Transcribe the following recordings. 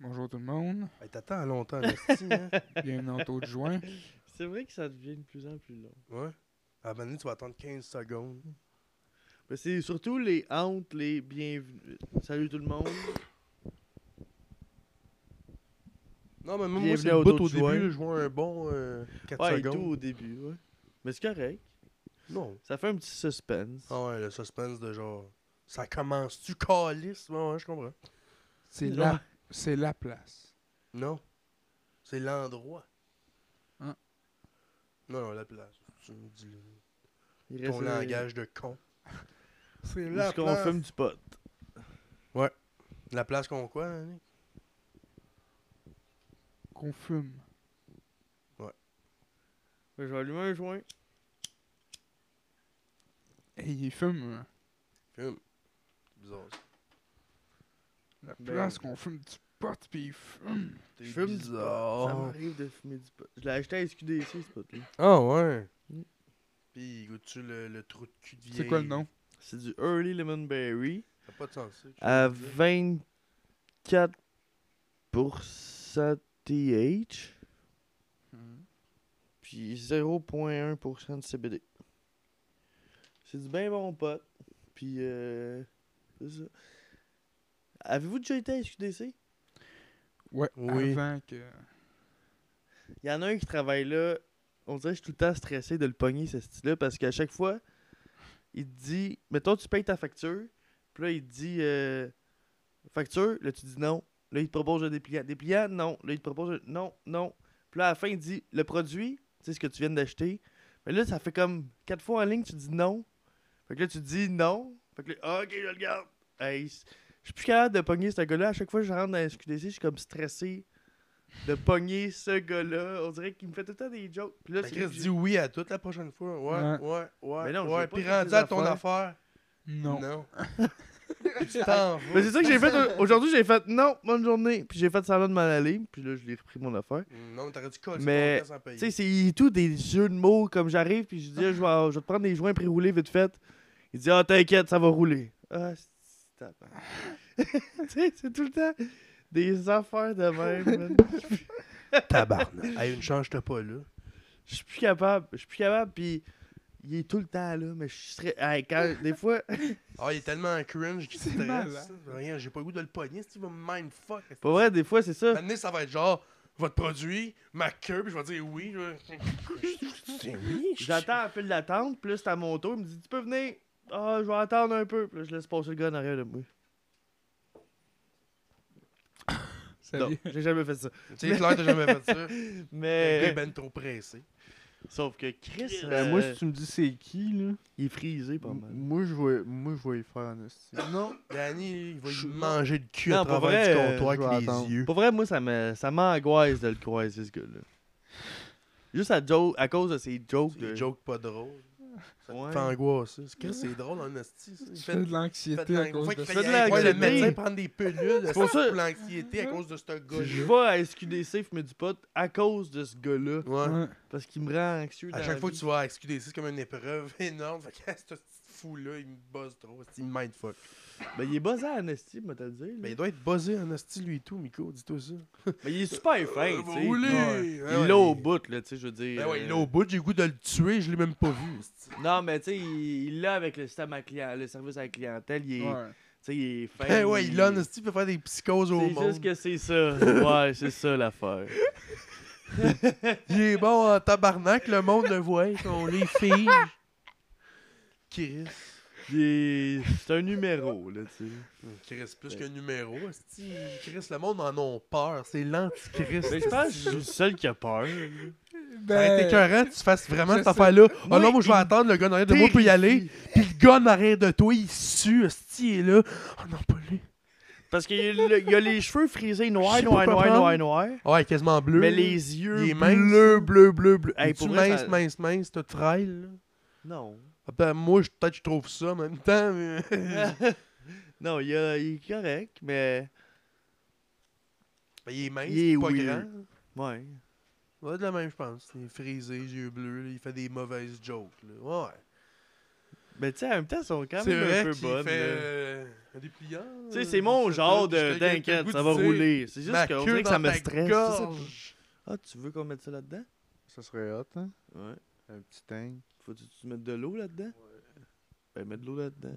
Bonjour tout le monde. Hey, T'attends longtemps, l'esti, hein? Bienvenue dans le taux de juin. C'est vrai que ça devient de plus en plus long. Ouais. À un moment donné, tu vas attendre 15 secondes. Mais c'est surtout les hontes, les bienvenus. Salut tout le monde. Non, mais même moi, Bienvenue c'est à le bout Auto au de Juin. début, là, je vois un bon 4 Ouais, et tout secondes. au début, ouais. Mais c'est correct. Non. Ça fait un petit suspense. Ah ouais, le suspense de genre. Ça commence-tu calice? Ouais, ouais, je comprends. C'est Ouais. la, c'est la place. Non. C'est l'endroit. Hein? Non, non, la place. Tu me dis Il ton reste- langage de con. C'est Où est-ce qu'on fume du pot? La place qu'on quoi, hein, Nick? Qu'on fume. Ben, Je vais allumer un joint. Et il fume. hein. Fume. Bizarre. ça. La Ben- place euh, qu'on fume du pot, puis il fume. T'es Je fume du pot. Ça bizarre. m'arrive de fumer du pot. Je l'ai acheté à SQDC, ce pot-là. Ah ouais. Mm. Pis goûtes-tu le, le trou de cul de vieille? C'est quoi le nom? C'est du Early Lemon Berry Ça n'a pas de sens. ça, que je à veux dire. 24% TH Hmm. puis 0.1% de CBD. C'est du bien bon pot. Puis, euh, c'est ça. Avez-vous déjà été à SQDC? Ouais, Oui. avant que... Il y en a un qui travaille là. On dirait que je suis tout le temps stressé de le pogner, ce style-là, parce qu'à chaque fois, il te dit Mettons, tu payes ta facture. Puis là, il te dit euh, Facture. Là, tu dis non. Là, il te propose un dépliant. Dépliant, non. Là, il te propose un- non, non. Puis là, à la fin, il dit Le produit, tu sais ce que tu viens d'acheter. Mais là, ça fait comme quatre fois en ligne, tu dis non. Fait que là, tu dis non. Fait que là, ah, ok, je le garde. Hey, c- je suis plus capable de pogner ce gars-là. À chaque fois que je rentre dans la SQDC, je suis comme stressé de pogner ce gars-là. On dirait qu'il me fait tout le temps des jokes. Puis là, Fait c'est que Ben, Chris, lui- dis oui à tout la prochaine fois. Ouais, ouais, ouais. Mais non, je veux ouais. pas Puis toutes rendu tes à ton affaire. Non. Puis tu t'en vas. Mais c'est ça que j'ai fait. euh, Aujourd'hui, j'ai fait non, bonne journée. Puis j'ai fait ça là de m'en aller. Puis là, je l'ai repris mon affaire. Non, mais t'aurais dû coller Mais, ton temps sans payer. Tu sais, c'est tout des jeux de mots. Comme j'arrive, puis je dis, Ah, je vais, je vais te prendre des joints pré-roulés vite fait. Il dit, ah, t'inquiète, ça va rouler. Ah, c'est- tabarnak. Tu sais, c'est tout le temps des affaires de même. man. tabarnak. Hey, une chance, j'étais pas là. Je suis plus capable. Je suis plus capable. Puis il est tout le temps là. Mais je serais. Hey, quand, des fois. Ah, il est tellement cringe qu'il C'est malade. stresse. Rien, j'ai pas le goût de le pogner. Si tu vas me mindfuck. Pas vrai, des fois, c'est ça. Maintenant, ça va être genre votre produit, ma queue, puis je vais dire oui. Je... C'est oui. je- J'attends un peu de l'attente, puis là, c'est à mon tour. Il me dit, tu peux venir? Ah, je vais attendre un peu. Puis là, je laisse passer le gars en arrière de moi. Ça Non, vient. j'ai jamais fait ça. Tu sais, Claire, t'as jamais fait ça. Eh, Le gars est Mais. euh, ben trop pressé. Sauf que Chris, Ben, euh, moi, si tu me dis c'est qui, là, il est frisé pas m- mal. moi, je vais, moi, je vais y faire un hostie. Non, Danny, il va lui Je- manger le cul Non, à pour travers vrai, du comptoir euh, avec je les vais attendre. yeux. Pour vrai, moi, ça me- ça m'angoisse de le croiser, ce gars-là. Juste à, joke, à cause de ses jokes. Des De... jokes pas drôles. Ça Ouais. te fait angoisser. C'est Chris, c'est drôle en asti. ça. Il Je fait fais de l'anxiété à cause de fait ça. de de l'anxiété. Le médecin prend des pilules C'est pour pour ça- l'anxiété à cause de ce Je gars-là. vais à SQDC fumer du pot à cause de ce gars-là. Ouais. Ouais. Parce qu'il me rend anxieux. À chaque fois que tu vas à SQDC, c'est comme une épreuve énorme. Fait que ce petit fou-là, il me buzz trop. asti, Il me mindfuck. Ben, il est buzzé à Anesti, moi, t'as le dire. Mais Mais il doit être buzzé en asti, lui et tout, Miko. Dis-toi ça. Ben, il est super fin, Euh, tu sais. roulez! Ouais. Ouais, Il ouais, l'a au il- bout, là, tu sais, je veux dire. Ben ouais, il l'a euh, au bout. J'ai le goût de le tuer. Je l'ai même pas vu. asti. Non, mais tu sais, il il l'a avec le système à client, le service à la clientèle, il est, Ouais. tu sais, il est fin. Ben ouais, il l'a en asti, il peut faire des psychoses au C'est juste monde. que c'est ça. Ouais, c'est ça l'affaire. Il est bon en tabarnak. Le monde le voit. On les fige. Chris. Il est- C'est un numéro, là, tu sais. Chris, plus Ouais. qu'un numéro, esti. Chris, le monde en a peur. C'est l'antichrist. Mais je pense que je suis le seul qui a peur. T'es Ben, écœurant, tu fasses vraiment je cette sais. affaire-là. Moi, oh non, moi je vais il attendre, le gars en arrière de moi peut y aller. Puis le gars en arrière de toi, il sue, esti, il est là. Oh non, pas lui. Parce qu'il a le- il a les cheveux frisés noirs, Je sais pas noirs, quoi noirs, noirs, prendre. noirs. Ouais, quasiment bleu. Mais là. les yeux. Il est bleus. mince. Bleu, bleu, bleu, bleu. Hey, tu pour vrai, mince, ça- mince, mince, t'as trail. là. Non. Ah, ben, moi, je- peut-être que je trouve ça en même temps. Mais... Ben, non, il, a- il est correct, mais. il est mince, Il est pas weird. grand. Ouais. Ouais, de la même, je pense. Il est frisé, les yeux bleus, là, il fait des mauvaises jokes. Là. Ouais. Mais tu sais, en même temps, elles sont quand C'est vrai même un peu qu'il bonnes. fait là. euh, un dépliant. Tu sais, euh, c'est mon je sais genre pas, de puis je te- il y a le t'inquiète, goût ça de va dire, rouler. C'est Ma juste qu'on queue dirait que dans ça me ta stresse. gorge. Ah, tu veux qu'on mette ça là-dedans? Ça serait hot, hein? Ouais. Un petit tank. Faut-tu tu mettes de l'eau là-dedans? Ben, mets de l'eau là-dedans.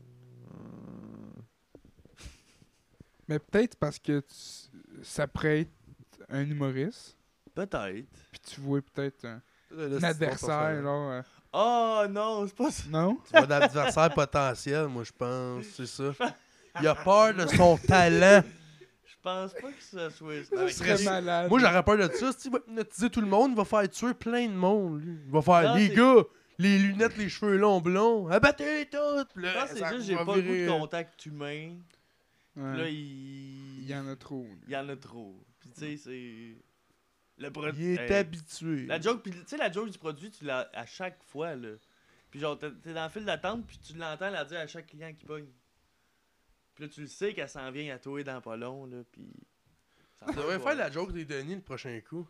Mais peut-être parce que tu- ça pourrait être un humoriste, Peut-être. puis tu vois peut-être un, Là, un Euh, c'est adversaire, hein. bon, genre. euh, Oh non, c'est pas ça. non? Tu vois l'adversaire potentiel, moi, je pense. C'est ça. Il a peur de son talent. Je pense pas que ça soit Ça Tu serais serait- malade. Moi, j'aurais peur de ça. Si il va hypnotiser tout le monde, il va faire tuer plein de monde. lui. Il va faire Non, les c'est- gars, les lunettes, les cheveux longs, blonds, abattez-les toutes. Je Là, pense que Ah, c'est ça juste que j'ai va pas le goût virer- hein. de contact humain. Ouais. Là, Il il... y en a trop. là. il y en a trop. Puis tu sais, c'est... Le euh, produit... Il est habitué. Eh, La joke, puis tu sais, la joke du produit, tu l'as à chaque fois, là. Puis genre, t'es t'es dans le fil d'attente, puis tu l'entends la dire à chaque client qui pogne. Puis là, tu le sais qu'elle s'en vient à toi dans pas long, là, puis... ça Tu va devrais pas. faire la joke des Denis le prochain coup.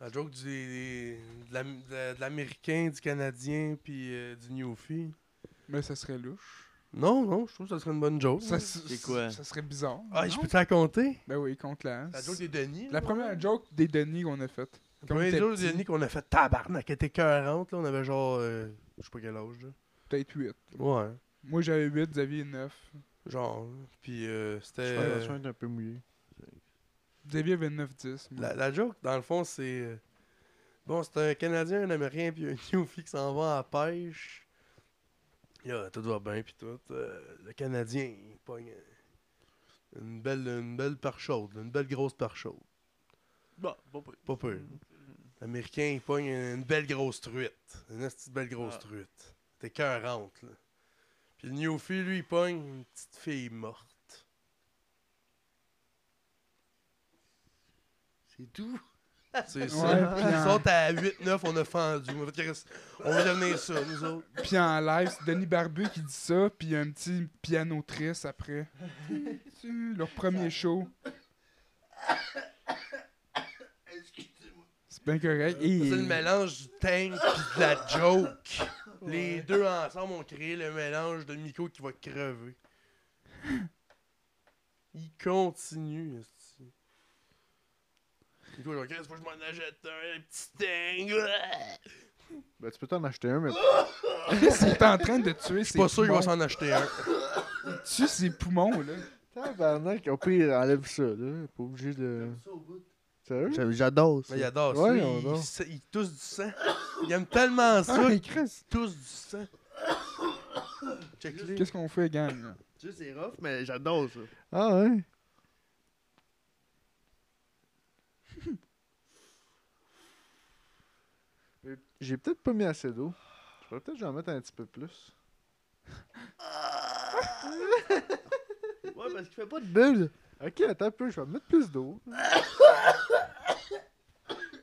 La joke du, des- de la- de- de l'Américain, du Canadien, puis euh, du Newfie. Mais ça serait louche. Non, non, je trouve que ça serait une bonne joke. Ça, c'est quoi? Ça serait bizarre. Ah, non? je peux te la compter? Ben oui, contre la. La joke des Denis. La là. première joke des Denis qu'on a faite. La quand première t'étais joke des petit. Denis qu'on a fait tabarnak, elle était cohérente. Là, on avait genre, euh, je sais pas quel âge. Là. Peut-être 8. Ouais. Moi, j'avais 8, vous aviez 9. Genre, puis euh, c'était... Je euh, pense que est un peu mouillé. Xavier avait 9-10. moi. la, la joke, dans le fond, c'est... euh, Bon, c'est un Canadien, un Américain, puis un Newfie qui s'en va à la pêche. Là, tout va bien, puis tout. euh, le Canadien, il pogne euh, une belle, une belle pare chaude, une belle grosse pare chaude. Bon, pas pire. Mm. Pas peu. L'Américain, il pogne une belle grosse truite. Une petite belle grosse Ah. truite. T'es cœurante, là. Puis le Newfie, lui, il pogne une petite fille morte. C'est tout. C'est Ouais, ça. puis Nous en- autres, à 8-9, on a fendu. On va faire- on va devenir ça, nous autres. Puis en live, c'est Denis Barbu qui dit ça, puis il y a un petit piano triste après. Tu- Leur premier show. C'est bien correct. Et... C'est le mélange du tank pis de la joke. Les deux ensemble ont créé le mélange de Miko qui va crever. Il continue, esti. Miko, il va Qu'est-ce que je m'en achète un, un petit tank? Ben, tu peux t'en acheter un, mais Chris, il est en train de tuer Je ses suis pas sûr qu'il poumons. va s'en acheter un. Il tue ses poumons, là. tabarnak, au pire, enlève ça, là. Pas obligé de... Sérieux? J'adore Mais il adore ça. Ouais, il, on adore. il- il tousse du sang. Il aime tellement ça Ah, qu'il hey, Chris! tousse du sang. check le Qu'est-ce qu'on fait, gang? là? Tu sais, c'est rough, mais j'adore ça. Ah, ouais? Euh, J'ai peut-être pas mis assez d'eau. Je pourrais peut-être en mettre un petit peu plus. Ouais, parce qu'il fait pas de... Bulle! Ok, attends un peu, je vais mettre plus d'eau.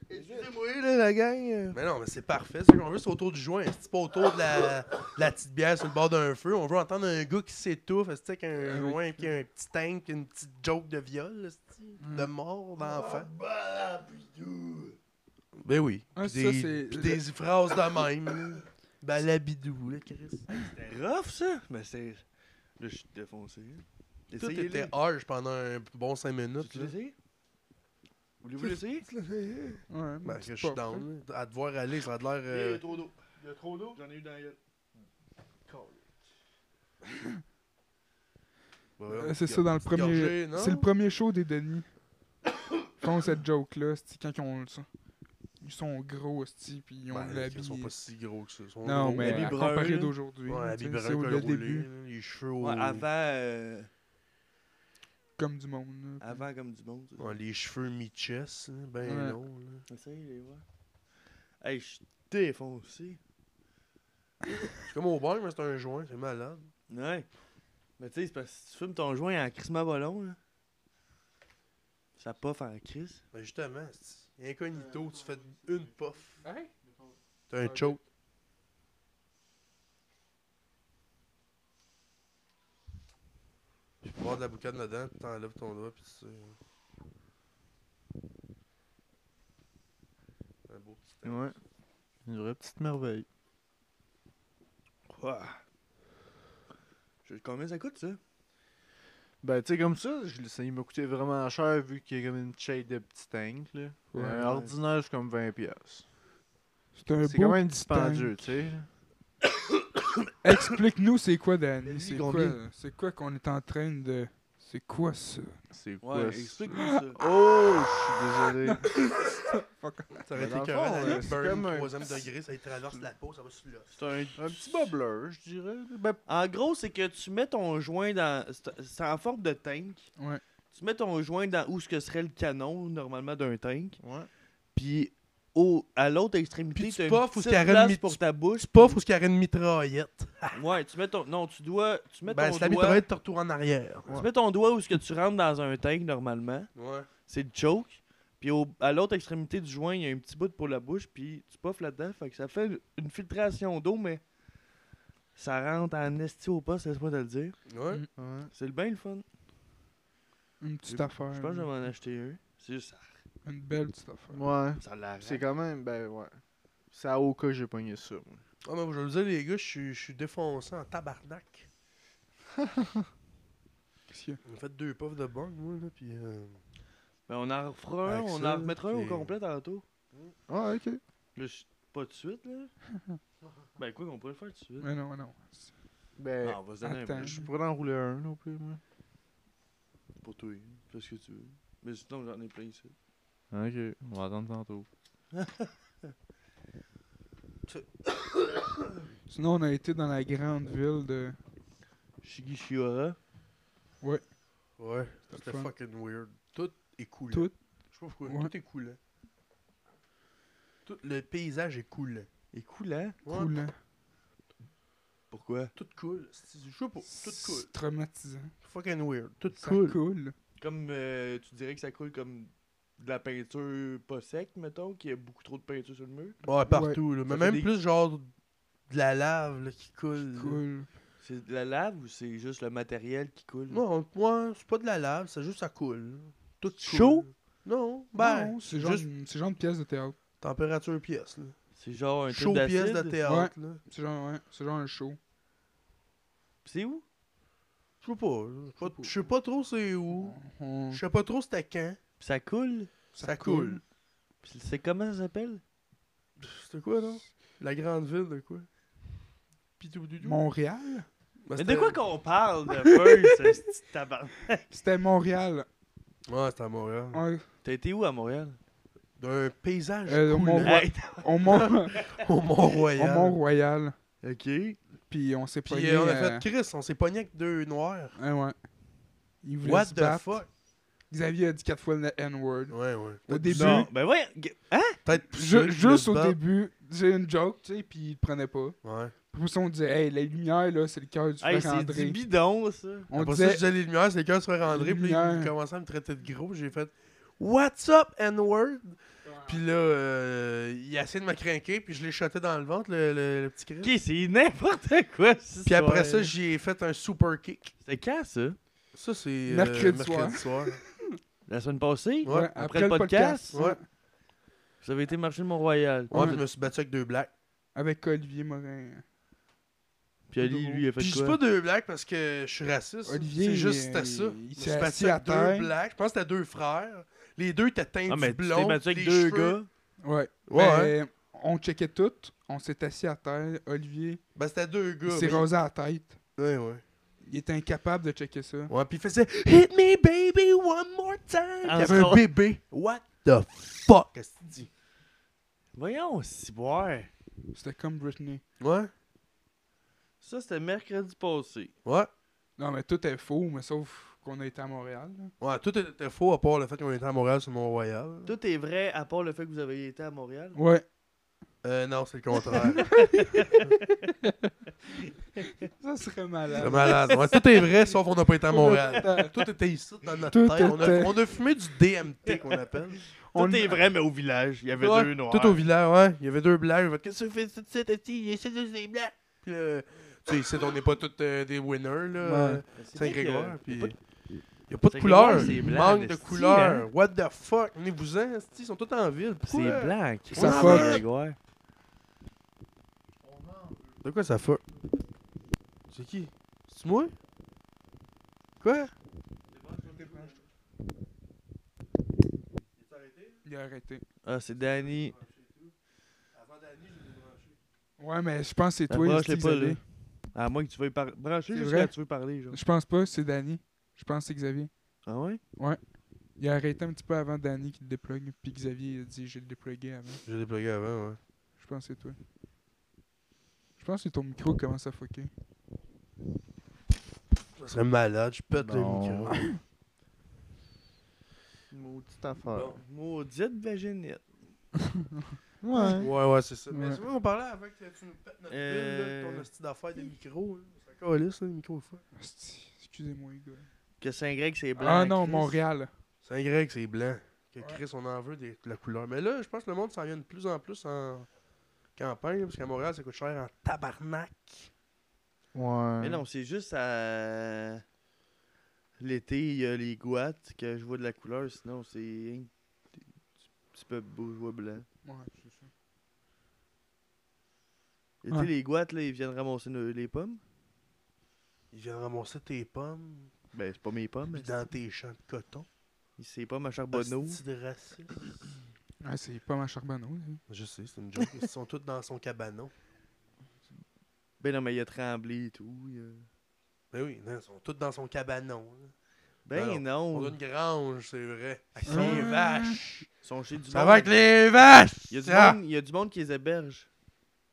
Excusez-moi, là, la gang. Mais non, mais c'est parfait. Ce qu'on veut, c'est autour du joint. C'est pas autour de la, de la petite bière sur le bord d'un feu. On veut entendre un gars qui s'étouffe, c'est avec un oui. joint, puis un petit tank, puis une petite joke de viol, esti, de mort d'enfant. Ben oui. Ah, Puis ça, des, c'est- puis des phrases de même. Balabidou, là, Chris. C'était rough, ça. Mais c'est... Là, je suis défoncé. Tout Essayez-le. était harsh pendant un bon 5 minutes. Tu Là. l'essayes? Voulez-vous l'essayer? Ouais, Ben, c'est je suis pas fait. down. là. À devoir aller, ça a de l'air. euh, trop d'eau. Il y a trop d'eau? J'en ai eu dans la gueule. Euh, C'est ça dans le premier. Gorgée, non? C'est le premier show des Denis. Ils font cette joke-là, c'est quand ils ont ça. Ils sont gros, sti, puis ils ont Ben, l'habit. Ils sont pas si gros que ça. Ils sont Non, gros. mais l'habit à brun, comparer là. d'aujourd'hui, Ouais, tu habit sais, brun, c'est au col le roulé, début, là, les cheveux au... Ouais, avant, euh, comme du monde. là. avant comme du monde. Ouais, les cheveux mi-chest, là, ben Ouais. longs. là. Essaye les voir. Hey, je suis défoncé. C'est comme au bar, mais c'est un joint, c'est malade. Ouais. Mais tu sais, c'est parce que si tu fumes ton joint en crissement ballon, là. Ça puff en crisse. Ben justement, c'est- incognito, tu fais une puff. T'as un choke. Tu peux boire de la boucane dedans, puis t'enlèves ton doigt, puis tu... Un beau petit Ouais. Une vraie petite merveille. Oh, Ah. Je- Combien ça coûte, ça? Ben, tu sais, comme ça, je- ça, il m'a coûté vraiment cher vu qu'il y a comme une shade de petit tank, là. Ouais. Un ordinaire, c'est comme 20$. piastres. C'est un C'est quand beau. même dispendieux, tu sais. Explique-nous c'est quoi, Danny. Lui, C'est quoi, combien? c'est quoi qu'on est en train de. C'est quoi ça? C'est quoi Ouais, ça? explique-moi ça. Oh, je suis désolé. Ça aurait Mais été dans le écœurant, fond, la là, Lip c'est Burn, comme un- troisième degré, ça lui traverse la peau, ça va sur l'os. C'est un Un petit bobbler, je dirais. Ben, En gros, c'est que tu mets ton joint dans. c'est- C'est en forme de tank. Ouais. Tu mets ton joint dans où ce que serait le canon normalement d'un tank. ouais. Puis au, à l'autre extrémité, Puis tu t'as une puffes ou petite tu arrêtes place mi- pour ta bouche. Ah. C'est pas faut qu'il y aurait une mitraillette. Ouais, tu mets ton. Non, tu dois. Tu mets Ben, ton c'est la doigt. mitraillette, tu retournes en arrière. Tu mets ton doigt où ce que tu rentres dans un tank normalement. Ouais. C'est le choke. Puis au- à l'autre extrémité du joint, il y a un petit bout pour la bouche. Puis tu puffes là-dedans. Fait que ça fait une filtration d'eau, mais. Ça rentre en esti au poste, laisse-moi te le dire. Ouais. ouais. C'est le bien le fun. Une petite affaire. Je pense que je vais là. m'en acheter un. C'est juste ça. Une belle petite affaire. Ouais. Ça l'arrache. C'est quand même, ben, ouais. C'est à Oka que j'ai pogné ça. moi. Ah, mais je veux dire, les gars, je suis- je suis défoncé en tabarnak. Qu'est-ce qu'il y a? J'ai fait deux puffs de bang, moi, là, pis. euh, Ben, on en refera un, Avec on ça, en remettra un au puis- complet tantôt. Ah, ok. Là, je- pas de suite, là. ben, quoi qu'on pourrait le faire tout de suite. Mais non, non. Ben, Non, on va se donner un attends. peu. je pourrais en rouler un non plus, moi. Pour toi, fais ce que tu veux. Mais sinon, j'en ai plein ici. Ok, on va attendre tantôt. Sinon, on a été dans la grande ville de. Shigishiora. Ouais. C'était le C'était fun. fucking weird. Tout est coulant. Tout. Je sais pas pourquoi. Ouais. Tout est coulant. Tout le paysage est hein? coulant. Et coulant. Ouais. Coulant. Pourquoi Tout cool. C'est- Je sais pas. Tout cool. C'est traumatisant. Fucking weird. Tout Ça cool. coule. Comme euh, tu dirais que ça coule comme de la peinture pas sec, mettons, qu'il y a beaucoup trop de peinture sur le mur. Ouais, partout, là. Mais fait même des- plus, genre, de la lave, là, qui coule. là. Coule. C'est de la lave ou c'est juste le matériel qui coule là? Non, moi, c'est pas de la lave, c'est juste ça coule. Tout coule. Chaud? Non, ben, Non, c'est c'est genre, juste une- c'est genre une pièce de théâtre. température pièce, là. C'est genre un truc Chaud pièce de d'acide. théâtre, là. C'est genre, ouais, c'est genre un show. C'est où Je sais pas, là. Je Je sais pas- sais pas. je sais pas trop c'est où. On- Je sais pas trop c'était quand. Puis ça coule. Ça coule. Puis c'est comment ça s'appelle C'était quoi, non? La grande ville de quoi? Pitoudou. Montréal? Ah, Mais de quoi qu'on parle de First, ce petit tabarnak? C'était Montréal. Ouais, c'était à Montréal. Ouais, T'as été où à Montréal? D'un paysage Euh, au coulant Mont- Ouais. Hey, au Mont- au au Mont-Royal. Mont-Royal. ok. Puis on s'est Puis pogné... euh, on a euh, fait Chris, on s'est pogné avec deux noirs. ouais, ouais. Ils voulaient What se the battre. fuck? Xavier a dit quatre fois le N-word. Ouais, ouais. Au début, Non, ben ouais. g- Hein? Peut-être ju- plus juste au début, j'ai une joke, tu sais, puis il le prenait pas. Ouais. Puis ça, on disait, hey, la lumière, là, c'est le cœur du Hey, frère c'est du André. bidon, ça. On Après ça, disait, je disais les lumières, c'est les gars se faire André, Les puis là, il lumières. commençait à me traiter de gros, j'ai fait What's up, N-word? Puis là, euh, il a essayé de me craquer, puis je l'ai shoté dans le ventre, le, le- le petit Chris. Ok, c'est n'importe quoi, ça. Puis après ça, j'ai fait un super kick. C'était quand, ça? Ça, c'est euh, Mercredi mercredi soir. La semaine passée? Ouais, après le podcast, ouais. Vous avez été marcher le Mont-Royal. Ouais, Ouais. puis je me suis battu avec deux blacks. Avec Olivier Morin. Puis Ali, lui, il a fait Puis je dis quoi? pas deux blacks parce que je suis raciste. Olivier, c'est juste euh, c'était ça. il Je me s'est suis assis battu à avec deux terre. blacks. Je pense que c'était deux frères. Les deux étaient teints Ah, mais du tu blond. t'es battu avec les deux cheveux- gars. Ouais. Ouais, hein. Mais on checkait tout, on s'est assis à terre. Olivier, Ben, c'était deux il gars. s'est mais- rasé à la tête. Ouais, ouais. Il était incapable de checker ça. Ouais, puis il faisait Hit me baby one more time. En Il y avait un sort- bébé. What the fuck? Qu'est-ce que tu dis? Voyons, boire. C'était comme Britney. Ouais, Ça, c'était mercredi passé. ouais. Non, mais tout est faux, mais sauf qu'on a été à Montréal. là. Ouais, tout était faux à part le fait qu'on était à Montréal sur Mont-Royal. Tout est vrai, à part le fait que vous avez été à Montréal. Ouais. Euh, non, c'est le contraire. Ça serait c'est malade. malade. Ouais, tout est vrai sauf qu'on n'a pas été à Montréal. Attends, Tout était ici dans notre Tout tête. On a, était- on a fumé du DMT qu'on appelle. on- Tout est vrai, mais au village. Il y avait Ouais, deux noirs. Tout au village, ouais. Il y avait deux blagues. Fait, Qu'est-ce que tu fais tout de suite, esti? Il essaie de se des blagues. Puis là, tu sais, ici, on n'est pas tous euh, des winners, là. Ouais. Saint-Grégoire. Puis. Il y a Il a pas de Saint-Grégoire, couleur. c'est blanc, Manque de esti, couleur. What the fuck? Venez-vous-en, esti, ils sont tous en ville. C'est Pourquoi? blanc. Ça Ouais, fuck. Grégoire. De quoi ça fuck? C'est qui? C'est moi? Quoi? Il a arrêté. Ah, c'est Danny. Ouais, mais je pense que c'est Ben, toi, moi, je c'est l'ai pas, là. Xavier. À moins que tu veuilles parler. Brancher C'est juste vrai? quand tu veux parler, genre. Je pense pas, c'est Danny. Je pense que c'est Xavier. Ah ouais? Il a arrêté un petit peu avant Danny qui le déplugue, puis Xavier il a dit j'ai le déplugué avant. J'ai déplugué avant, ouais. Je pense que c'est toi. Je pense que ton micro commence à fucker. Ça serait malade, je pète Bon. le micro. Maudite affaire. Bon. Maudite vaginette. Ouais. Ouais, ouais, c'est ça. Mais Ouais. tu vois, on parlait avant que tu nous pètes notre Euh. bulle, là, de ton hostie d'affaires de micro. là. C'est encore lisse, le micro, fuck. Hostie, Excusez-moi, les gars. Que Saint-Greg, c'est blanc. Ah non, Chris. Montréal. C'est un grec, c'est blanc. Que Ouais. Chris, on en veut des- de la couleur. Mais là, je pense que le monde s'en vient de plus en plus en campagne, là, parce qu'à Montréal, ça coûte cher en tabarnak. Ouais. Mais non, c'est juste à. L'été, il y a les gouattes que je vois de la couleur, sinon c'est. un petit peu bourgeois blanc. Ouais, c'est ça. Et tu sais, Ouais. les gouattes, là, ils viennent ramasser nos- les pommes. Ils viennent ramasser tes pommes, Ben, c'est pas mes pommes, mais puis dans tes champs de coton. c'est les pommes à Charbonneau. Hostie de raciste. Ah, c'est pas ma charbonneau. ça. Je sais, c'est une joke. Ils sont tous dans son cabanon. Ben non, mais il a tremblé et tout. il y a- Ben oui, non, ils sont tous dans son cabanon. là. Ben Ben non. On a une grange, c'est vrai. Avec Ah. les vaches. Ils sont chez du Ça monde. va avec les vaches! Il y, a du Ah! monde, il y a du monde qui les héberge.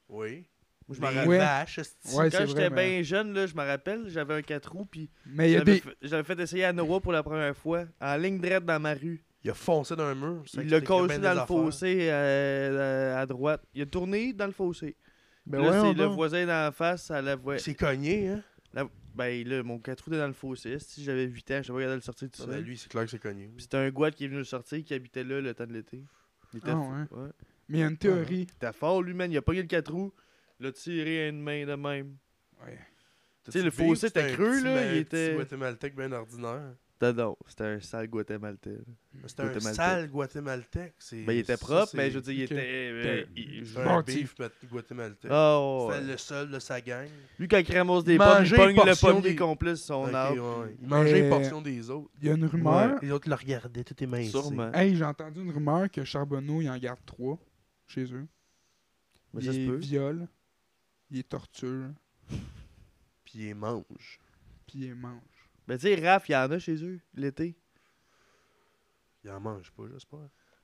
Oui. Moi, je m'en les rappelle. Ouais. vaches, esti. Ouais, c'est Quand j'étais vrai. mais- bien jeune, là, je me rappelle, j'avais un 4 roues, puis Mais il y a j'avais des. fa- j'avais fait essayer à Noah pour la première fois, en ligne droite dans ma rue. Il a foncé dans un mur. ça Il qui l'a t'écrivait cassé des dans le affaires. fossé euh, à, à droite. Il a tourné dans le fossé. Ben Puis là, ouais, c'est le voisin d'en face, à la voix. Il s'est cogné, hein? Ben là, mon 4 roues était dans le fossé. Si j'avais 8 ans, je savais pas capable de le sortir tout Ah, seul. ben, lui, c'est clair que c'est cogné. Puis c'était un gouade qui est venu le sortir qui habitait là le temps de l'été. Il était Ah fou- ouais. ouais. Mais il y a une théorie. T'as fort, lui, man. Il a pogné le 4 roues. L'a tiré à une main de même. Ouais. Tu sais, le fossé était creux, là, il était- C'était guatémaltèque bien ordinaire. Tadon, c'était un sale guatemaltais. là. C'était un Guatémaltèque. sale guatémaltèque. c'est- Ben, il était ça, propre, c'est- mais je veux dire, il ok. était. euh, il- C'est je- un Bon, tu- beef mat- guatémaltèque. Oh, C'était ouais. le seul de sa gang. Lui, quand il ramasse des Il pommes, il mangeait pogne une le portion pommier des- complet sur son Ok, arbre. ouais. Il mangeait Mais- une portion des autres. Il y a une rumeur. Les autres le regardaient, tout émincé. Sûrement. Hey, j'ai entendu une rumeur que Charbonneau, il en garde trois chez eux. Mais il ça se les peut. viole, il les torture, Puis il les mange. puis il les mange. Ben, tu sais, Raph, il y en a chez eux, l'été. Il en mange pas, j'espère.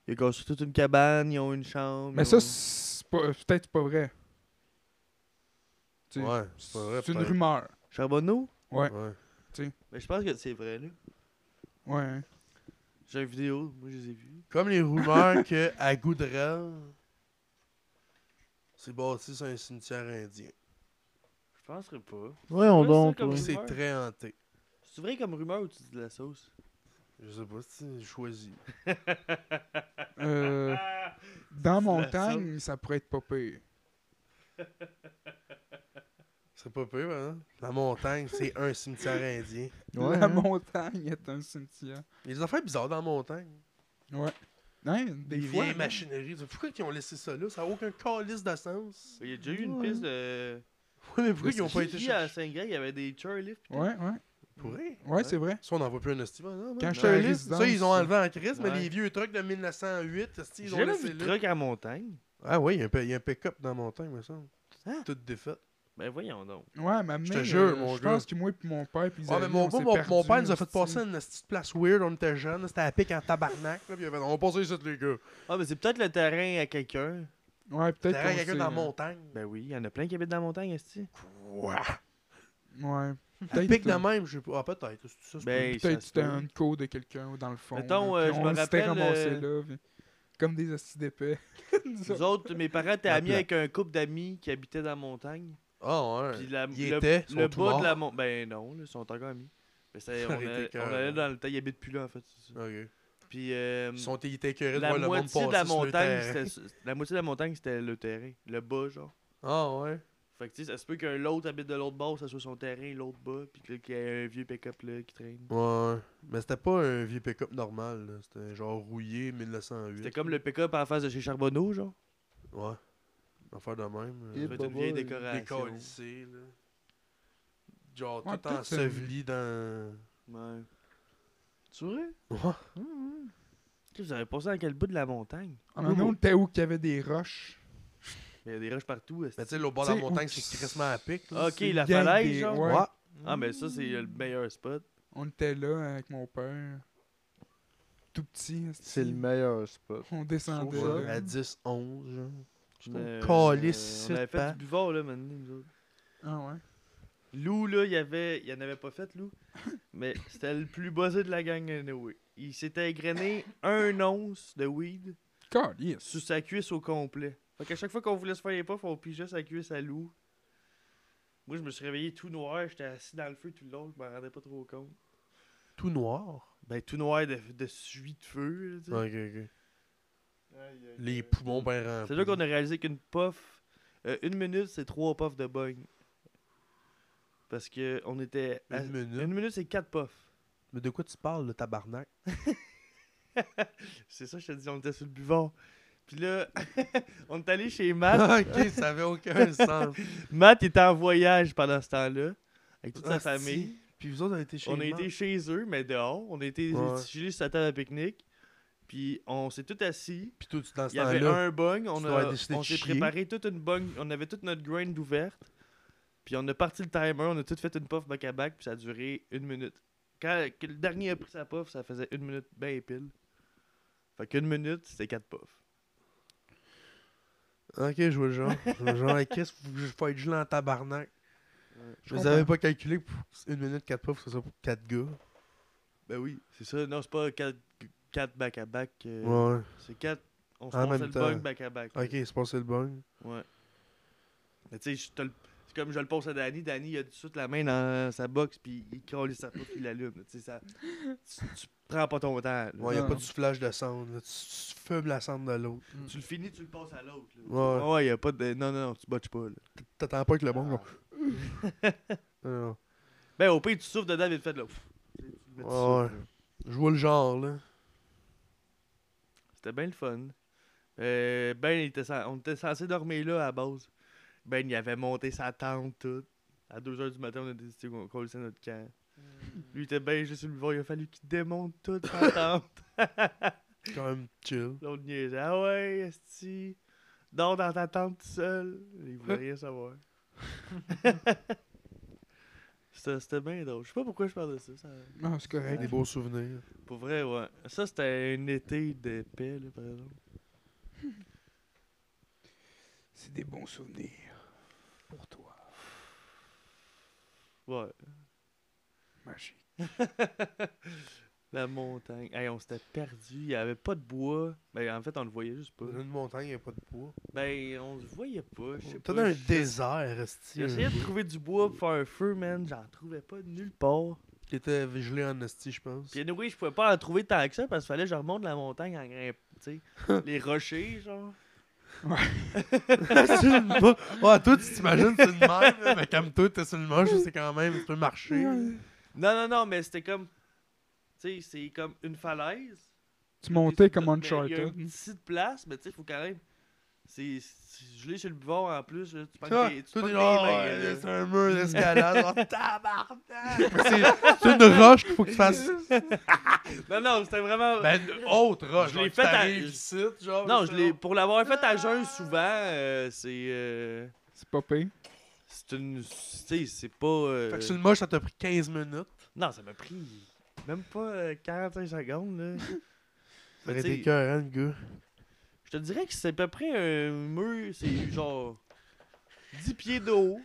Ils ont construit toute une cabane, ils ont une chambre. Mais ils ça, ont- c'est pas- peut-être pas vrai. Tu sais, Ouais, c'est pas vrai. C'est une peut-être. rumeur. Charbonneau? Ouais, Ouais. Mais je pense que c'est vrai, là. ouais. J'ai une vidéo, moi, je les ai vues. Comme les rumeurs que à Goudrel, c'est bâti sur un cimetière indien. Je penserais pas. Ouais, on Ouais, donc. c'est ça, ouais. Puis Une C'est rumeur? très hanté. C'est vrai comme rumeur ou tu dis de la sauce? Je sais pas si j'ai choisi. Euh, dans montagne, sauce. ça pourrait être pas pire. C'est pas pire, hein? La montagne, c'est un cimetière indien. Ouais, La hein. montagne est un cimetière. Il y a des affaires bizarres dans la montagne. Ouais. Hein, des Des fois, vieilles hein. machineries. Pourquoi ils ont laissé ça là? Ça n'a aucun calice de sens. Il y a déjà eu une piste de. Ouais, mais pourquoi ils ont Qui- pas été qui à chercher? Saint-Greg, il y avait des chairlifts. pis tout? Ouais, ouais. Pourrait. Ouais, c'est vrai. Ça, on n'en voit plus un estime. Non, Quand non, j'étais non, à la les- résidence, hein. Ça, ils ont ça. enlevé en crise, mais Ouais. les vieux trucks de 1908, esti, J'ai ils ont jamais laissé vu de là. truc en montagne. Ah oui, il y a un, pe- il y a un pick-up dans la montagne, me semble. Hein? Toute défaite. Ben voyons donc. Ouais, ma Je te mère, jure, euh, mon Je gars. pense que moi et mon père, puis Ah, Xavier, mais mon, on gars, s'est mon, mon perdus, père nous a fait hostie. passer à une petite place weird, on était jeunes, c'était à pic en tabarnak. Là, puis il a fait, on va passer ici, les gars. Ah, mais c'est peut-être le terrain à quelqu'un. Ouais, peut-être. T'as qu'on quelqu'un dans la s'est- montagne. Ben oui, il y en a plein qui habitent dans la montagne, est Quoi? Ouais. À Peut-être. pic de euh, même, je sais pas. Ah, peut-être. c'est ça, c'est Ben, ça Peut-être se c'était peut. un coup de quelqu'un ou dans le fond. Mettons, là, euh, puis je on me s'était rappelle, ramassés euh, là, puis comme des hosties d'épais. Nous Nous autres. autres, mes parents étaient La amis plaque. avec un couple d'amis qui habitait dans la montagne. pas- Ah, ouais. Puis la, Ils le, étaient, sont le tous bas morts. de la montagne. Ben non, là, ils sont encore amis. Ben, ça, on, Ça aurait été allait- on écœurant. allait dans le temps, ils habitent plus là en fait. c'est ça. Ok. Puis euh, Ils sont étaient écœurés de Hmm. la voir le monde passer. moitié de la sur le montagne, terrain. c'était sur- la moitié de la montagne, c'était le terrain, le bas genre. Ah, ouais. Fait que tu sais, ça se peut qu'un l'autre habite de l'autre bord, ça soit son terrain, l'autre bas, puis que là, qu'il y ait un vieux pick-up là qui traîne. Ouais. Mais c'était pas un vieux pick-up normal. là. C'était genre rouillé 1908. C'était comme le pick-up en face de chez Charbonneau, genre. Ouais. Affaire de même. euh, Ça Et fait une Baba, vieille il décoration. Décalissé, là. genre Ouais, tout peut-être, enseveli dans. Ouais. Tu vois? Ouais. Vous avez passé à quel bout de la montagne? En un autre, t'es où qu'il y avait des roches? Il y a des roches partout. est-ce Mais que- tu sais, le bord de la Tu sais, montagne, où- c'est crissement à pic. là. Ben, Ok, c'est la une gang falaise, des- genre. ouais. Ah, mais ça, c'est le meilleur spot. On était là euh, avec mon père. Tout petit. esti. C'est le meilleur spot. On descendait. Sauf Ouais, là. à 10, 11, genre. Tu Mais, euh, calice, On avait fait pas. du buvard, là, maintenant, nous autres. Ah ouais. Lou, là, il y avait... il en avait pas fait, Lou. Mais c'était le plus buzzé de la gang, anyway. Il s'était égrené un once de weed God, yes. sur sa cuisse au complet. Fait qu'à chaque fois qu'on voulait se faire les puffs, on pigeait sa cuisse à Lou. Moi, je me suis réveillé tout noir, j'étais assis dans le feu tout le long, je m'en rendais pas trop compte. Tout noir. Ben, tout noir de, de suie de feu, là, tu sais. Ok, ok. Aïe, aïe, Les aïe. poumons bien remplis. C'est là qu'on a réalisé qu'une puff, euh, une minute, c'est trois puffs de bung. Parce que on était. à- Une minute. Une minute, c'est quatre puffs. Mais de quoi tu parles, le tabarnak C'est ça, je te dis, on était sur le buvard. Puis là, on est allé chez Matt. Ok, ça avait aucun sens. Matt était en voyage pendant ce temps-là, avec toute sa Hostie. famille. Puis vous autres, on a été chez on a Marc. été chez eux, mais dehors. On a été Ouais. chez sur la table à pique-nique. Puis on s'est tout assis. Puis toi, tu dans ce Il y avait temps-là. un bung, on, tu dois a, avoir décidé on de s'est chier. préparé toute une bung, on avait toute notre grind ouverte, puis on a parti le timer, on a tout fait une puff back à back, puis ça a duré une minute. Quand que le dernier a pris sa puff, ça faisait une minute ben pile. Fait qu'une minute, c'était quatre puffs. Ok, je vois le genre. Je vois le genre, Hey, Chris, faut que je faut être gelé en tabarnak. Je vous comprends. avais pas calculé pour une minute, quatre puffs, c'est ça pour quatre gars. Ben oui, c'est ça. Non, c'est pas quatre, quatre back à back. euh, Ouais. C'est quatre. On se En passait même le temps. bung back à back. Ok, c'est passé le bug. Ouais. Mais tu sais, je te le- c'est comme je le passe à Danny. Danny, il a tout de suite la main dans sa box, puis il colle sa pouf, il l'allume. Tu sais, ça. Tu, tu prends pas ton temps. là. Ouais, y a Non. pas de soufflage de cendre. là. Tu, tu fumes la cendre de l'autre. Tu le finis, tu le passes à l'autre. là. Ouais. Ah ouais, y a pas de. Non, non, non, tu botches pas. Là. T'attends pas que le bon. Ah. Non, Ben, au pire, tu souffles dedans, vite fait, là. Pff. Tu sais, tu le mets, tu Ouais, souffles, là. Je vois le genre, là. C'était bien le fun. Euh, ben, il était cen- on était censé dormir là à la base. Ben, il avait monté sa tente, tout. À 2h du matin, on a décidé qu'on collait notre camp. Lui, il était bien juste sur le bord, il a fallu qu'il démonte toute sa tente. C'est quand même chill. L'autre niaisait. Ah ouais, esti. Dors dans ta tente tout seul. Il voulait rien savoir. C'était c'était bien drôle. Je sais pas pourquoi je parle de ça. ça... Non, Ah, c'est correct. Des beaux souvenirs. Pour vrai, ouais. Ça, c'était un été d'épais, là, par exemple. C'est des bons souvenirs. Pour toi. Ouais. Magique. La montagne. Hey, on s'était perdu. Il y avait pas de bois. Ben, en fait, on le voyait juste pas. Dans une montagne, y a pas de bois. Ben, on le voyait pas. Je sais T'es pas. dans un J'ess- désert, esti. euh, J'essayais de trouver du bois pour faire un feu, man. J'en trouvais pas nulle part. Qui était gelé en esti, je pense. Puis, oui, je pouvais pas en trouver tant que ça parce qu'il fallait que je remonte la montagne en grimpant. Tu sais, les rochers, genre. C'est une mo- Ouais, toi, tu t'imagines, c'est une même, là, mais comme toi, t'es sur le manche, c'est quand même, tu peux marcher. là. Non, non, non, mais c'était comme. Tu sais, c'est comme une falaise. Tu montais Puis comme tout, mais Il y a Uncharted. une petite place, mais tu sais, il faut quand même. C'est c'est gelé sur le buvard en plus. là. Tu prends Ah, tes, tu toi, pognes t'es tes genre, mains, euh. ouais, là. c'est un mur d'escalade, genre, tabarnak! C'est- C'est une roche qu'il faut que tu fasses. Non, non, c'était vraiment. Ben, une autre roche, Je l'ai genre, fait à- t'arrives ici, genre. oh, non, c'est je l'ai. genre- Pour l'avoir fait à jeun souvent, euh, c'est. euh, C'est pas pire. c'est une. Tu sais, c'est pas. euh, Fait que sur le moche, ça t'a pris 15 minutes. Non, ça m'a pris. Même pas euh, 45 secondes, là. Ça Mais aurait t'sais, été cœur, hein, le gars. Je te dirais que c'est à peu près un mur, c'est genre 10 pieds de haut.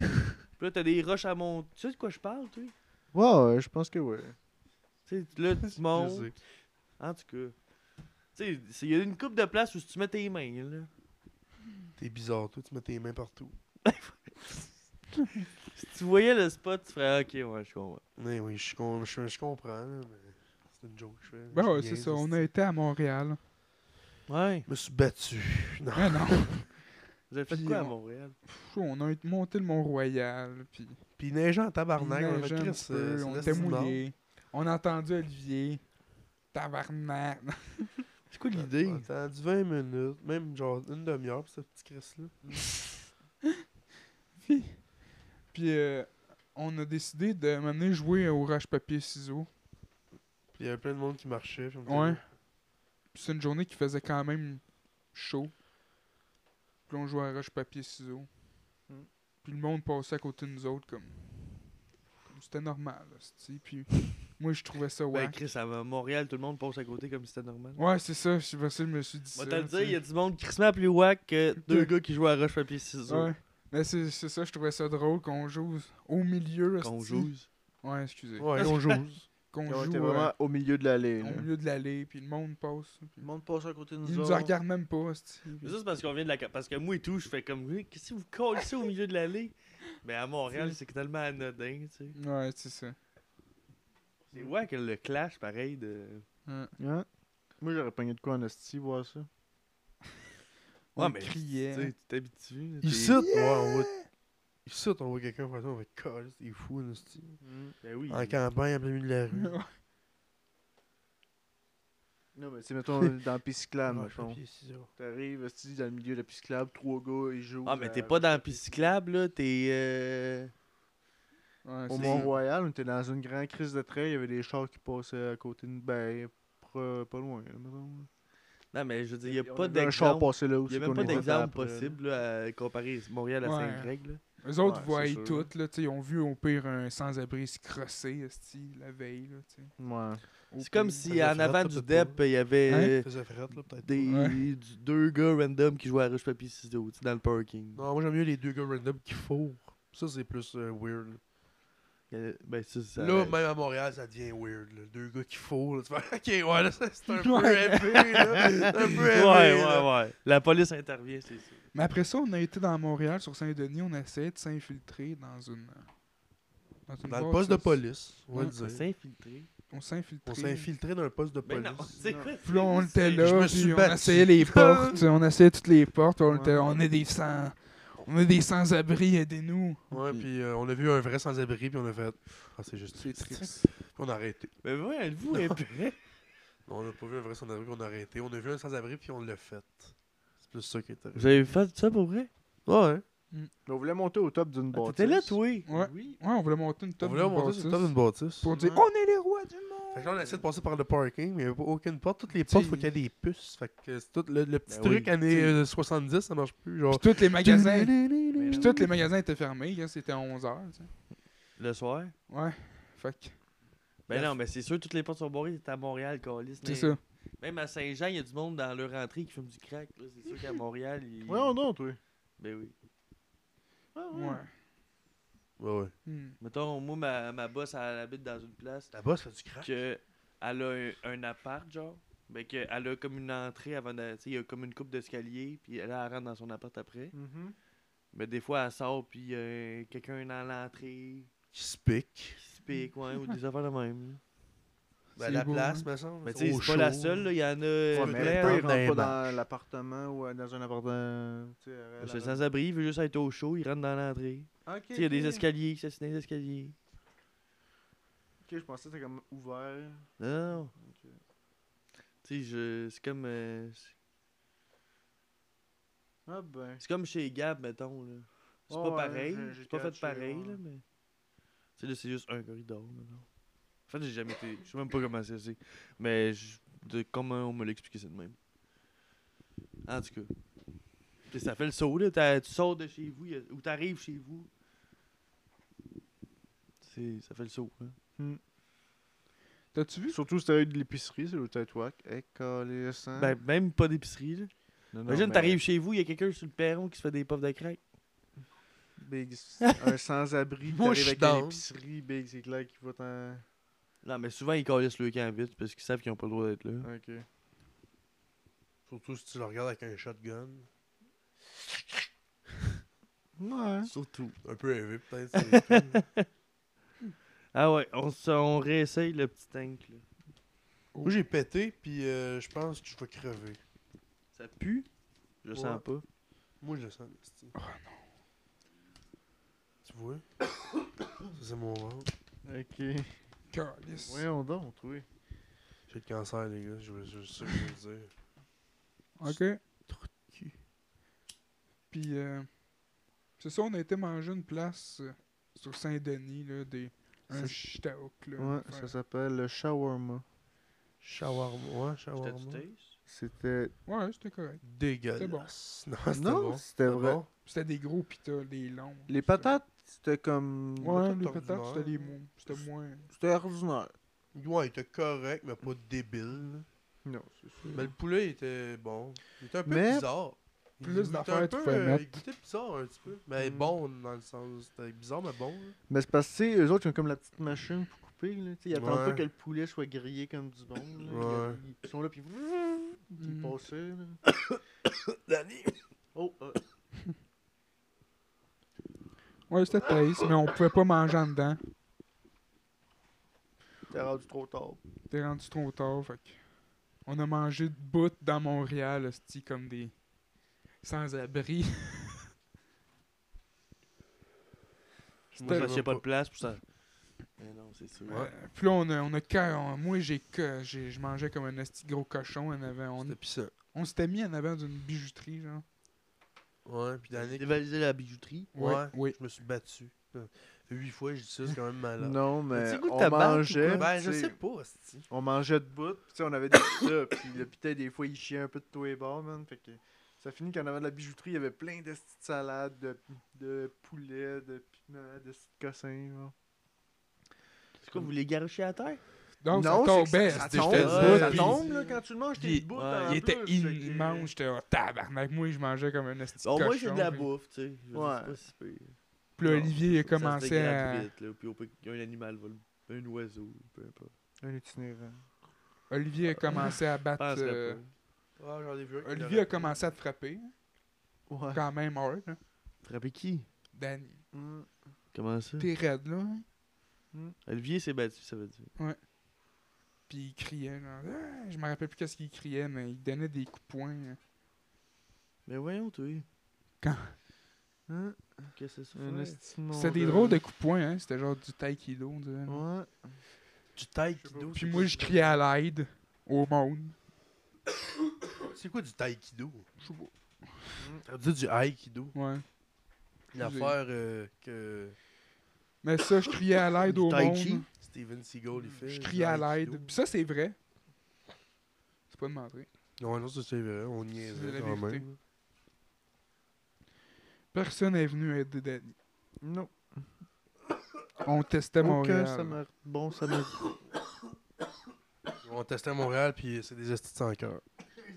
Puis là, t'as des roches à monter. Tu sais de quoi je parle, tu Ouais, ouais, je pense que oui. sais? Tu sais, là, tu montes. Je sais. En tout cas. Tu sais, il y a une coupe de place où tu mets tes mains, là. T'es bizarre, toi, tu mets tes mains partout. Si tu voyais le spot, tu ferais OK, ouais, je comprends. Mais oui, je com- je- je comprends, là, mais c'est une joke que je fais. Ben Je ouais, c'est niaise, ça. On a esti. été à Montréal. Ouais. Je me suis battu. Non. Ah non. Vous avez fait Puis euh, quoi à on- Montréal? Pfff, on a été- monté le Mont-Royal. Puis Pis il neigeait en il tabarnak. on a fait neigeait un Chris, petit euh, peu, c'est on le était Sud-Nord. mouillés. On a entendu Olivier. Tabarnak. C'est quoi l'idée? On a attendu 20 minutes, même genre une demi-heure pour ce petit Chris-là. Puis euh, on a décidé de m'amener jouer au roche papier ciseaux. Puis il y avait plein de monde qui marchait. puis on était Ouais. là. Puis c'est une journée qui faisait quand même chaud. Puis on jouait à roche papier ciseaux. Mm. Hmm. Puis le monde passait à côté de nous autres comme comme c'était normal, là, c'ti. Puis moi je trouvais Ben, ça Ouais, ouais. Ben, Chris, à Montréal, tout le monde passe à côté comme si c'était normal. Ouais, c'est ça, je parce que je me suis dit Moi, ça, t'as le dire, t'sais. il y a du monde crissement plus wack que deux Ouais. gars qui jouent à roche papier ciseaux. Ouais. Mais c'est c'est ça, je trouvais ça drôle qu'on joue au milieu. Qu'on hostie. joue. Ouais, excusez. Ouais, Ah, on joue. Qu'on Ils ont joue été euh, vraiment au milieu de l'allée. là. au milieu de l'allée, puis le monde passe. Le monde passe à côté de nous. Ils nous autres. regardent même pas, hostie. Mais ça, c'est parce qu'on vient de la. ca- Parce que moi et tout, je fais comme. Hey, Qu'est-ce que vous collez ça au milieu de l'allée? Mais à Montréal, c'est tellement anodin, tu sais. Ouais, c'est ça. C'est ouais que le clash, pareil, de. Ouais. Hein? Moi, j'aurais pogné de quoi en esti, voir ça. On mais, Tu criait. sais, tu t'habitues. Ils t'es- sautent. Ouais, on voit. Ils sautent, on voit quelqu'un faire ça, on va coller, c'est fou, là, c'est- Ben oui. En campagne, en plein milieu de la rue. Non, mais c'est mettons dans la piste cyclable, Ouais, mettons. papier, ciseaux. T'arrives, esti, dans le milieu de la piste cyclable, trois gars, ils jouent. Ah, mais à- t'es pas dans la piste cyclable, là. T'es. euh, Ouais, Au c'est- Mont-Royal, on était dans une grande crise de trail, il y avait des chars qui passaient à côté de. Ben, pro- pas loin, là, mettons. là. Non, mais je veux dire, il n'y On a pas avait Un char d'exemple. passé là Il aussi. a même qu'on euh, pas était d'exemple après, là. possible là, à comparer Montréal à Ouais. Saint-Greg. là. Eux autres Ouais, voient c'est sûr. tout, là, tu sais, ils ont vu au pire un sans-abri se crosser, hostie, la veille, là, tu sais. Ouais. Au C'est comme pire. si faisait en frette, avant tout du de DEP, il y avait Hein? euh, Ça faisait frette, là, peut-être. des, Ouais. du- deux gars random qui jouaient à Rush Papier Ciseaux tu sais, dans le parking. Non, moi j'aime mieux les deux gars random qui fourrent. Ça, c'est plus euh, weird. Il y a- Ben, ça, ça- Là, même à Montréal, ça devient weird. Là. Deux gars qui fourrent. là, Tu fais, ok, ouais, là, c'est c'est un peu Ouais. épais. là. C'est un peu Ouais, épais. là. ouais, ouais. La police intervient, c'est ça. Mais après ça, on a été dans Montréal, sur Saint-Denis, on a essayé de s'infiltrer dans une... Dans, une Dans le bar, poste de ça, police, on va Ouais. le Ça dire. s'infiltrer. On s'infiltrait. On s'est infiltré dans le poste de Ben non, police. c'est quoi? Puis là, on c'est- était Je là, me suis puis on battu. essayait les portes, on essayait toutes les portes, on Ouais. était, on est des sans... On est des sans-abri, aidez-nous. Ouais, puis euh, on a vu un vrai sans-abri, puis on a fait. Ah, c'est juste. C'est triste. Puis on a arrêté. Mais ouais, le vous est prêt. Non, on a pas vu un vrai sans-abri, puis on a arrêté. On a vu un sans-abri, puis on l'a fait. C'est plus ça qui est arrivé. Vous avez fait ça pour vrai? Ouais. On voulait monter au top d'une Ah, bâtisse. T'étais là, toi? Ouais. Oui. Ouais, on voulait monter une On top voulait monter sur le top bâtisse d'une bâtisse. pour dire Ouais. on est les rois du monde. Fait que là, on essaie de passer par le parking, mais il n'y avait pas- aucune porte. Toutes les T'sais, portes, faut qu'il y ait des puces. Fait que c'est tout le, le petit Ben truc oui, années t'sais. euh, 70, ça marche plus. Genre. Puis tous les magasins, Mais puis tous les magasins étaient fermés, hein, c'était à 11h, tu sais. Le soir? Ouais. Fait que, Ben La- non, mais c'est sûr, toutes les portes sont barrées. T'es à Montréal, Calis. c'est ça. Même à Saint-Jean, il y a du monde dans leur entrée qui fume du crack. là. C'est sûr qu'à Montréal, ils... Ouais, non, toi. Ben oui. Ah, Ouais. Ouais, ouais. Hmm. Mettons, moi, ma, ma boss, elle habite dans une place La bosse fait du crack. que elle a un, un appart, genre. Ben que elle a comme une entrée avant de... Tu sais, il y a comme une coupe d'escalier, puis elle, elle rentre dans son appart après. Mm-hmm. Mais des fois, elle sort, puis il y a quelqu'un dans l'entrée Qui se pique. qui se pique, ouais, ou des affaires de même. là. Ben, C'est la beau, place, hein. me semble. Mais tu sais, Au c'est pas la chaud. seule, là. Il y en a... Ouais, euh, mais le elle plein, pire, hein. peut, dans il les rentre pas marches. dans l'appartement ou euh, dans un appartement. tu sais, elle- elle C'est rentre- sans-abri, il veut juste être au chaud, il rentre dans l'entrée. Ok, Tu sais, il y a des ok. escaliers, ça c'est des escaliers. Ok, je pensais que c'était comme ouvert. Non, non, non. Ok. Tu sais, je... c'est comme... euh, c'est- Ah ben. C'est comme chez Gab, mettons, là. C'est Ouais, pas ouais, pareil, j'ai- j'ai c'est pas fait catché, pareil, ouais. là, mais... Tu sais, là, c'est juste un corridor, mettons. En fait, j'ai jamais été... Je sais même pas comment ça c'est. Mais je- de comment on me l'a expliqué, c'est de même. En tout cas. Puis ça fait le saut, là. t'as- Tu sors de chez vous, il y a- ou t'arrives chez vous. C'est... Ça fait le saut, hein. T'as-tu Mmh. vu? Surtout si t'avais eu de l'épicerie, c'est le tatouac. Eh, hein. Écolissant. Ben, même pas d'épicerie, là. Imagine, t'arrives chez vous, il y a quelqu'un sur le perron qui se fait des puffs de crack. Big, un sans-abri, Moi, je t'arrives suis avec down. une épicerie, Big, c'est clair qu'il va t'en. Non, mais souvent, ils calissent le camp vite parce qu'ils savent qu'ils ont pas le droit d'être là. Ok. Surtout si tu le regardes avec un shotgun. Ouais. Surtout. Un peu élevé, peut-être. c'est- Ah ouais, on, s- on réessaye le petit tank, là. Moi, j'ai pété, puis euh, je pense que je vais crever. Ça pue? Je Ouais. sens pas. Moi, je le sens. esti. Oh, Tu vois? Ça, c'est mon ventre. Ok. Calice. Voyons donc, oui. J'ai le cancer, les gars. Je veux je- ça que je veux dire. Ok. Puis, euh, c'est ça, on a été manger une place euh, sur Saint-Denis, là, des. Un Ça- shtaouk, là. Ouais, faire- ça s'appelle le shawarma. Shawarma. Ouais, shawarma. C'était. Ouais, c'était correct. Dégueulasse. Non, c'était Non, bon. c'était vrai. bon. C'était des gros pitas, des longs. Les patates, c'était comme. Ouais, patates les patates, ordinaires. c'était les moins. C'était moins. C'était ordinaire. Ouais, il était correct, mais pas débile. là. Non, c'est sûr. euh, Mais le poulet, il était bon. Il était un peu Mais- bizarre. Il Plus goûtait d'affaires, un tu peu, pouvais euh, Il mettre. goûtait bizarre un petit peu. Mais Mm. bon, dans le sens. C'était bizarre, mais bon. là. Mais c'est parce que, tu sais, eux autres, ils ont comme la petite machine pour couper. Là. Tu sais, Ils attendent Ouais. pas que le poulet soit grillé comme du bon. là. Ouais. Ils, ils sont là, puis ils Mhm. passent ça. là. Mm. Danny! Oh, euh, Ouais, c'était taste, mais on pouvait pas manger en dedans. t'es rendu trop tard. T'es rendu trop tard, fait que... On a mangé de bout dans Montréal, hostie, comme des... Sans-abri. Moi, C'était- je pas de place pour ça. Mais non, c'est sûr. Ouais. Euh, puis là, on a... On a ca- on- moi, j'ai... ca- j'ai- Je mangeais comme un hostie de gros cochon en avant. On, C'était pissant. on s'était mis en avant d'une bijouterie, genre. Ouais, puis J'ai Danny, dévalisé la bijouterie. Ouais. Oui. je me suis battu. Euh, Huit fois, je dis ça, c'est quand même malade. Non, Mais mais tu goûtes on ta balle ou mangeait. quoi? Ben, je tu sais, sais pas, hostie. On mangeait de bout, pis tu sais, on avait des pizzas, pis le pita, des fois, il chiait un peu de tous les bords, man. Fait que ça finit qu'en avant de la bijouterie, il y avait plein de petites salades, de, de poulet, de piment, de petits cossins, genre. C'est quoi, vous les garochez à terre? Donc, c'est ça que tombait, ça, hostie, ça tombe, j'étais euh, debout, ça puis- tombe, là, quand tu le manges, t'es Il- debout. ouais, en Il plus, était fait que- immense, j'étais oh, tabarnak. Moi, je mangeais comme un hostie de Au cochon. moins, j'ai de la puis- bouffe, tu sais. Je veux dire, c'est Ouais. pas si pire. Puis là, Olivier, il a Ça se commencé dégrade à... vite, là, puis au pire, un animal va le- un oiseau, peu importe. Un itinérant. Olivier a commencé à battre... Penserais euh, pas. Ah, j'en ai vu un. qui Olivier l'aurait a commencé à te frapper, hein, Ouais. quand même hard, hein. Frapper qui? Danny, Mm. Comment ça? t'es raide, là, hein? Olivier s'est battu, ça veut dire. Puis il criait, genre, Ah! je me rappelle plus qu'est-ce qu'il criait, mais il donnait des coups de poing. hein. Mais voyons, toi. Hein? Qu'est-ce que c'est Un ça? estimant. C'était des drôles de coups de poing, hein? C'était genre du taekwondo, on dirait. Ouais. Du taïkido. Puis moi, je criais à l'aide au monde. C'est quoi du taïkido? Je sais pas. T'as dit du aïkido. Ouais. L'affaire euh, que Mais ça, je criais à l'aide Du au tai monde. chi? Steven Seagal, il fait. Je du criais à aïkido. l'aide. Puis ça, c'est vrai. C'est pas de mentir. Non, non, ça c'est vrai, on y C'est la est quand vérité. Ah, même. Personne n'est venu aider Danny. Non. On testait Aucun Montréal. samar... bon samaritain. On testait à Montréal, puis c'est des estis sans cœur. C'est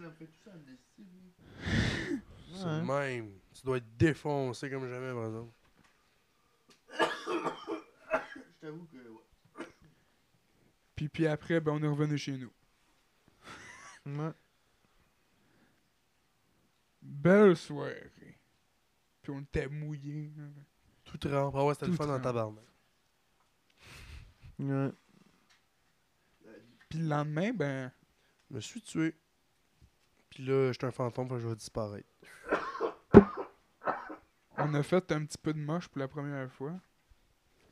le Ouais. même. Tu dois être défoncé comme jamais, par exemple. Je t'avoue que, ouais. Puis, puis après, ben, on est revenu chez nous. Ouais. Belle soirée. Puis on était mouillés. hein. Tout trempe. Ah ouais, c'était le Tout fun dans trempe. ta barbe. Ouais. Puis le lendemain, ben, Je me suis tué. Puis là, j'étais un fantôme, fait que je vais disparaître. on a fait un petit peu de moche pour la première fois.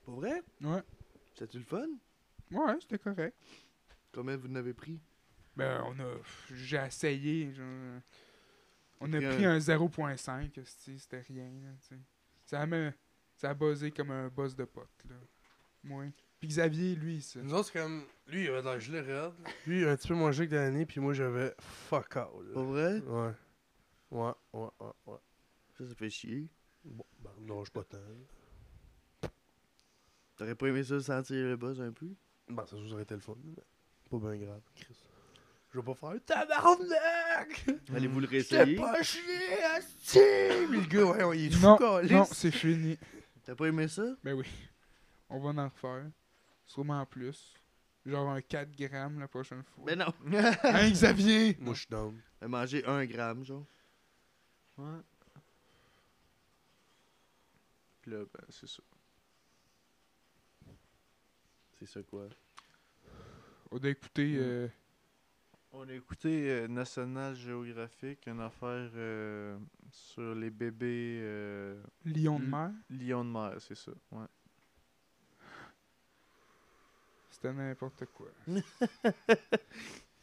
Pas vrai? Ouais. C'était-tu le fun? Ouais, c'était correct. Combien vous en avez pris? Ben, on a. pff, J'ai essayé. genre, On a Pris pris un- un 0.5, c'ti, c'était rien. là, t'sais. ça, a me- ça a buzzé comme un boss de pote. Là. Moi. Puis Xavier, lui, ça. Nous autres, c'est comme. Lui, il avait de la gelée raide. Lui, un petit peu moins gelé que Danny, puis moi, j'avais fuck out. là. Pas vrai? Ouais. Ouais, Euh, ouais, ouais, ouais. Ça, ça fait chier. Bon, ben, non, je pas tant. là. T'aurais pas aimé ça sentir le buzz un peu? Ben, ça, ça aurait été le fun. mais Pas bien grave, Chris. Je vais pas faire tabarnak! Allez-vous le J'étais réessayer? pas chier, asti! Mais le gars, ouais, il est fou, Non, câlisse. non, c'est fini. T'as pas aimé ça? Ben oui. On va en refaire. Sûrement en plus. Genre un 4 grammes la prochaine fois. Ben Mais non! Hein, Xavier? Moi, je suis down. T'as mangé Ben, un gramme, genre. Ouais. Pis là, ben, c'est ça. C'est ça quoi? On a Mm. écouté. euh, On a écouté euh, National Geographic, une affaire euh, sur les bébés euh, Lion de Mm. mer. lions de mer, c'est ça. Ouais. C'était n'importe quoi.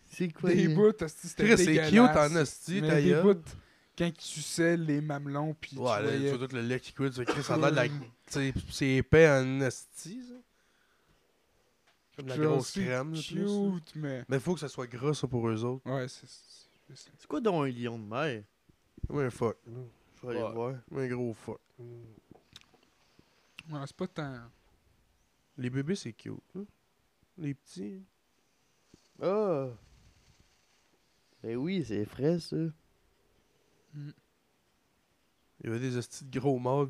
C'est Des bouts, hostie, c'était hein? Chris, c'est cute dégueulasse. en asti, Mais ta des gueule. bouts, Quand tu sais les mamelons, puis ouais, tu là, tu voyais... vois tout le lait qui coule, tu sais, Chris, ça a l'air de la. tu sais, C'est épais en esti, ça. Comme de la Genre, grosse c'est crème, là, plus, là. cute, mais... Mais faut que ça soit gras, ça, pour eux autres. Ouais, c'est... c'est juste ça. C'est quoi donc un lion de mer? Ouais, fuck. Faut aller Ouais. voir. Un gros fuck. Ouais, c'est pas tant... Les bébés, c'est cute. hein. Les petits. Ah! Ben oui, c'est frais, ça. Il y avait des hosties de gros mâles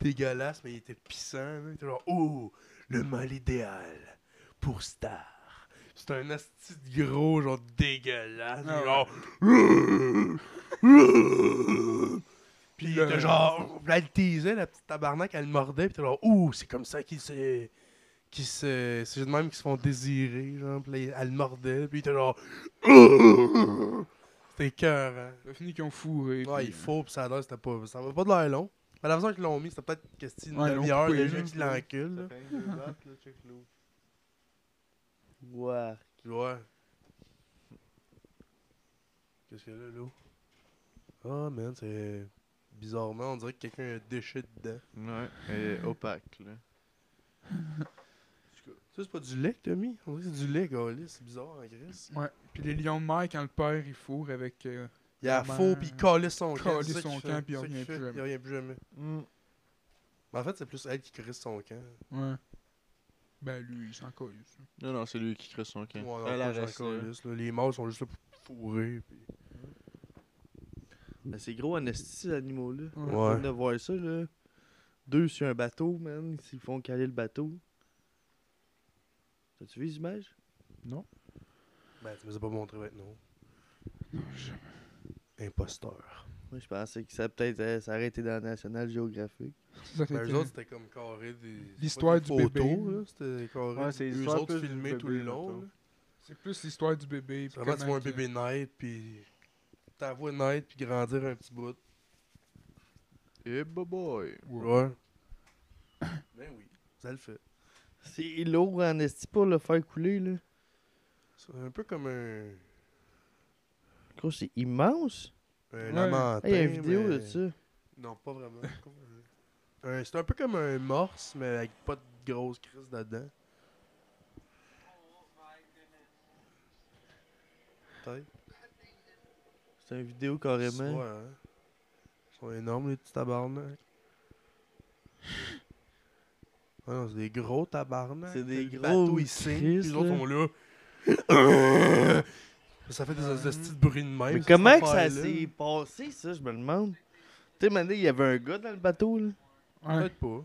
dégueulasses, mais ils étaient pissants. là. Ils étaient genre, oh, le mâle idéal pour Star. C'est un hostie de gros, genre dégueulasse. Ah ouais. genre. Puis il était Le- genre, là, elle teasait, la petite tabarnak, elle le mordait, puis t'es genre, ouh, c'est comme ça qu'il se. Qui se. C'est juste de même qu'ils se font désirer, genre, puis là, elle le mordait, puis il était genre. C'était cœur, Ça finit qu'ils ont fourré. Ouais, puis- il faut, pis ça a l'air, c'était pas. Ça va pas de l'air long. Mais la façon qu'ils l'ont mis, c'était peut-être question Ouais, ils de l'ont demi-heure, coupé, le là. jeu qui l'encule. Ça là. fait un deux dates, là, check l'eau. Ouais. Ouais. Qu'est-ce que là, l'eau? Ah, man, c'est. Bizarrement, on dirait que quelqu'un a déchiré dedans. Ouais. Et opaque, là. Ça, c'est pas du lait que t'as mis? On dirait que c'est du lait, gars. C'est bizarre en Grèce. Ouais. Puis les lions de mer, quand le père, il fourre avec... euh, Il a Vraiment, faux, pis il calait son camp. calait c'est ça qu'il son fait, camp, pis il c'est ça revient qu'il plus fait, jamais. Il revient plus jamais. Mm. Mais en fait, c'est plus elle qui crisse son camp. Ouais. Ben lui, il s'en calisse. Non, non, c'est lui qui crée son camp. Ouais, non, Elle, pas elle genre reste là. calisse, là. Les mâles sont juste là pour fourrer, pis. Mais Ben, c'est gros anesthésie, ces animaux-là. Ouais. On vient de voir ça, là. Deux sur un bateau, man. Ils font caler le bateau. T'as-tu vu les images? Ben, tu me les as pas montré maintenant. Imposteur. Moi, je pensais que ça peut-être euh, ça aurait été dans National Geographic. Ça, Ben, c'était- eux autres, c'était comme carré des. L'histoire c'était du des photos, bébé. là, C'était carré. Ouais, c'est eux l'histoire autres plus du filmés tout le bébé, long. mettons. là. c'est plus l'histoire du bébé. puis Vraiment, tu comment vois un que- bébé naître, puis. T'as vu naître, puis grandir un petit bout. Eh, bah boy. Ouais. ben oui, ça le fait. C'est lourd en esti pour le faire couler, là. C'est un peu comme un. Gros, c'est immense. Un Ouais. lamentin. Hey, Il y a une vidéo mais- de ça. Non, pas vraiment. Un- C'est un peu comme un morse, mais avec pas de grosse crise dedans. Peut-être. C'est une vidéo Ouais, carrément. hein. Ils sont énormes, les petits tabarnak. Ouais, non, c'est des gros tabarnak. C'est des Le gros bateau, ils saignent, puis crises, les autres là. sont là. ça fait des hosties de bruit de même. Ah, Mais cette comment que ça affaire-là. s'est passé, ça, je me demande. Tu sais, Mané, il y avait un gars dans le bateau, là. Ouais. Peut-être pas.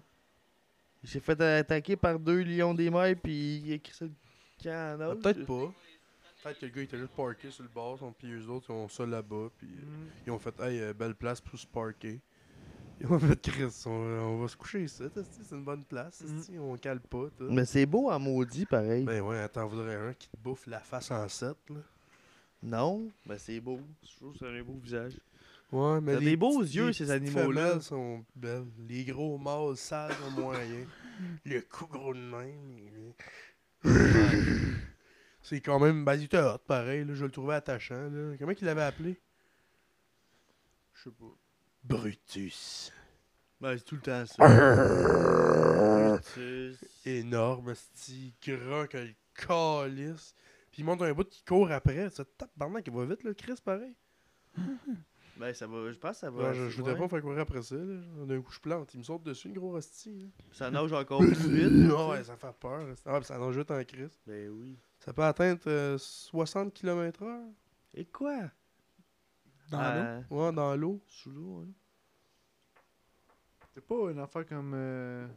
Il s'est fait attaquer par deux lions des mers, puis il a crissé le camp en Ah, autre. Peut-être pas. Peut-être que le gars il était juste parké sur le bord, son, puis eux autres ils ont ça là-bas, puis euh, Mm. ils ont fait Hey, euh, belle place pour se parker. Ils ont fait Chris, on, on va se coucher ici, esti, c'est une bonne place, esti, on cale pas. tout. Mais c'est beau en maudit, pareil. Ben ouais, attends, voudrais un qui te bouffe la face en sept, là. Non, mais c'est beau. Je trouve que c'est un beau visage. Ouais, mais T'as des beaux petites- yeux, les ces petites animaux-là. femelles sont belles. Les gros mâles sales au moyen. Le cou gros de même. il- C'est quand même. Ben, il était hot, pareil. Là, je le trouvais attachant. Là. Comment qu'il l'avait appelé Je sais pas. Brutus. Ben, c'est tout le temps ça. Brutus. Énorme, esti, grand que le calice. Puis il monte un bout qui court après. Ça tape pendant qu'il va vite, le Chris, pareil. Ben, ça va, je pense que ça va. Ouais, je je voudrais ouais. pas me faire courir après ça. là. D'un coup, je plante. Il me saute dessus, le gros hostie. là. Ça nage encore plus vite. Ah ouais, ça fait peur. esti. Ah, puis ça en jette en Chris. Ben oui. Ça peut atteindre euh, 60 km/h Et quoi? Dans l'eau. Ah, ouais, dans l'eau. Sous l'eau, hein. C'est pas une affaire comme. euh,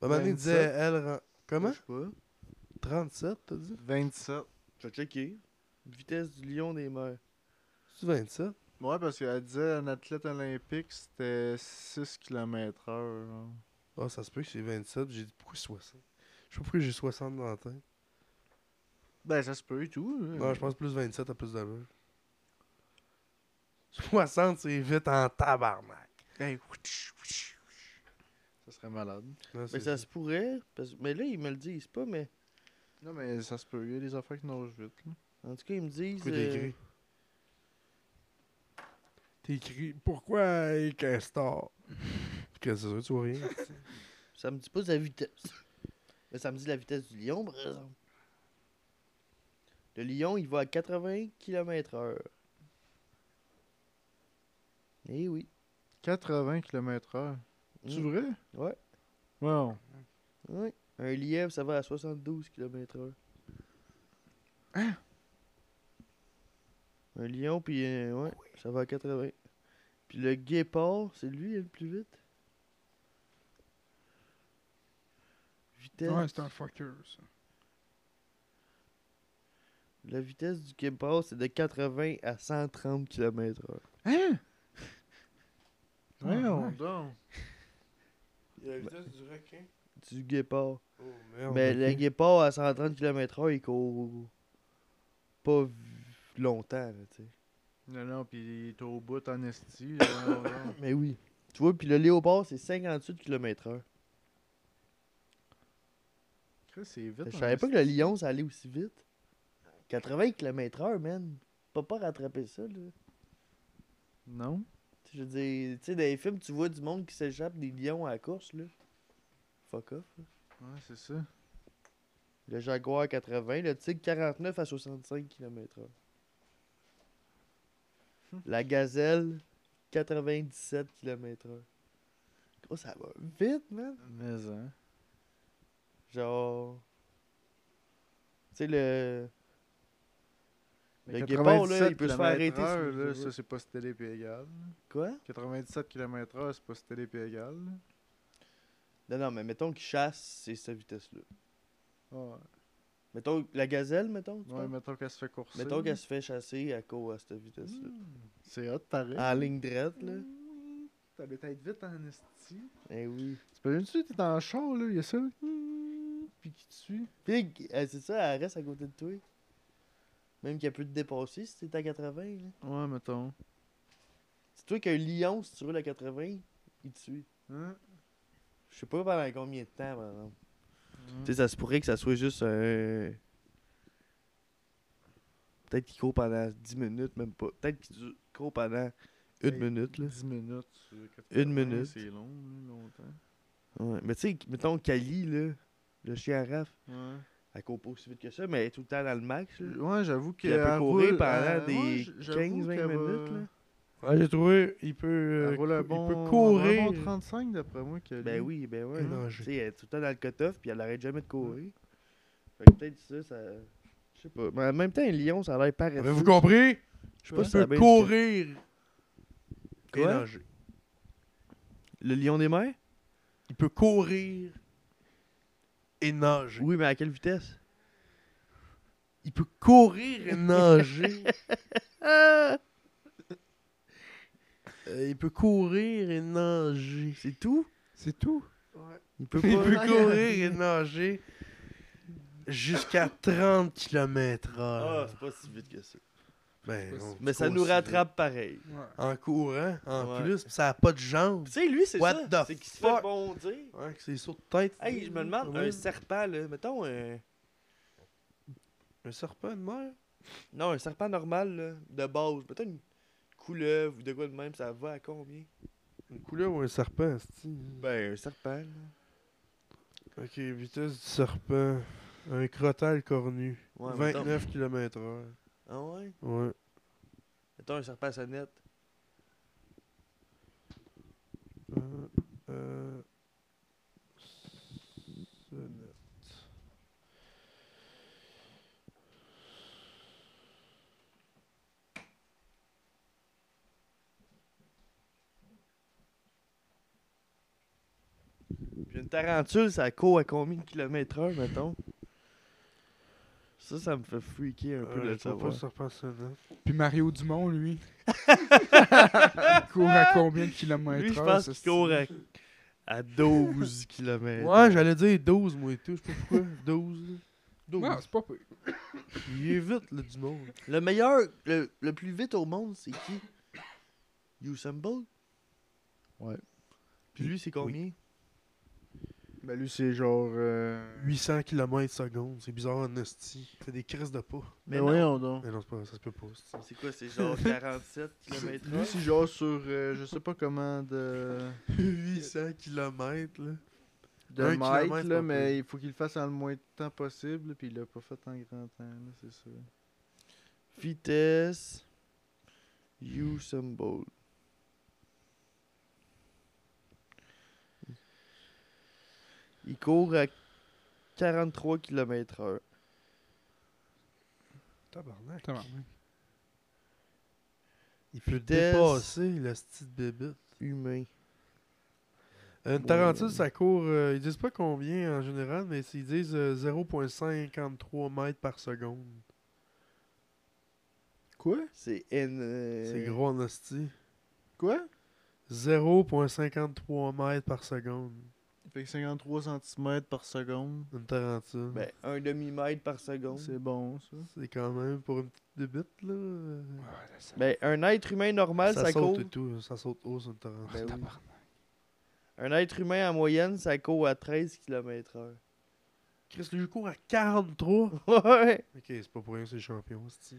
Ma maman 27. disait, elle. ren- Comment Je sais pas. 37, t'as dit 27. Je vais checker. Vitesse du lion des mers. C'est 27. Ouais, parce qu'elle disait un athlète olympique, c'était 6 km/h. genre. Ah, ça se peut que c'est 27. J'ai dit, pourquoi 60 Je sais pas pourquoi j'ai 60 dans la tête. Ben, ça se peut et tout. Hmm. là. Non, je pense plus 27 à plus d'allure. 60, c'est vite en tabarnak. Hey, wouch, wouch, wouch. Ça serait malade. Non, c'est- Mais ça se pourrait. parce- Mais là, ils me le disent pas, mais. Non, mais ça se peut. Il y a des affaires qui nagent vite. là. euh, En tout cas, ils me disent. Coup euh, d'écrit. T'écris pourquoi un castor Que c'est sûr, tu vois rien. Ça me dit pas sa vitesse. Mais ça me dit la vitesse du lion, par exemple. Le lion, il va à 80 km/h. Eh oui. 80 km/h. C'est Mm. vrai? Ah, Ouais. Wow. ouais. Un lièvre, ça va à 72 km/h. Un lion, puis euh, ouais, ça va à 80. Puis le guépard, c'est lui, le plus vite. Vitesse. Ouais, c'est un fucker, ça. La vitesse du guépard, c'est de 80 à 130 km/h. Hein? Ouais, ouais. donc. Il y a la vitesse du requin. Du guépard. Oh merde. Mais le guépard à 130 km/h, il court pas v- longtemps, là, tu sais. Non, non, pis il est au bout en esti. là, ouais, ouais. Mais oui. Tu vois, puis le léopard, c'est 58 km/h. Chris, c'est vite. Je en savais pas esti. que le lion, ça allait aussi vite. 80 km/h, man. Pas pas rattraper ça, là. Non? Tu sais, Je veux dire, tu sais, dans les films, tu vois du monde qui s'échappe des lions à la course, là. Fuck off. là. Ouais, c'est ça. Le jaguar, 80. Le tigre, 49 à 65 km/h. La gazelle, 97 km/h. Gros, ça va vite, man. Mais, hein. Genre. Tu sais, le. Mais Le guépard, là, 97 il peut se faire arrêter. si km/h, il là, veut. ça, c'est pas si télé pis égal. Quoi 97 km/h, c'est pas si télé pis égal. là. Non, non, mais mettons qu'il chasse, c'est cette vitesse-là. Ah, Ouais, Mettons, la gazelle, mettons. tu ouais parles? mettons qu'elle se fait courser. mettons qu'elle se fait chasser à cause à cette vitesse-là. Hmm, C'est hot, pareil. En ligne droite, là. Mmh, T'as le tête vite en esti. Eh oui. Tu peux tu t'es en char, là, il y a ça. là. Mmh, Puis qui te suit. Pig, euh, c'est ça, elle reste à côté de toi. Même qu'elle peut te dépasser si t'es à 80. là. Ouais, mettons. C'est toi qu'un lion, si tu roules à 80, il te suit. Hein? Je sais pas pendant combien de temps, par exemple. Hmm. Tu sais, ça se pourrait que ça soit juste un. Peut-être qu'il court pendant 10 minutes, même pas. Peut-être qu'il du- court pendant une Hey, minute, là. 10 minutes. sur 80, Une minute. C'est long, là, longtemps. Ouais. Mais tu sais, mettons Kali, là, le chien à raf, Ouais. elle court pas aussi vite que ça, mais elle est tout le temps dans le max, là. Ouais, j'avoue que. Puis elle peut elle courir roule- pendant elle- des ouais, j- j'avoue 15-20 minutes, qu'elle va- là. Ah, j'ai trouvé, il peut, euh, Ah, Elle roule un cou- bon, il peut courir. Un bon 35 d'après moi. Que Ben oui, ben ouais. Un danger. Tu sais, elle est tout le temps dans le cut-off, puis elle arrête jamais de courir. Fait que peut-être ça, ça. Je sais pas. Mais en même temps, un lion, ça a l'air paresseux. Avez-vous compris? Je sais Je sais pas si ça pas, a il bien peut du- courir. Ah, ben, Quoi? Et nager. Le lion des mers Il peut courir et nager. Oui, mais à quelle vitesse Il peut courir et nager. Ah Euh, il peut courir et nager. C'est tout C'est tout. Il peut Il pas. peut courir et nager jusqu'à 30 km Ah, h c'est pas si vite que ça. Ben, c'est- on Mais ça court nous aussi vite. rattrape pareil. Ouais. En courant, en Ouais. plus, pis ça a pas de jambes. Tu sais, lui, c'est What ça. the C'est qu'il se fait fuck? bondir. Ouais, que c'est sauts de tête. Hey, je me demande, Ouais. un serpent, là, mettons un. Un serpent de mer? Non, un serpent normal, là, de base. Mettons une couleuvre ou de quoi de même, ça va à combien Une couleur ou un serpent, c'est Ben, un serpent, là. Ok, vitesse du serpent. Un crotal cornu. Ouais, mettons- 29 km h Ah ouais Ouais. Mettons un serpent à sonnette. Euh, euh, sonnette. Puis une tarentule, ça court à combien de kilomètres heure, mettons? Ça, ça me fait freaker un peu Euh, le je trouve pas savoir. serpent sonnette. Puis Mario Dumont, lui. il court à combien de kilomètres Lui, je heure, ce pense qu'il court à, à 12 kilomètres. Ouais, j'allais dire 12, moi et tout. Je sais pas pourquoi. 12. là. style? 12. Non, c'est pas pire. Il est vite, là, du monde. Le meilleur, le, le plus vite au monde, c'est qui? Usain Bolt? Ouais. Puis lui, c'est combien? Ben lui, c'est genre. euh, 800 km seconde, c'est bizarre en esti. Fait des crises de pas. Mais Mais non. ben, voyons donc. Mais non, c'est pas, ça se peut pas. esti. C'est quoi, c'est genre 47 km Lui, c'est genre sur. euh, je sais pas comment de. 800 km, là. de Un mètres, kilomètre, c'est là, pas mais il faut qu'il le fasse en le moins de temps possible, puis il l'a pas fait en grand temps, là, c'est sûr. Vitesse. Usain Bolt. Il court à 43 km/h. Tabarnak. Tabarnak. Il peut Vitesse. dépasser la petite bébite. Humain. Une tarentule, ça court, euh, ils disent pas combien en général, mais ils disent euh, 0.53 mètres par seconde. Quoi? C'est N. euh, C'est gros en esti. Quoi? 0.53 mètres par seconde. Il fait 53 cm par seconde. Une tarentule. Ben, un demi-mètre par seconde. C'est bon, ça. C'est quand même pour une petite bébite, là. euh, Ah, là, ça- Ben, un être humain normal, ça, saute court. et tout, ça saute haut sur une tarentule. Ben oui. Ah, tabarnak. Un être humain en moyenne, ça court à 13 km/h. Chris, le jeu court à 43. ouais. Ok, c'est pas pour rien, que c'est champion, cest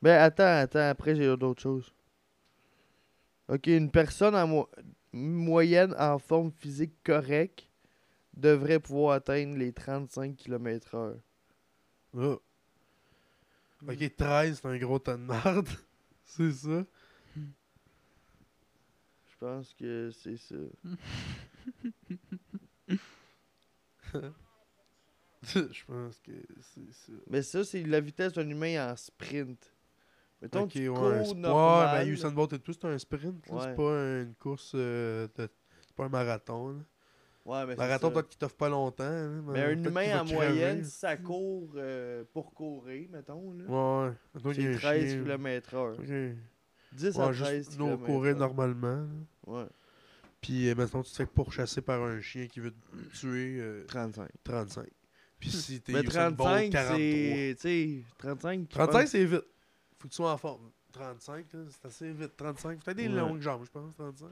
Ben, attends, attends, après j'ai d'autres choses. Ok, une personne en mo- moyenne en forme physique correcte devrait pouvoir atteindre les 35 km/h. Oh. Ok, 13, c'est un gros tas de merde. c'est ça. Je pense que c'est ça. Je pense que c'est ça. Mais ça, c'est la vitesse d'un humain en sprint. Mettons ok, que tu cours ouais, un sp- normal. Ouais, ben Usain Bolt et tout, c'est un sprint, là, Ouais. c'est pas une course, euh, de- c'est pas un marathon. là. Ouais, mais c'est Marathon, ça. peut-être qu'il t'offre pas longtemps. hein, Mais un peut-être qu'il humain va en crever. moyenne, si ça court euh, pour courir, mettons, là, Ouais, ouais. Mettons qu'il y a c'est un 13 chien, là. km/h. Ok. Ouais, 10 à 13 juste nous courir km/h. normalement. là. Ouais, Puis euh, maintenant, tu te fais pourchasser par un chien qui veut te tuer euh, 35. 35. Puis si t'es Hmm. Mais Usain 35, Bolt, 43. c'est. Tu sais, 35. tu 35, penses- c'est vite. Faut que tu sois en forme. 35, là, c'est assez vite. 35, peut-être des Ouais. longues jambes, je pense, 35.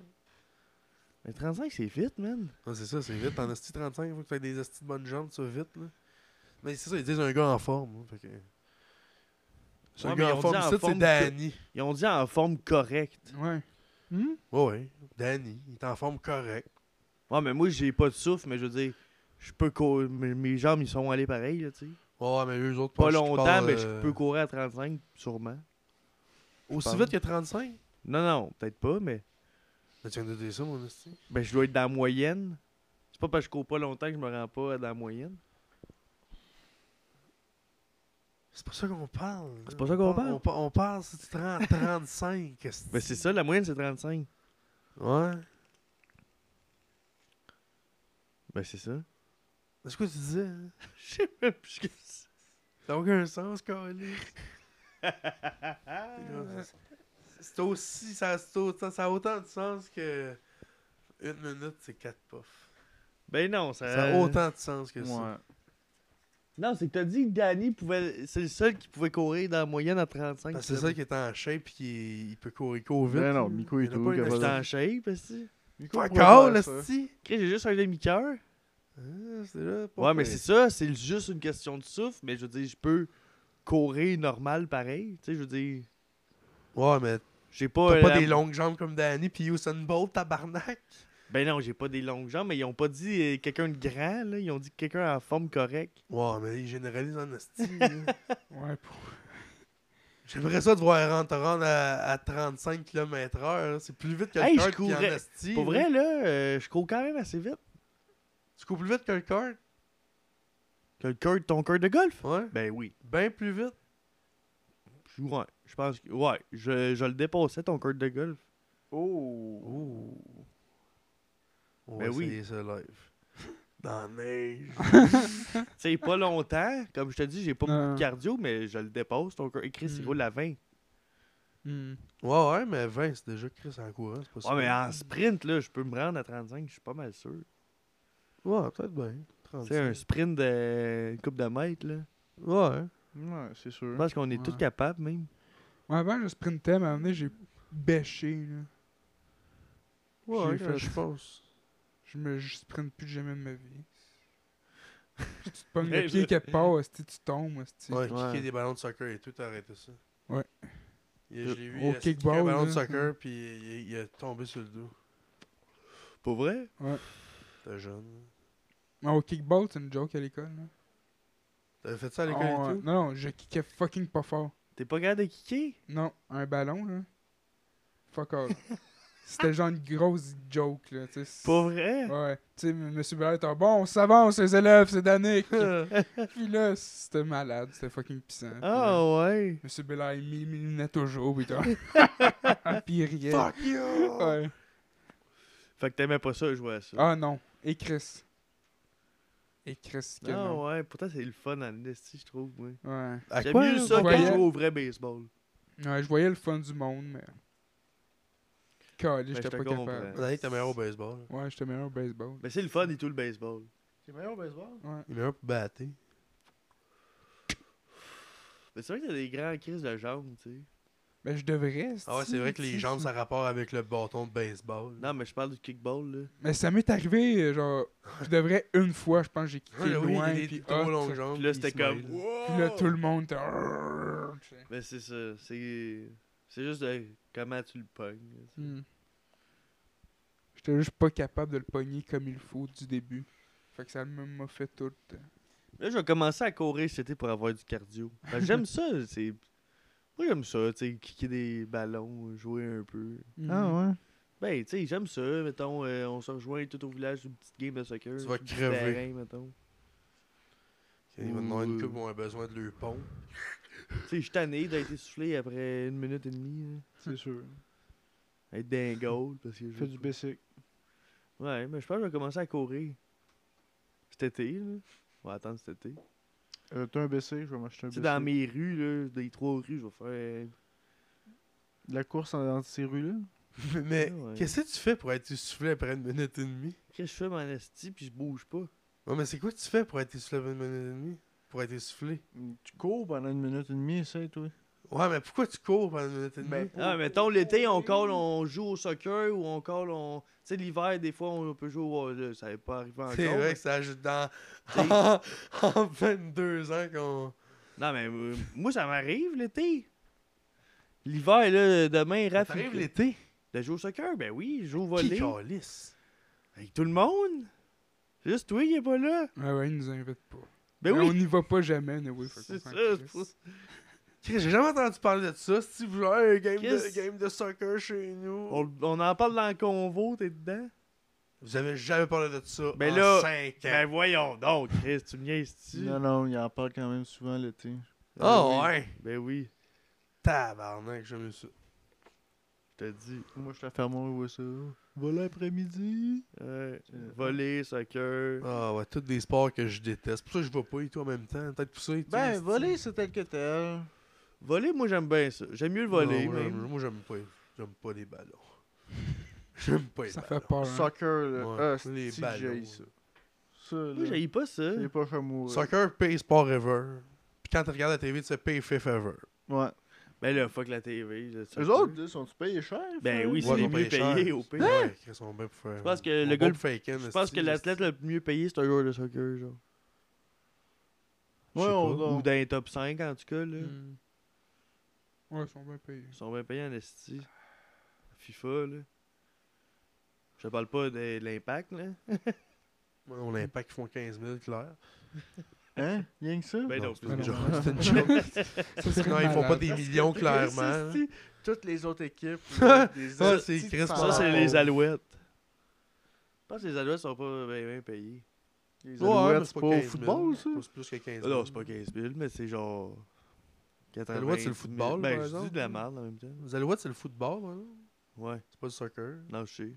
Mais 35, c'est vite, man. Non, c'est ça, c'est vite. En esti 35, faut que tu des esti de bonnes jambes, tu sois vite, là. Mais c'est ça, ils disent un gars en forme. hein, fait que... C'est Ouais, un mais ils gars ont en dit forme, en ça, c'est forme Danny. Ils ont dit en forme correcte. Ouais. Ouais, ouais. Danny, il est en forme correcte. Ouais, mais moi, j'ai pas de souffle, mais je veux dire, je peux courir. Mes, mes jambes, ils sont allés pareil, là, tu sais. Ouais, mais eux autres, Pas pensent qu'ils longtemps, parlent, mais je euh, peux courir à 35, sûrement. Aussi parle. vite que 35 Non, non, peut-être pas, mais. Mais tu viens de dire ça, mon esti. Ben, je dois être dans la moyenne. C'est pas parce que je cours pas longtemps que je me rends pas dans la moyenne. C'est pas ça qu'on parle. C'est là. pas ça qu'on parle. On, par- on parle, si tu te rends à 35. esti. Ben, c'est ça, la moyenne, c'est 35. Ouais. Ben, c'est ça. C'est quoi tu disais? hein? Je sais même plus ce que c'est. Ça n'a aucun sens, Carlis. c'est aussi. Ça, c'est au- ça- ça a autant de sens que. Une minute, c'est quatre puffs. Ben non, ça. Ça a autant de sens que ça. Ouais. Non, c'est que t'as dit que Danny pouvait. C'est le seul qui pouvait courir dans la moyenne à 35. Parce que Ben, c'est ça qui est en shape et qui il peut courir, il court vite. Ben non, là. Miko, il est en a tout pas une capable J'étais achetant- en shape, aussi. Fuck Pourquoi all, faire ça? esti! Chris, j'ai juste un demi-cœur. Ah, C'est là, pas Ouais, mais pire. c'est ça, c'est juste une question de souffle. Mais je veux dire, je peux courir normal pareil. Tu sais, je veux dire, Ouais, mais j'ai pas. euh, t'as pas la- des longues jambes comme Danny puis Usain Bolt, tabarnak. Ben non, j'ai pas des longues jambes, mais ils ont pas dit euh, quelqu'un de grand, là. Ils ont dit quelqu'un en forme correcte. Ouais, mais il généralise en esti. là. Ouais, pour... J'aimerais ça te voir te rendre à, à 35 km/h. C'est plus vite que Hey, le je kart puis en courrais. esti. Pour là. vrai, là, euh, je cours quand même assez vite. Tu cours plus vite que le kart? Que le cœur, ton cœur de golf. Ouais. Ben oui. Ben plus vite. Ouais, je pense que. Ouais, je, je le dépassais, ton cœur de golf. Oh! Ouh. On Ben va oui. essayer ça live. Dans la neige. C'est pas longtemps. Comme je te dis, j'ai pas Non. Ah. beaucoup de cardio, mais je le dépasse. Ton cœur. Écrit, c'est Hmm. roule à 20. Hmm. ouais, ouais, mais 20, c'est déjà Chris en courant, c'est pas Ouais, mais en sprint, là, je peux me rendre à 35, je suis pas mal sûr. Ouais, peut-être bien. Tu sais, un 35. sprint de une coupe de mètres, là. Ouais. Ouais, c'est Je sûr. pense qu'on est Ouais. tous capables, même. Ouais, Avant, je sprintais, mais à un moment donné, j'ai bêché. Là. Ouais, J'ai ouais, fait- je pense. Je Je me je sprinte plus jamais de ma vie. Puis tu te pognes le Hey, pied là. quelque part, hostie, tu tombes, hostie. Ouais, Ouais. kicker des ballons de soccer et tout, t'as arrêté ça. Ouais. Il, je l'ai vu, Au il a kické un kickball, ballon de là. soccer, puis il, il est tombé sur le dos. Pour vrai? T'es jeune. Ah, au kickball, c'est une joke à l'école. là. T'avais fait ça à l'école On- et Non, tout? non, je kickais fucking pas fort. T'es pas capable de kicker? Non, un ballon, là. Fuck all. C'était genre une grosse joke, là. tu sais. Pour vrai? Ouais. Tu sais, M. M. Ballard était bon, on s'avance, les élèves, c'est Danick. Puis là, c'était malade, c'était fucking pissant. Ah ouais. Monsieur Belair, il mis mes lunettes au jour, putain. Puis il riait. Fuck you! Ouais. Fait que t'aimais pas ça jouer à ça. Ah non, et Chris. Et Chris, que Ah non. ouais, pourtant c'est le fun en esti, je trouve, moi. Ouais. À J'aime quoi, mieux là, ça vous que voyez? jouer au vrai baseball. Ouais, je voyais le fun du monde, mais. Calé, Mais j'étais je te pas capable. comprends. Danick, t'es meilleur au baseball. Ouais, j'étais meilleur au baseball. Mais c'est le fun et tout le baseball. C'est meilleur au baseball? Ouais. Il est meilleur pour battre. Mais c'est vrai que t'as des grands crises de jambes, tu sais. Ben, je devrais. Ah ouais, c'est vrai que les si, jambes, si. ça a rapport avec le bâton de baseball. Non, mais je parle du kickball, là. Mais ça m'est arrivé, euh, genre. Je devrais une fois, je pense, que j'ai quitté Ah, Ouais, là, oui, loin. il est puis trop hop, longues ça- jambes. Puis là, il c'était se comme. mêle. Puis là, Oh! tout le monde. était- Mais c'est ça. C'est. C'est juste de comment tu le pognes. là, tu sais. Hmm. J'étais juste pas capable de le pogner comme il faut du début. Fait que ça me- m'a fait tout le temps. Là, je vais commencer à courir cet été pour avoir du cardio. Fait que j'aime ça, c'est. Moi, j'aime ça, tu sais, kicker des ballons, jouer un peu. Mhm. Ah ouais? Ben, tu sais, j'aime ça. Mettons, euh, on se rejoint tout au village d'une petite game de soccer. Tu vas sur le petit crever. terrain, mettons. Il va demander une Ouh. coupe où on a besoin de leur pompe. Tu sais, je suis tanné d'être essoufflé après une minute et demie. là. C'est sûr. Être dingole. Parce que je- Fais du basic. Ouais, mais je pense que je vais commencer à courir. Cet été, là. On va attendre cet été. Euh, T'as un basic, je vais m'acheter un Tu sais, basic. dans mes rues, là, des trois rues, je vais faire. La course en- entre ces rues-là? Mais, mais Ah Ouais. qu'est-ce que tu fais pour être essoufflé après une minute et demie? Qu'est-ce que je fais, mon esti, puis je bouge pas. Ouais, mais c'est quoi que tu fais pour être essoufflé après une minute et demie? Pour être essoufflé? Mm, Tu cours pendant une minute et demie, essaye, toi. Ouais, mais pourquoi tu cours pendant une minute et demie? Ben, Ah, mettons, l'été, on colle, on joue au soccer ou on colle, on. Tu sais, l'hiver, des fois, on peut jouer au. là, ça n'est pas arrivé encore. C'est vrai mais- que ça ajoute dans T'sais- en 22 ans qu'on. Non, mais euh, moi, ça m'arrive l'été. L'hiver, là, demain, Ça Raph. t'arrive il- l'été. De jouer au soccer? Ben oui, je joue au Qui volley. calisse? Avec tout le monde. C'est Juste toi, il est pas là. Ah ouais, ils nous invitent pas. Ben Mais On oui. n'y va pas jamais, anyway, fait qu'on C'est s'en ça, crisse. c'est pour ça. Chris, J'ai jamais entendu parler de ça. Si vous voulez un game de, Qu'est-ce- Oh. game de soccer chez nous. On, on en parle dans le convo, t'es dedans. Vous avez jamais parlé de ça Ben en là, 5 ans. Ben voyons donc, Chris, tu me niaises-tu? Non, non, il en parle quand même souvent l'été. oh Ben oui. ouais. Ben oui, Tabarnak, j'aime ça. je te dis. Moi, je te ferme, on voit ça. Va l'après-midi. Ouais. Euh, Voler, soccer. Ah ouais, tous des sports que je déteste. C'est pour ça que je vais pas et tout en même temps. Peut-être pour ça et tout. Ben, esti. voler, c'est tel que tel. Voler, moi j'aime bien ça. J'aime mieux le voler. Non, moi, même. j'aime- Moi, j'aime pas, j'aime pas les ballons. J'aime pas les Ça ballons. fait peur. hein. Soccer, là. Ouais, ah, les c'est-tu que ballons. j'haïs ça. Ça, Moi là, j'aille pas ça. c'est pas comme moi. Soccer, pay sport ever. Puis quand tu regardes la TV, tu sais pay fifth ever. Ouais. Ben là, fuck la TV. le soccer. Eux autres, là, sont-tu payés cher? Ben ça? oui, c'est Ouais, les ils mieux sont payés payés cher. au pays. Ouais, ils sont bien pour faire. Je pense que ils sont le gars- bons pour faker, Je mais pense si, que l'athlète le mieux payé, c'est un joueur de soccer, genre. Je sais Ouais, on pas. on- Ou dans les top 5 en tout cas, là. Hmm. Ouais, ils sont bien payés. Ils sont bien payés en esti. FIFA, là. Je te parle pas de l'impact, là. Ouais, On a un pack qui font 15 000, clair. Hein? Rien que ça? Ben non, c'est une non. joke, c'est une joke. Ça serait Non, ils font pas malade. des millions, clairement. hein. Ça, c'est- Toutes les autres équipes. là, des Ça, c'est hosties de Chris Ça, salaires. c'est Ah, les ouais. alouettes. Je pense que les alouettes sont pas bien bien payées. Les Ouais, ouais, mais Alouettes, c'est pas au 15 000. football, ça? C'est plus que 15 Ah 000. non, c'est pas 15 000, mais c'est genre. Alouettes, c'est le 90 000. football, Ben, par je dis exemple, de la là. merde en même temps. Vous allez voir, c'est le football, hein? Ouais, c'est pas le soccer. non, je sais.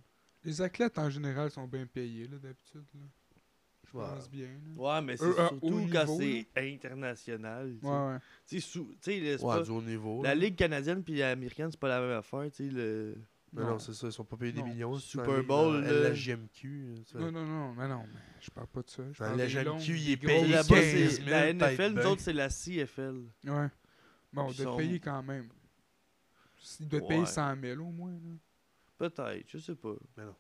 Les athlètes en général sont bien payés, là, d'habitude. là. Je Ouais. pense bien. là. Ouais, mais c'est Eux, à haut surtout quand niveau, c'est euh, international. tu sais. Ouais, ouais. Tu sais, sous- tu sais, le- c'est Ouais, pas- du haut niveau. la là. Ligue canadienne puis l'américaine, c'est pas la même affaire. Tu sais, le. Non, non, c'est ça, ils sont pas payés des Non. millions. c'est euh, Super dans les- Bowl, dans là. La JMQ. tu sais. Non, non, non, mais non, mais je parle pas de ça. Je Dans parle la des GMQ, longues, il est des payé grosses Là-bas, quinze games. c'est- 000, la peut-être NFL, nous bien. autres, c'est la CFL. Ouais. Bon, Ils de sont- payer quand même. Il doit te Ouais. payer 100 000 au moins. Là. Peut-être, je sais pas. Mais non.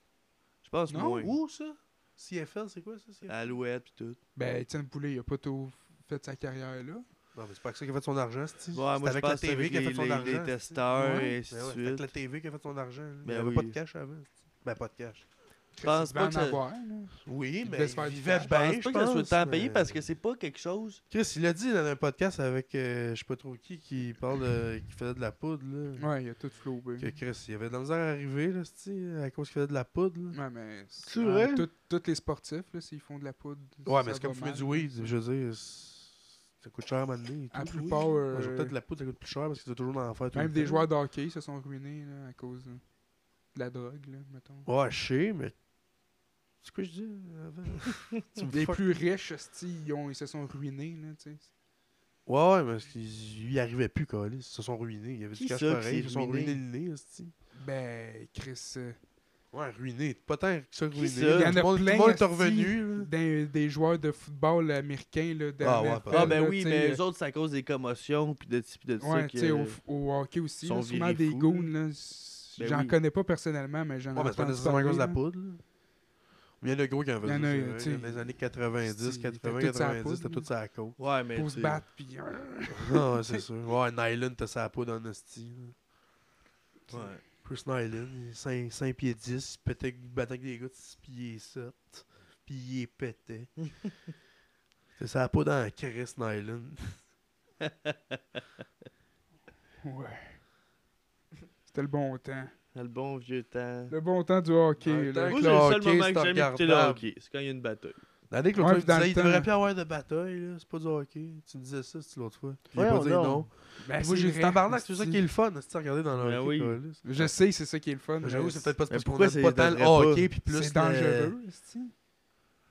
Je pense Non? moins. Où ça CFL, c'est quoi ça? CFL? Euh, Alouette pis tout. Ben, Étienne Poulet, il a pas tout fait sa carrière là. Non, mais c'est pas que ça qui a fait son argent, c'est Ouais, moi, je avec la pense TV avec qui a les, fait son les, argent. les testeurs Ouais, et ainsi ben de ouais, c'est suite. avec la TV qui a fait son argent. là. Il n'y Ben avait oui. pas de cash avant. c'est-tu. Ben, pas de cash. Je pense pas en que ça- avoir, là. Oui, Il devait mais se faire il du vivait cash. Je bien, pense Ben, je pas qu'il soit pense. le temps payé mais- parce que c'est pas quelque chose. Chris, il l'a dit dans un podcast avec euh, je sais pas trop qui qui parle de, qui faisait de la poudre là. Ouais, il a tout flobé. Hmm. Que Chris, il avait de la misère à arriver là, c'ti, à cause qu'il faisait de la poudre. là. Ouais, mais. c'est- C'est ouais, vrai? tout- Tous les sportifs, là, s'ils font de la poudre. Ouais, ça mais c'est va comme fumer mal. du weed, je veux dire, c'est- ça coûte cher à m'amener. À plupart, euh, peut-être de la poudre, ça coûte plus cher parce que tu toujours dans l'enfer. tout Même le des temps. joueurs d'hockey se sont ruinés là, à cause euh, de la drogue, là, mettons. Ouais, je sais, mais. C'est quoi que je dis euh, avant Tu me Les fuck. plus riches, hostie, ils, ont, ils se sont ruinés. Là, tu sais. Ouais, ouais, mais parce qu'ils y arrivaient plus, Calis. Ils se sont ruinés. Il y avait Qui du cash ça qui pareil. s'est Ils se sont ruiné? ruinés le nez, hostie. ben, Chris, euh, Ouais, ruinés. Pas tant que ça ruiné. ça? Tout Il y en a le monde- tout plein, le monde est hostie. revenu. là. des, des joueurs de football américain. Là, de Ah ouais, NFL, Ah, ben là, oui, tu sais, mais euh, eux autres, c'est à cause des commotions pis de ci pis de ça. Ouais, que- tu sais, au, f- au hockey aussi. sont Là, sûrement virés des fous, goons. là, s- Ben J'en oui. connais pas personnellement, mais j'en ai Ouais, mais c'est pas entendu nécessairement à parler, cause de la là. poudre. là. Il y en a gros qui en Il y en a, faisaient. tu ça, sais. hein, Dans les années 90, C'était- 80, c'était tout sur la 90, c'était poudre, tout ça à côte. Ouais, mais. Pour se tu- battre, puis. hein, Non, ouais, c'est sûr. Ouais, Nylon, t'as sa peau dans Nasty. Ouais. Chris Nylon, il est 5, pieds 10, il pétait, il battait avec des gars de 6 pieds 7, puis il les pétait. c'est sa peau dans Chris Nylon. Ouais. C'était le bon temps. Dans le bon vieux temps. Le bon temps du hockey. Dans Là. le Moi, que c'est le seul hockey, moment c'est que j'aime écouter le regardable. hockey. C'est quand il y a une bataille. L'année que Ouais, l'autre puis fois, dans il le disait, il temps- devrait plus avoir de bataille, là, c'est pas du hockey. Tu me disais ça, c'est l'autre fois. Puis il a Voyons pas dit donc. non. Ben, Puis moi, j'ai dit, vrai, tabarnak, c'est ça hostie. qui est le fun, c'est regarder dans le Ben hockey. oui. câlisse. Je sais, c'est ça qui est le fun. J'avoue, mais c'est peut-être pas Mais parce qu'on pourquoi aime c'est- pas tant le devrait pas? hockey, puis plus C'est le- dangereux, esti.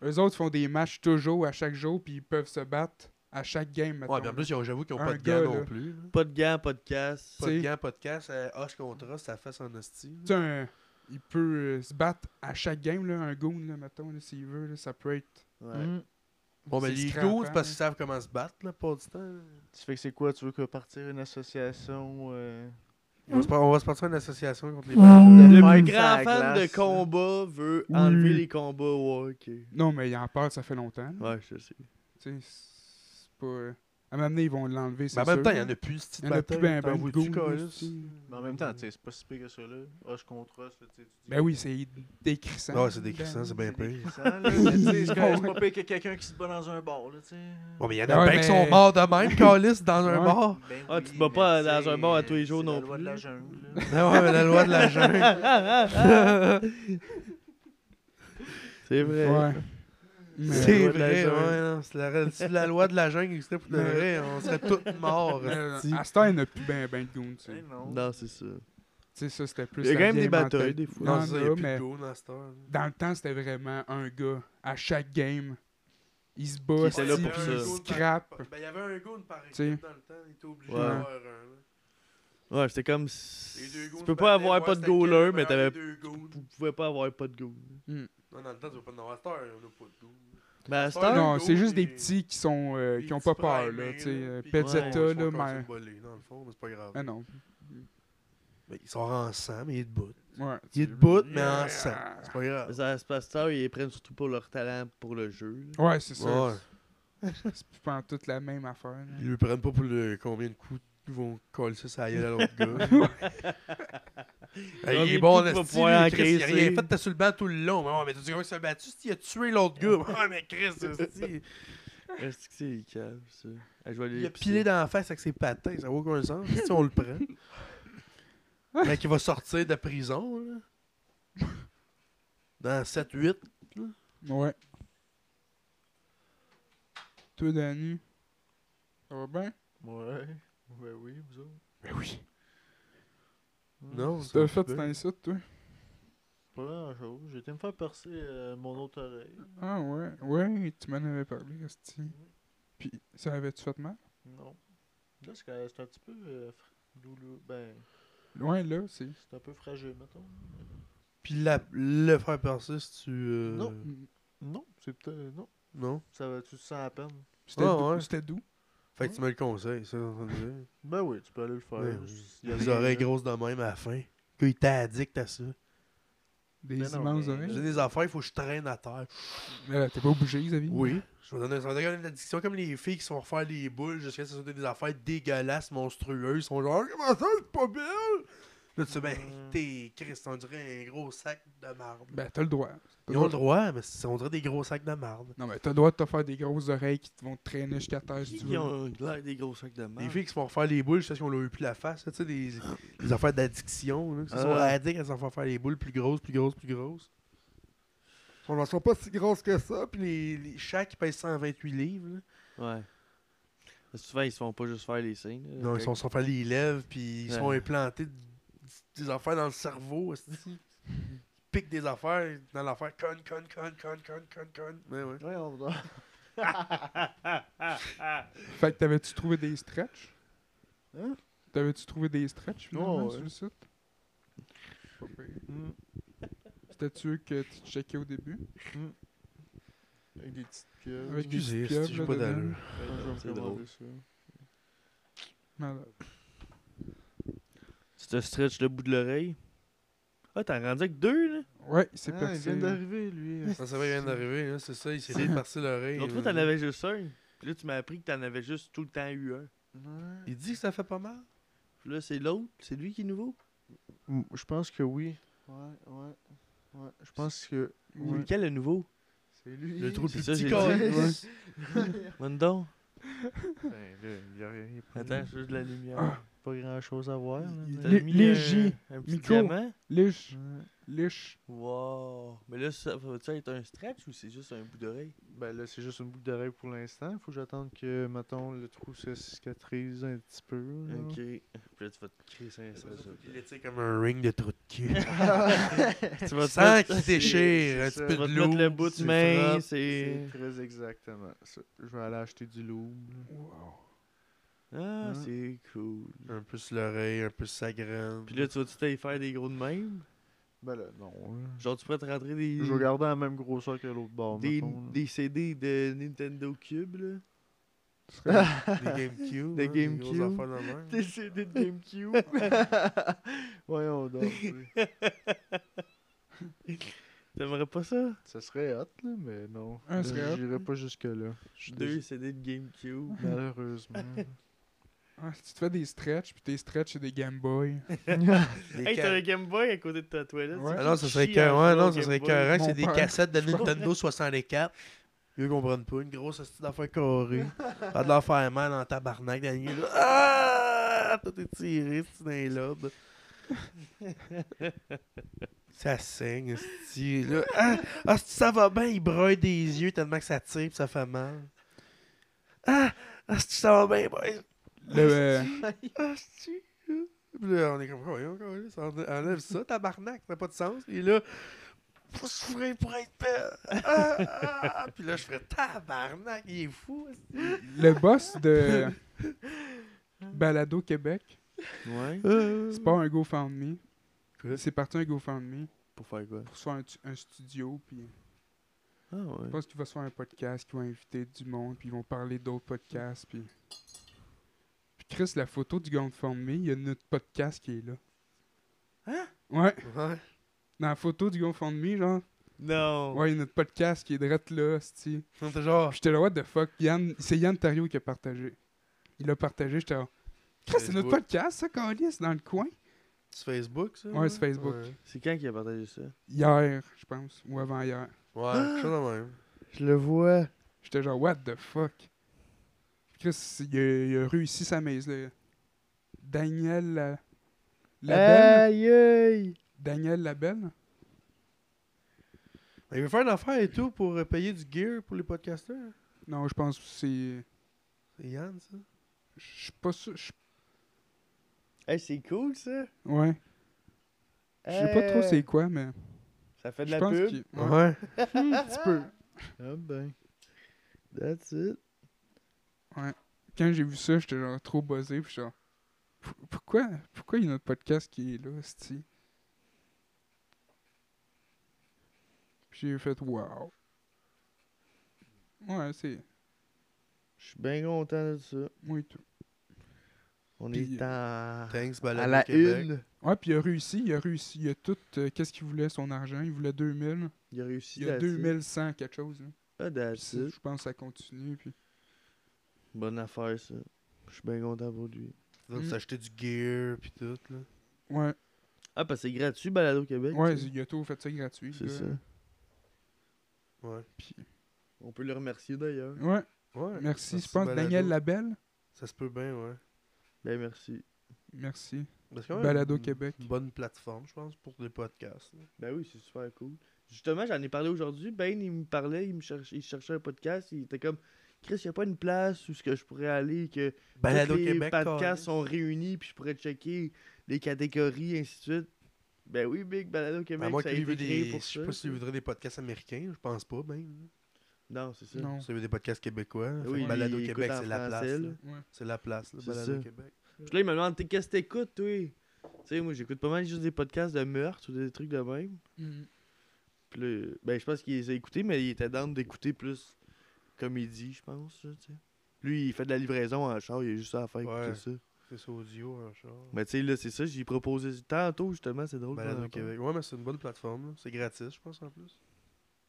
Eux autres font des matchs toujours, à chaque jour, puis ils peuvent se battre à chaque game, mettons. Ouais, puis en plus, ils ont- j'avoue qu'ils ont Un pas de gars, gars là. non plus. là. Pas de gants, pas de casse. Pas de T'sais. gants, pas de casse, euh, H contre H, ça fait son hostie. Tu sais, un- il peut euh, se battre à chaque game, là, un goon, là, mettons, là, s'il veut. là, ça peut être... Ouais. Mm. Bon, ben C'est les scrappant, goons, c'est parce là. qu'ils savent comment se battre, là, pas du temps. là. Tu fais que c'est quoi? Tu veux que partir une association euh, On Hein? va, se, par- on va se partir une association contre les de Le fight plus sur la grand fan glace, de combat veut enlever les combats au hockey. Non, mais il en parle, ça fait longtemps. là. Ouais, je sais. Tu sais, c'est pas... euh, À un moment donné, ils vont l'enlever, c'est Mais Ben, en sûr, même temps, il y là. en a plus, cette Il y en a plus ben, ben de goons, là, Ouais, esti. Mais en même temps, tu sais, c'est pas si pire que ça là. H contre H, tu sais, tu dis. Ben oui, c'est ben, décrissant. Ah, c'est décrissant, c'est bien Ben pire. décrissant, là, mais tu sais, C'est quand- c'est pas pire que quelqu'un qui se bat dans un bar, là, tu sais. Bon, mais il y en Ah Ouais, a bien qui sont mais- morts de même, Calis, dans un Ouais. bar. Ben Ah, tu te oui, bats mais pas dans tu sais, un bar à tous les euh, jours c'est non la loi de plus. la jungle, là. Ah ouais, mais la loi de la jungle. C'est vrai. Ouais. Mais- C'est loi de la vrai, jungle. ouais, non, c'est la, si la loi de la jungle existait pour de Mais- vrai, on serait tous morts. esti. Mais euh, à ce temps, il n'y en a plus ben, ben de goons, tu sais. Eh non. Non, c'est ça. Tu sais, ça, c'était plus. Il y a la quand même des vieille batailles mentalité. des fois. Non, Non, c'est ça, il y là, a plus mais- de goons dans cette heure. Dans le temps, c'était vraiment un gars. À chaque game, il se bat, Qui était là si, pour puis ça. il scrape. Ben, il y avait un goon par Tu sais. équipe dans le temps, il était obligé Ouais. d'en avoir un. là. Ouais, c'était comme. Les deux si- goons Tu se peux battaient, pas avoir voir pas de c'était quel goaler, le mais meilleur t'avais. des deux goons. Vous pouvez pas avoir pas de goal. Non, dans le temps, tu vas pas en avoir à cette heure, on a pas de goon. Mais à ce Ouais, temps, Non, c'est juste des des- petits qui sont euh, Des qui ont petits pas peur, primés, là. Tu sais, euh, puis- Pezzetta, Ouais, là, ils sont cassés mais. le bolé, dans le fond, mais c'est pas grave. Ah non. Mais ils sont ensemble, ils te boutent. Ouais. Ils te boutent, mais ensemble. C'est pas grave. ça se passe ça, ils les prennent surtout pour leur talent pour le jeu. là. Ouais, c'est ça. Ouais. C'est plus pas en toute la même affaire. là. Ils lui prennent pas pour le combien de coups ils vont coller ça sur la gueule à l'autre gars. Hey, il Combien est de bon, coups il va esti, pouvoir lui, Chris, il a encaisser? rien fait, t'as sur le banc tout le long. Mais ouais, mais tu dis comment il s'est battu, esti, il a tué l'autre gars. Ouais, mais Chris, esti. Est-ce que c'est cave, ça? Ah, je vais aller Il a pisser. pilé dans la face avec ses patins, ça n'a aucun sens. Si on le prend. Mais qui va sortir de prison, là. Dans 7-8. Ouais. Toi, Danny. Ça va bien? Ouais. Ben oui, vous autres. Ben oui. Non, Tu t'as fait dans les sites, toi? Pas grand chose. J'ai été me faire percer euh, mon autre oreille. Ah ouais, ouais, tu m'en avais parlé, Esti. Puis, ça avait-tu fait mal? Non. Là, c'est quand- c'est un petit peu euh, fra- douloureux. Ben, Loin là, c'est. c'est un peu fragile, mettons. Puis la- le faire percer, si tu. euh, Non. Non, c'est peut-être. Non. Non. Ça va, tu te sens à peine. C'était Ah, doux. ouais. C'était doux. Fait que tu me le conseilles, ça, on va dire. Ben oui, tu peux aller le faire. Ouais, Il y a Les des- euh, oreilles grosses de même à la fin. Que il était addict à ça. Des Ben non, immenses mais- J'ai oreilles. des affaires, il faut que je traîne à terre. Mais là, t'es pas obligé, Xavier. Oui. Je vais donner, ça va donner une addiction comme les filles qui sont refaire les boules jusqu'à ce que ce soit des affaires dégueulasses, monstrueuses. Ils sont genre, comment ça, c'est pas belle? Là, tu sais, ben, Mm. t'es Christ, on dirait un gros sac de marde. Ben, t'as le droit. T'as Ils ont le droit, mais c'est- on dirait des gros sacs de marde. Non, mais t'as le droit de te faire des grosses oreilles qui te vont te traîner jusqu'à terre si tu Ils veux. ont l'air des gros sacs de Les marde. filles qui se font refaire les boules jusqu'à ce qu'on leur ait plus la face, là, tu sais, des, des affaires d'addiction. là, qui sont Ah. addicts à se faire faire les boules plus grosses, plus grosses, plus grosses. Ils ne sont pas si grosses que ça, puis les, les chaque pèse 128 livres. là. Ouais. Parce que Souvent, ils se font pas juste faire les signes. là. Non, ils sont, sont fait les lèvres, puis ils sont Ouais. implantés d- des affaires dans le cerveau. esti. Ils piquent des affaires dans l'affaire con, con, con, con, con, con, con. Ouais, ouais. Ouais, on va. Fait que t'avais-tu trouvé des stretch? Hein? T'avais-tu trouvé des stretch finalement Ouais, sur ouais. le site? Pas pire. Hum. C'était-tu eux que tu checkais au début? Avec des petites pieuvres. Avec des Excusez, petites esti, j'ai pieuvres pas là-dedans. d'allure. Ouais, je vais me c'est commander drôle. ça. Malade. Tu te stretches le bout de l'oreille. Ah, t'as rendu avec deux, là? Ouais, il s'est Ah, il percé. vient d'arriver, lui. Ça, ça va rien d'arriver, hein, c'est ça. Il s'est fait percer l'oreille. euh, L'autre fois, t'en avais juste un. Puis là, tu m'as appris que t'en avais juste tout le temps eu un. Ouais. Il dit que ça fait pas mal. Puis là, c'est l'autre. C'est lui qui est nouveau. Mm, Je pense que oui. Ouais, ouais. Ouais, je pense que. Ou Ouais. Lequel est nouveau? C'est lui. Le trou C'est plus ça, petit hein. j'ai carré. dit. Ouais. Bonne donc. Ben, là, il y a rien- il y a pas- Attends, je veux de la lumière. pas grand chose à voir. là, Il- mais- T'as Les- mis les un- J, Un petit micro. diamant? Liche, Ouais. liche. Wow. Mais là, ça va-tu être un stretch ou c'est juste un bout d'oreille? Ben là, c'est juste une boucle d'oreille pour l'instant. Faut que j'attende que, mettons, le trou se cicatrise un petit peu. là. Ok. Puis là, tu vas te crisser un stretch. Il est tu sais, comme un ring de trou de cul. Tu vas te Sans mettre- qu'il déchire, un petit c'est ça. peu Tu vas de te mettre le l'eau. bout de tu main, frappes, c'est... C'est très exactement ça. Je vais aller acheter du loup. Wow. Ah, Hein? c'est cool. Un peu sur l'oreille, un peu sur sa graine. Puis là, tu vas-tu t'aller faire des gros de même? Ben là, non. là. Genre, tu pourrais te rentrer des... Je vais garder la même grosseur que l'autre bord, Des, mettons, là. des CD de Nintendo Cube, là. Tu serais- des GameCube. Des hein, des grosses GameCube. affaires de même. Des CD de GameCube. Voyons donc. oui. T'aimerais pas ça? Ça serait hot, là, mais non. Un Là, serait hot, J'irai pas jusque-là. Je suis Deux désolé. CD de GameCube. Malheureusement. Ah, si tu te fais des stretchs, puis tes stretchs, c'est des Game Boy. Des Hey, ca- t'as le Game Boy à côté de ta toilette. Ouais. Ah non, ça serait Chier que, à ouais, jouer au non, ça Game serait Boy. écœurant que Mon c'est des père. cassettes de Nintendo 64. Ils comprennent pas, une grosse astuce d'affaires carrée. Pas de leur faire mal en tabarnak, la nuit, là. Ah! Tout est tiré, c'est dans les lobes. Ça saigne, esti, là. Ah! Ah, esti, ça va bien, il broye des yeux tellement que ça tire pis ça fait mal. Ah! Ah, esti, ça va bien, broye. Le, euh, Ah, si. Puis là, on est comme, voyons, voyons, ça enlè- enlève ça, tabarnak, ça n'a pas de sens. Et là, faut souffrir pour être père. Ah, ah, ah. Puis là, je ferais tabarnak, il est fou. le boss de Balado Québec, Ouais. c'est pas un GoFundMe. Quoi? C'est parti un GoFundMe Pour faire quoi? pour se faire un, tu- un studio, puis Ah ouais. je pense qu'il va se faire un podcast, qu'ils vont inviter du monde, puis ils vont parler d'autres podcasts, puis... Puis Chris, la photo du GoFundMe, il y a notre podcast qui est là. Hein? Ouais, Ouais. dans la photo du GoFundMe, genre, Non. ouais, il y a notre podcast qui est direct là, c'ti. On était genre, J'étais là, what the fuck? Yann, c'est Yann Thériault qui a partagé. Il a partagé, j'étais là. Chris, C'est notre Facebook. podcast, ça, Calis, dans le coin? c'est Facebook, ça? Ouais, c'est Facebook. Ouais, C'est quand qu'il a partagé ça? Hier, je pense, ou avant-hier. Ouais, quelque chose de même. Je le vois. J'étais genre, what the fuck? Chris, il a, il a réussi sa mise, là. Daniel La- Euh, Labelle? Aïe, aïe. Daniel Labelle? Mais il veut faire une affaire et tout pour euh, payer du gear pour les podcasters. Non, je pense que c'est. C'est Yann, ça? Je suis pas sûr. je- Hey, c'est cool ça. Ouais. Je sais pas trop Euh. c'est quoi, mais. Ça fait de Je la pense pub. qu'il. ouais. Ouais. Un petit peu. Ah ben. That's it. quand j'ai vu ça, j'étais genre trop buzzé. Puis j'étais genre, Pou- pourquoi, pourquoi il y a notre podcast qui est là, c'ti? Puis j'ai fait, wow. Ouais, c'est Je suis bien content de ça. moi et tout. On Puis- est en... Thanks, à Balade la Québec. une. Ouais, puis il a réussi, il a réussi. Il a tout. euh, Qu'est-ce qu'il voulait, son argent Il voulait 2000. Il a réussi. Il y a that's it. 2100, quelque chose. là. Ah, Puis that's c'est- it. Je pense que ça continue. Puis... Bonne affaire, ça. Je suis bien content pour lui. Ils doivent Mm. s'acheter du gear pis tout, là. Ouais, Ah, parce que c'est gratuit, Balado Québec. ouais tu sais. il a tout fait ça gratuit. c'est là. ça. Ouais. Puis- On peut le remercier d'ailleurs. Ouais, Ouais. merci. Merci, Je pense Balado. Daniel Labelle. Ça se peut bien, ouais. Ben, merci. Merci. Mais c'est quand même Balado une- Québec. Une bonne plateforme, je pense, pour des podcasts. là. Ben oui, c'est super cool. Justement, j'en ai parlé aujourd'hui. Ben, il me parlait, il me cherchait, il cherchait un podcast. Il était comme, Chris, il n'y a pas une place où ce que je pourrais aller, que Balado tous les Québec, podcasts carré. sont réunis, puis je pourrais checker les catégories, ainsi de suite. Ben oui, Big Balado Québec, À moins ça a qu'il été veut créé des. Je pour sais ça, pas s'il tu sais. voudrait des podcasts américains, je pense pas, ben. Non, c'est ça. Ben Non. S'il veut des podcasts québécois, fait Oui, que Balado il Québec, écoute en c'est la place. français, là. là. Ouais. C'est la place, là, C'est Balado ça. Québec. Puis là, il me demande, T'es- qu'est-ce que t'écoutes, toi? Tu sais, moi, j'écoute pas mal juste des podcasts de meurtre ou des trucs de même. Mhm. Puis là, ben, je pense qu'il les a écoutés, mais il était down d'écouter plus comédie, je pense, là, tu sais. Lui, il fait de la livraison en char, il a juste ça à faire écouter Ouais. ça. C'est ça audio, en char. Mais tu sais, là, c'est ça, j'ai proposé tantôt, justement, c'est drôle. qu'on Balado en Ben, Québec. Ouais, mais c'est une bonne plateforme. là. C'est gratis, je pense, en plus.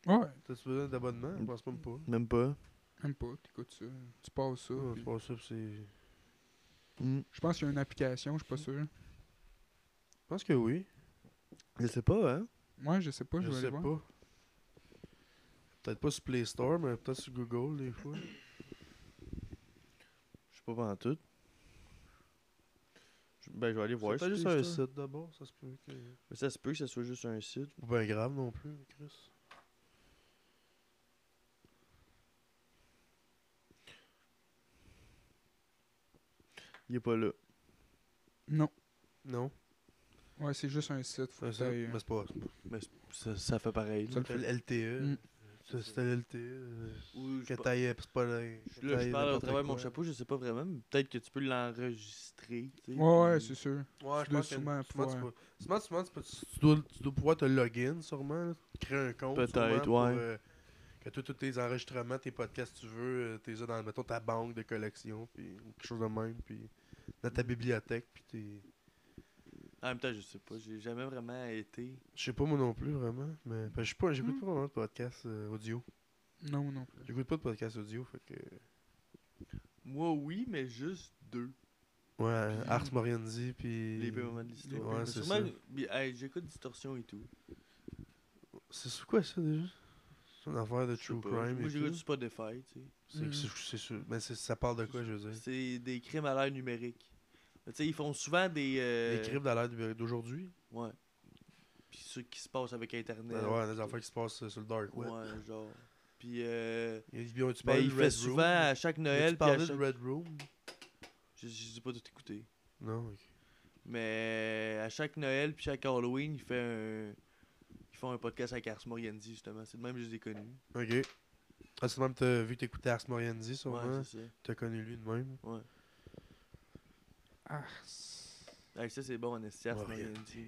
Ouais, T'as-tu besoin d'abonnement Je pense même pas. parle. Même pas. même pas. T'écoutes ça. Tu passes ça. Ouais, puis- c'est pas ça, puis c'est. Mm. Je pense qu'il y a une application, je suis pas sûr. Je pense que oui. Je sais pas, hein. Moi, je sais pas, je, je vais aller sais voir. pas. Peut-être pas sur Play Store, mais peut-être sur Google des fois. Je sais pas pendant tout. Je- Ben, je vais aller c'est voir. sur peut-être juste Play un Store. site d'abord, ça se peut que. Mais ça se peut que ça soit juste un site. Pas bien grave non plus, Chris. Il est pas là. Non. Non, Ouais, c'est juste un site. Faut c'est un que t'ailles, site, euh, mais c'est pas. Mais c- ça, ça fait pareil. là. Ça le C'était LTE. Mm. E. Ça, C'était LTE. euh, Ou je Que sais pas- t'ailles, c'est pas là. Là, je parle au travers de mon chapeau, je sais pas vraiment. mais Peut-être que tu peux l'enregistrer. tu sais, Ouais, ouais, puis- c'est sûr. Ouais, Tu je dois pense que sûrement souvent, tu peux, pouvoir- souvent, souvent, tu, peux- tu dois, tu dois pouvoir te login sûrement, là, créer un compte. Peut-être, sûrement, pour, ouais. euh, que tous tous tes enregistrements, tes podcasts, tu veux, euh, t'es ça dans, mettons, ta banque de collection, puis ou quelque chose de même, puis dans ta bibliothèque, puis t'es... En même temps, je sais pas. J'ai jamais vraiment été. Je sais pas moi non plus, vraiment, mais parce que je suis pas, j'écoute Mm. Hmm. pas vraiment de podcasts euh, audio. Non, non. J'écoute pas de podcasts audio, fait que... Moi, oui, mais juste deux. Ouais, Ars Morienzi, puis... Les pires moments de l'histoire. Ouais, Mais c'est sûrement, ça. bi- hey, J'écoute Distorsion et tout. C'est sous quoi ça, déjà? C'est une affaire de Je sais true pas, crime Moi, et tout? j'écoute Spotify, tu sais. C'est- C'est c'est sûr. Mais c'est- ça parle de quoi, je veux dire? C'est des crimes à l'ère numérique. Mais Tu sais, ils font souvent des. euh, Les crimes dans l'ère du- d'aujourd'hui? Ouais. Puis ce qui se passe avec Internet. Ben ouais, des affaires qui se passent euh, sur le dark web. Ouais, genre. Puis, euh, Il, il, tu ben, parlais il de fait Red souvent Room? à chaque Noël. Tu Puis à parlais de chaque- Red Room? Je, je sais pas tout écouter. Non, ok. Mais à chaque Noël puis chaque Halloween, il fait un... ils font un podcast avec Ars Moriendi, justement. C'est de même que je les ai connus. Ok. Ah, c'est même t'as vu que t'écoutais Ars Morienzi, sûrement. Ouais, c'est ça. t'as connu lui de même. Ouais. Ah, Hey, ça, c'est bon, en esti, Ars Moriendi. Moriendi.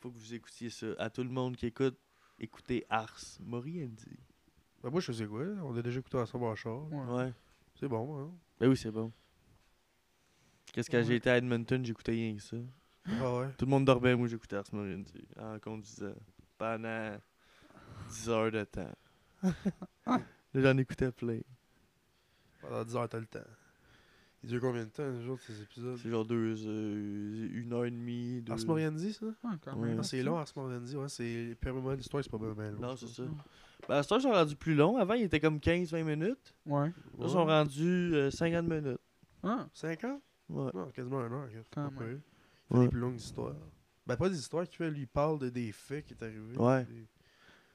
Faut que vous écoutiez ça. À tout le monde qui écoute, écoutez Ars Moriendi. Ben, moi, je faisais quoi? là? On a déjà écouté ensemble en char. ouais. Ouais. C'est bon, hein? Ben oui, c'est bon. Qu'est-ce que Ouais. j'ai été à Edmonton, j'écoutais rien que ça. Ah ouais. Tout le monde dormait, moi j'écoutais Ars Moriendi en conduisant pendant 10 heures de temps. là, j'en écoutais plein. Pendant 10 heures, t'as le temps. Il dure combien de temps, le jour, ces épisodes? C'est genre deux, euh, une heure et demie. Deux... Ars Morienzi, ça? Ouais, quand Ouais. même. Ah, c'est long, Ars Morienzi, ouais. C'est... Permets-moi l'histoire, c'est pas bien, bien long. Non, c'est ça. Ouais. Ben, à ce temps, ils sont rendus plus long. Avant, ils étaient comme 15-20 minutes. Ouais. Là, ils sont Ouais. rendus euh, 50 minutes. Ah, 50? Ouais. Non, quasiment un an. Ah, Quand même. Il fait Ouais. des plus longues histoires. Ben, pas des histoires qu'il fait, lui, il parle de, des faits qui est arrivé. Ouais. Des-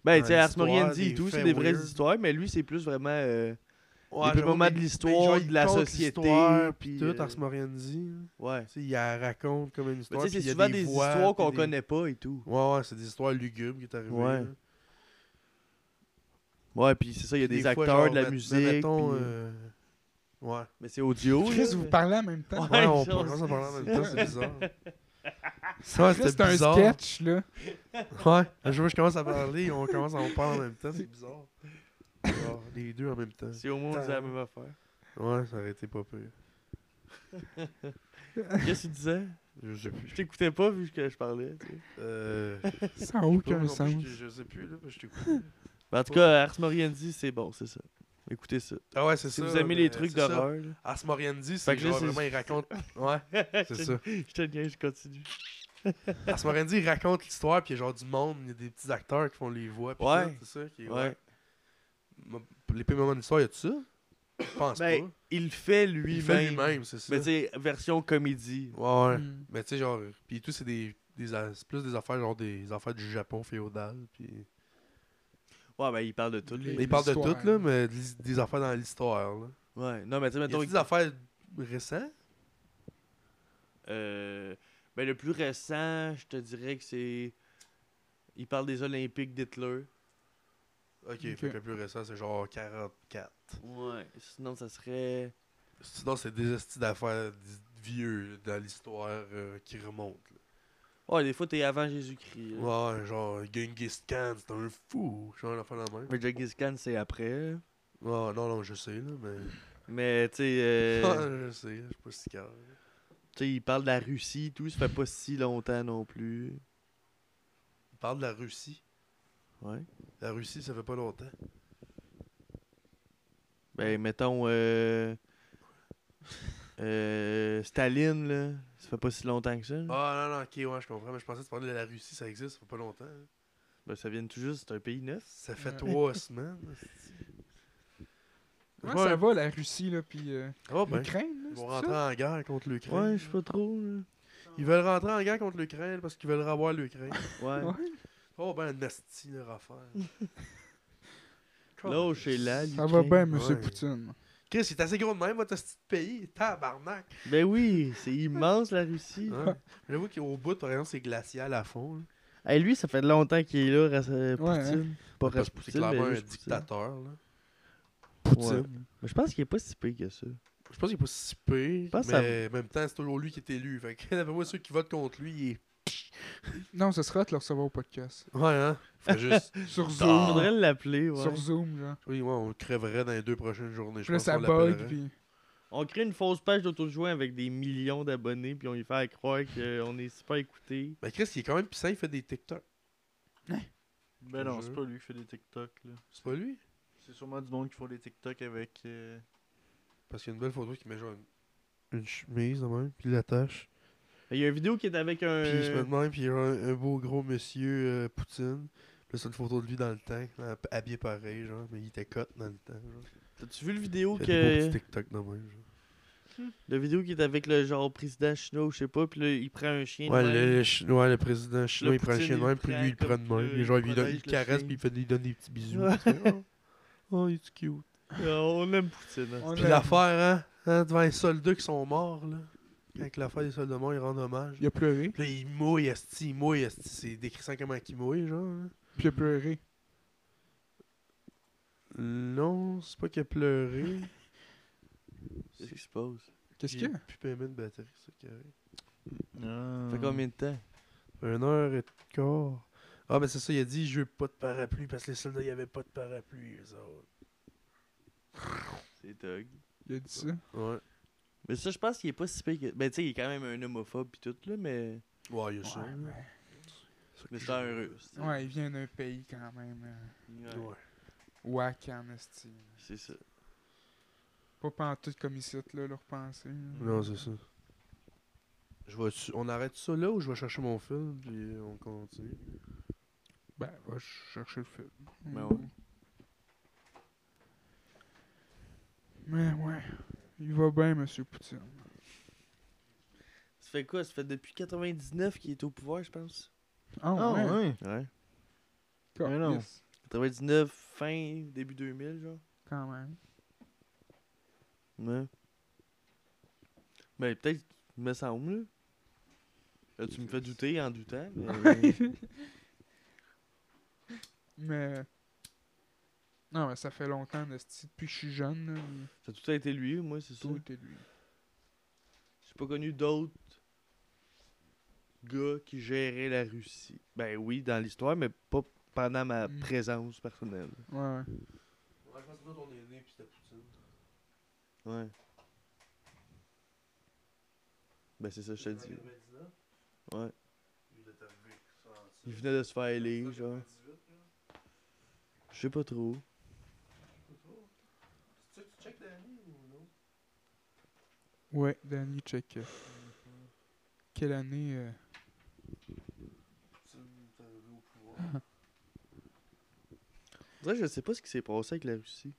Ben, Ouais, tu sais, Ars l'histoire, Moriendi et des tout, c'est faits des vraies weird. histoires, mais lui, c'est plus vraiment euh, Ouais, les j'avoue, moments mais- de mais genre, l'histoire, il de la compte société. l'histoire, puis, Tout, euh, Ars Morienzi. hein. Ouais. Tu sais, il la raconte comme une Ben, histoire. tu puis ben, sais, il y c'est a souvent des, voix, histoires puis qu'on des- connaît pas et tout. Ouais, ouais, c'est des histoires lugubres qui est arrivé. Ouais. là. Ouais, puis c'est ça, il y a Puis des, fois, acteurs, genre, de la met- musique. mettons, puis- euh, Ouais. Mais c'est audio. là, Chris, vous mais- parlez en même temps. Ouais, Ouais, on genre, commence à parler en même temps, c'est bizarre. Chris, Ça, C'est un bizarre. sketch, là. Ouais, je vois, je commence à parler, on commence à on parle en même temps, c'est bizarre. Genre, les deux en même temps. Si au moins on disait la même affaire. Ouais, ça aurait été pas pire. Qu'est-ce qu'il disait? Je sais Je plus. t'écoutais pas vu que je parlais. tu sais. Euh, Ça n'a aucun non plus, sens. je, je sais plus, là, je t'écoute. Mais Ben, en tout cas, Ars Moriendi, c'est bon, c'est ça. Écoutez ça. Ah ouais, c'est Si ça. vous aimez mais les trucs c'est ça. d'horreur, là. Asmoriendi, Fait c'est que là, genre c'est- vraiment, il raconte. Ouais, c'est ça. Je te gagne, je continue. Asmoriendi, il raconte l'histoire, puis il y a genre du monde, il y a des petits acteurs qui font les voix. puis Ouais. tout, C'est ça qui est- Ouais. Mo- Les pires moments de l'histoire, y a de ça Je pense Ben, pas. il le fait Il lui-même. le fait lui-même, c'est ça. Mais tu sais, version comédie. ouais, ouais. Hmm. Mais tu sais, genre. Puis tout, c'est des, des a- c'est plus des affaires, genre des affaires du Japon féodal. Puis. Ouais, ben il parle de tout. Les- là. Il parle de l'histoire, tout, là, mais des, des affaires dans l'histoire, là. Ouais. Non, mais tu sais, Y a mettons. des affaires récentes euh, ben, le plus récent, je te dirais que c'est. Il parle des Olympiques d'Hitler. Ok, fait que le plus récent, c'est genre 44. Ouais. Sinon, ça serait. Sinon, c'est des estis d'affaires d- vieux là, dans l'histoire euh, qui remonte. là. Ouais, des fois, t'es avant Jésus-Christ. là. Ouais, genre Genghis Khan, c'est un fou. Genre, l'affaire la même. Mais Genghis Khan, c'est après. là. Ouais, non, non, je sais, là, mais. Mais tu sais, euh, Ouais, je sais, je suis pas si calme. tu sais, il parle de la Russie et tout. Ça fait pas si longtemps non plus. Il parle de la Russie. Ouais. La Russie, ça fait pas longtemps. Ben, mettons. Euh... euh, Staline, là. Ça fait pas si longtemps que ça. là. Ah, non, non, ok, ouais, je comprends, mais je pensais que tu parlais de la Russie, ça existe, ça fait pas longtemps. hein. Ben, ça vient tout juste. C'est un pays neuf. Ça fait Ouais. trois semaines. c'est-tu. Ouais, Ouais. ça va, la Russie, là, puis euh, Ça va bien. l'Ukraine, là, Ah, ben, Ils c'est vont ça? rentrer en guerre contre l'Ukraine. Ouais, je sais pas trop. là. Ils veulent rentrer en guerre contre l'Ukraine parce qu'ils veulent revoir l'Ukraine. Ouais. Ouais. Oh, ben, nasty, leur affaire. Là, chez là. Ça va bien, Monsieur Ouais. Poutine. Chris, il est assez gros de même, votre petit pays. Tabarnak. Ben oui, c'est immense la Russie. Hein? J'avoue qu'au bout, par exemple, c'est glacial à fond. là. Hey, lui, ça fait longtemps qu'il est là, Ras- euh, Ouais, hein. Poutine. Pas Parce que Rasputin, c'est clairement mais un juste Poutine. dictateur. Là. Ouais. Mais je pense qu'il est pas si pire que ça. Je pense qu'il est pas si pire, pense mais que ça- en même temps, c'est toujours lui qui est élu. Fait que, d'après moi, ceux qui votent contre lui, il est... Non, ce sera de le recevoir au podcast. Ouais, hein? Fait juste... Sur Il Zoom. faudrait l'appeler, ouais. Sur Zoom, genre. Oui, ouais, on le crèverait dans les deux prochaines journées. Je Puis là, pense ça qu'on bug, l'appellerait. puis... On crée une fausse page d'auto-jouer avec des millions d'abonnés, puis on lui fait croire qu'on est super écouté. Mais Chris, il est quand même puissant, il fait des TikTok. Ben non, c'est Jeu. pas lui qui fait des TikTok. là. C'est pas lui? C'est sûrement du monde qui font des TikTok avec. euh, Parce qu'il y a une belle photo qui met genre une, une chemise de même, puis il l'attache. Il y a une vidéo qui est avec un. Puis il se met de même, puis il y a un, un beau gros monsieur euh, Poutine. Puis là, c'est une photo de lui dans le temps, là, habillé pareil, genre, mais il était cote dans le temps. Genre. T'as-tu vu le vidéo Il fait des beaux que. petits TikTok de même. Genre. La vidéo qui est avec le genre président chinois ou je sais pas, puis là, il prend un chien. de Ouais, même. le, le chinois, le président chinois, Le il prend le Poutine, chien de il même, puis prend lui, il comme prend de même. ça, Les il gens, lui, protège donne, il le caresse, chien. puis il fait, il donne des petits bisous. Ouais. Tu sais, oh, oh, il est cute. Ah, on aime Poutine. hein. on Puis l'a- l'affaire, hein, hein, devant les soldats qui sont morts, là. Avec l'affaire des soldats morts, ils rendent hommage. Il a pleuré, Puis là, il mouille, esti, il mouille, esti. C'est décrissant comment il mouille, genre. hein. puis il a pleuré. Non, c'est pas qu'il a pleuré. Qu'est-ce qui se passe? Qu'est-ce qu'il y a? Puis paiement de batterie, c'est carré. Ah. Ça fait combien de temps? Une heure et quart. Ah, ben c'est ça, il a dit je veux pas de parapluie parce que les soldats, il y avait pas de parapluie, eux autres. C'est Doug. Il a dit ça. Ouais. Mais ça, je pense qu'il est pas si pire que. Ben, tu sais, il est quand même un homophobe pis tout, là, mais. Ouais, il y a ça. Ouais, là. mais- Mais c'est un russe. tu sais. ouais, il vient d'un pays quand même. euh, Ouais, Ouais. Wack en esti. C'est ça. Pas pantoute comme ici, là, leur pensée. là. Non, c'est ça. Je vais on arrête ça là ou je vais chercher mon film puis on continue. Ben, va chercher le film. Ben Ou- Mais ouais. Il va bien, Monsieur Poutine. Ça fait quoi? Ça fait depuis 99 qu'il est au pouvoir, je pense. Ah, Ah, ouais. ouais. Ouais. Câlisse, Mais non. 99, fin, début 2000, genre. Quand même. Ouais. Ben, peut-être, il me semble, là. Là, tu me fais douter en doutant, mais. Mais. Non, mais ça fait longtemps, esti. Depuis que je suis jeune, là, il- ça a tout été lui, moi, c'est ça. tout était lui. J'ai pas connu d'autres gars qui géraient la Russie. Ben oui, dans l'histoire, mais pas pendant ma Mm. présence personnelle. Ouais, ouais. Ouais, je pense que nous autres, on est nés puis c'était Poutine. Ouais. Ben, c'est ça, je te dis. Ouais. Il venait de se faire élire, genre. Je sais pas trop. Tu check Danny ou non? Ouais, Danny, check. euh, Quelle année euh, Tu t'es arrivé au pouvoir. On dirait que je sais pas ce qui s'est passé avec la Russie.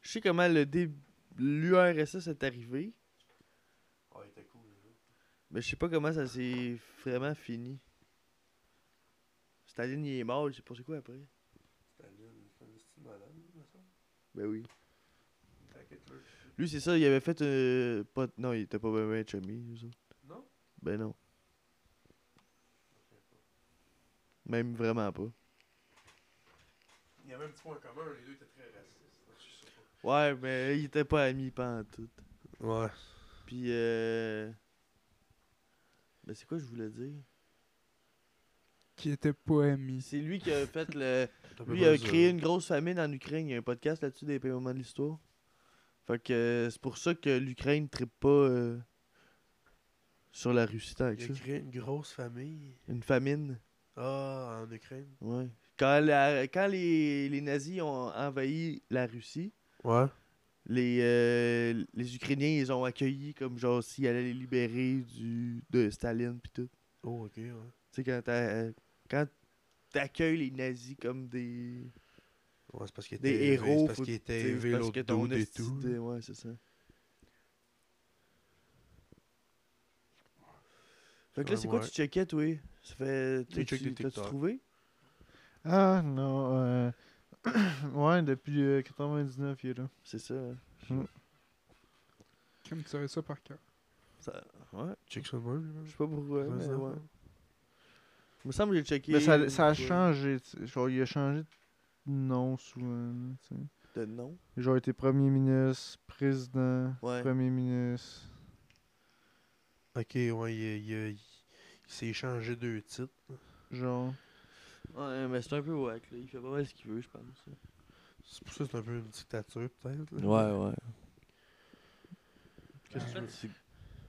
Je sais comment le dé... l'URSS est arrivé, Ah, il était cool, là. mais je sais pas comment ça s'est vraiment fini. Staline, il est mort, je sais pas c'est quoi après. Staline, c'est un style malade, il me semble. Ben oui. Avec Hitler. Lui, c'est ça, il avait fait euh, pas... Non, il était pas ben ben chummy, eux autres. Non? Ben non. Même vraiment pas. Il y avait un petit point commun, les deux étaient très racistes. Je sais pas. Ouais, mais il était pas ami pantoute. Ouais. Puis, euh... Ben c'est quoi je voulais dire? qui était pas amie. C'est lui qui a fait le... Lui il a créé une grosse famine en Ukraine. Il y a un podcast là-dessus des pires moments de l'histoire. Fait que euh, c'est pour ça que l'Ukraine ne tripe pas euh, sur la Russie tant que Il a ça. créé une grosse famille. Une famine. Ah, en Ukraine. Ouais. Quand, la- quand les, les nazis ont envahi la Russie, Ouais. les, euh, les Ukrainiens ils ont accueillis comme genre s'ils allaient les libérer du, de Staline pis tout. Oh, ok, ouais. Tu sais, quand t'a- quand t'accueilles les nazis comme des. Ouais, c'est parce qu'il était des élevé, c'est héros. parce faut- qu'il était tu sais, élevé parce l'autre que ton dude et esti tout. de- Ouais, c'est ça. Fait que là, Ouais, c'est quoi ouais. tu checkais, toi? Ça fait... Il check des T'as-tu t'as-tu TikTok. trouvé? Ah non, euh... ouais, depuis euh, 99, il est là. C'est ça. hein. Comme tu savais ça par cœur. Ça- Ouais, Check ça de même, je sais pas pourquoi, Ouais, mais ça. ouais. Il me semble que j'ai checké... Mais ça, ça a ouais, changé, tu sais, genre, il a changé de nom souvent, là, tu sais. De nom. Genre, il était premier ministre, président, Ouais. premier ministre. Ok, ouais, il, il, il, il s'est échangé deux titres. Genre, Ouais, mais c'est un peu wack, là. Il fait pas mal ce qu'il veut, je pense. C'est pour ça que c'est un peu une dictature, peut-être. là. ouais. Qu'est-ce que tu veux? C'est En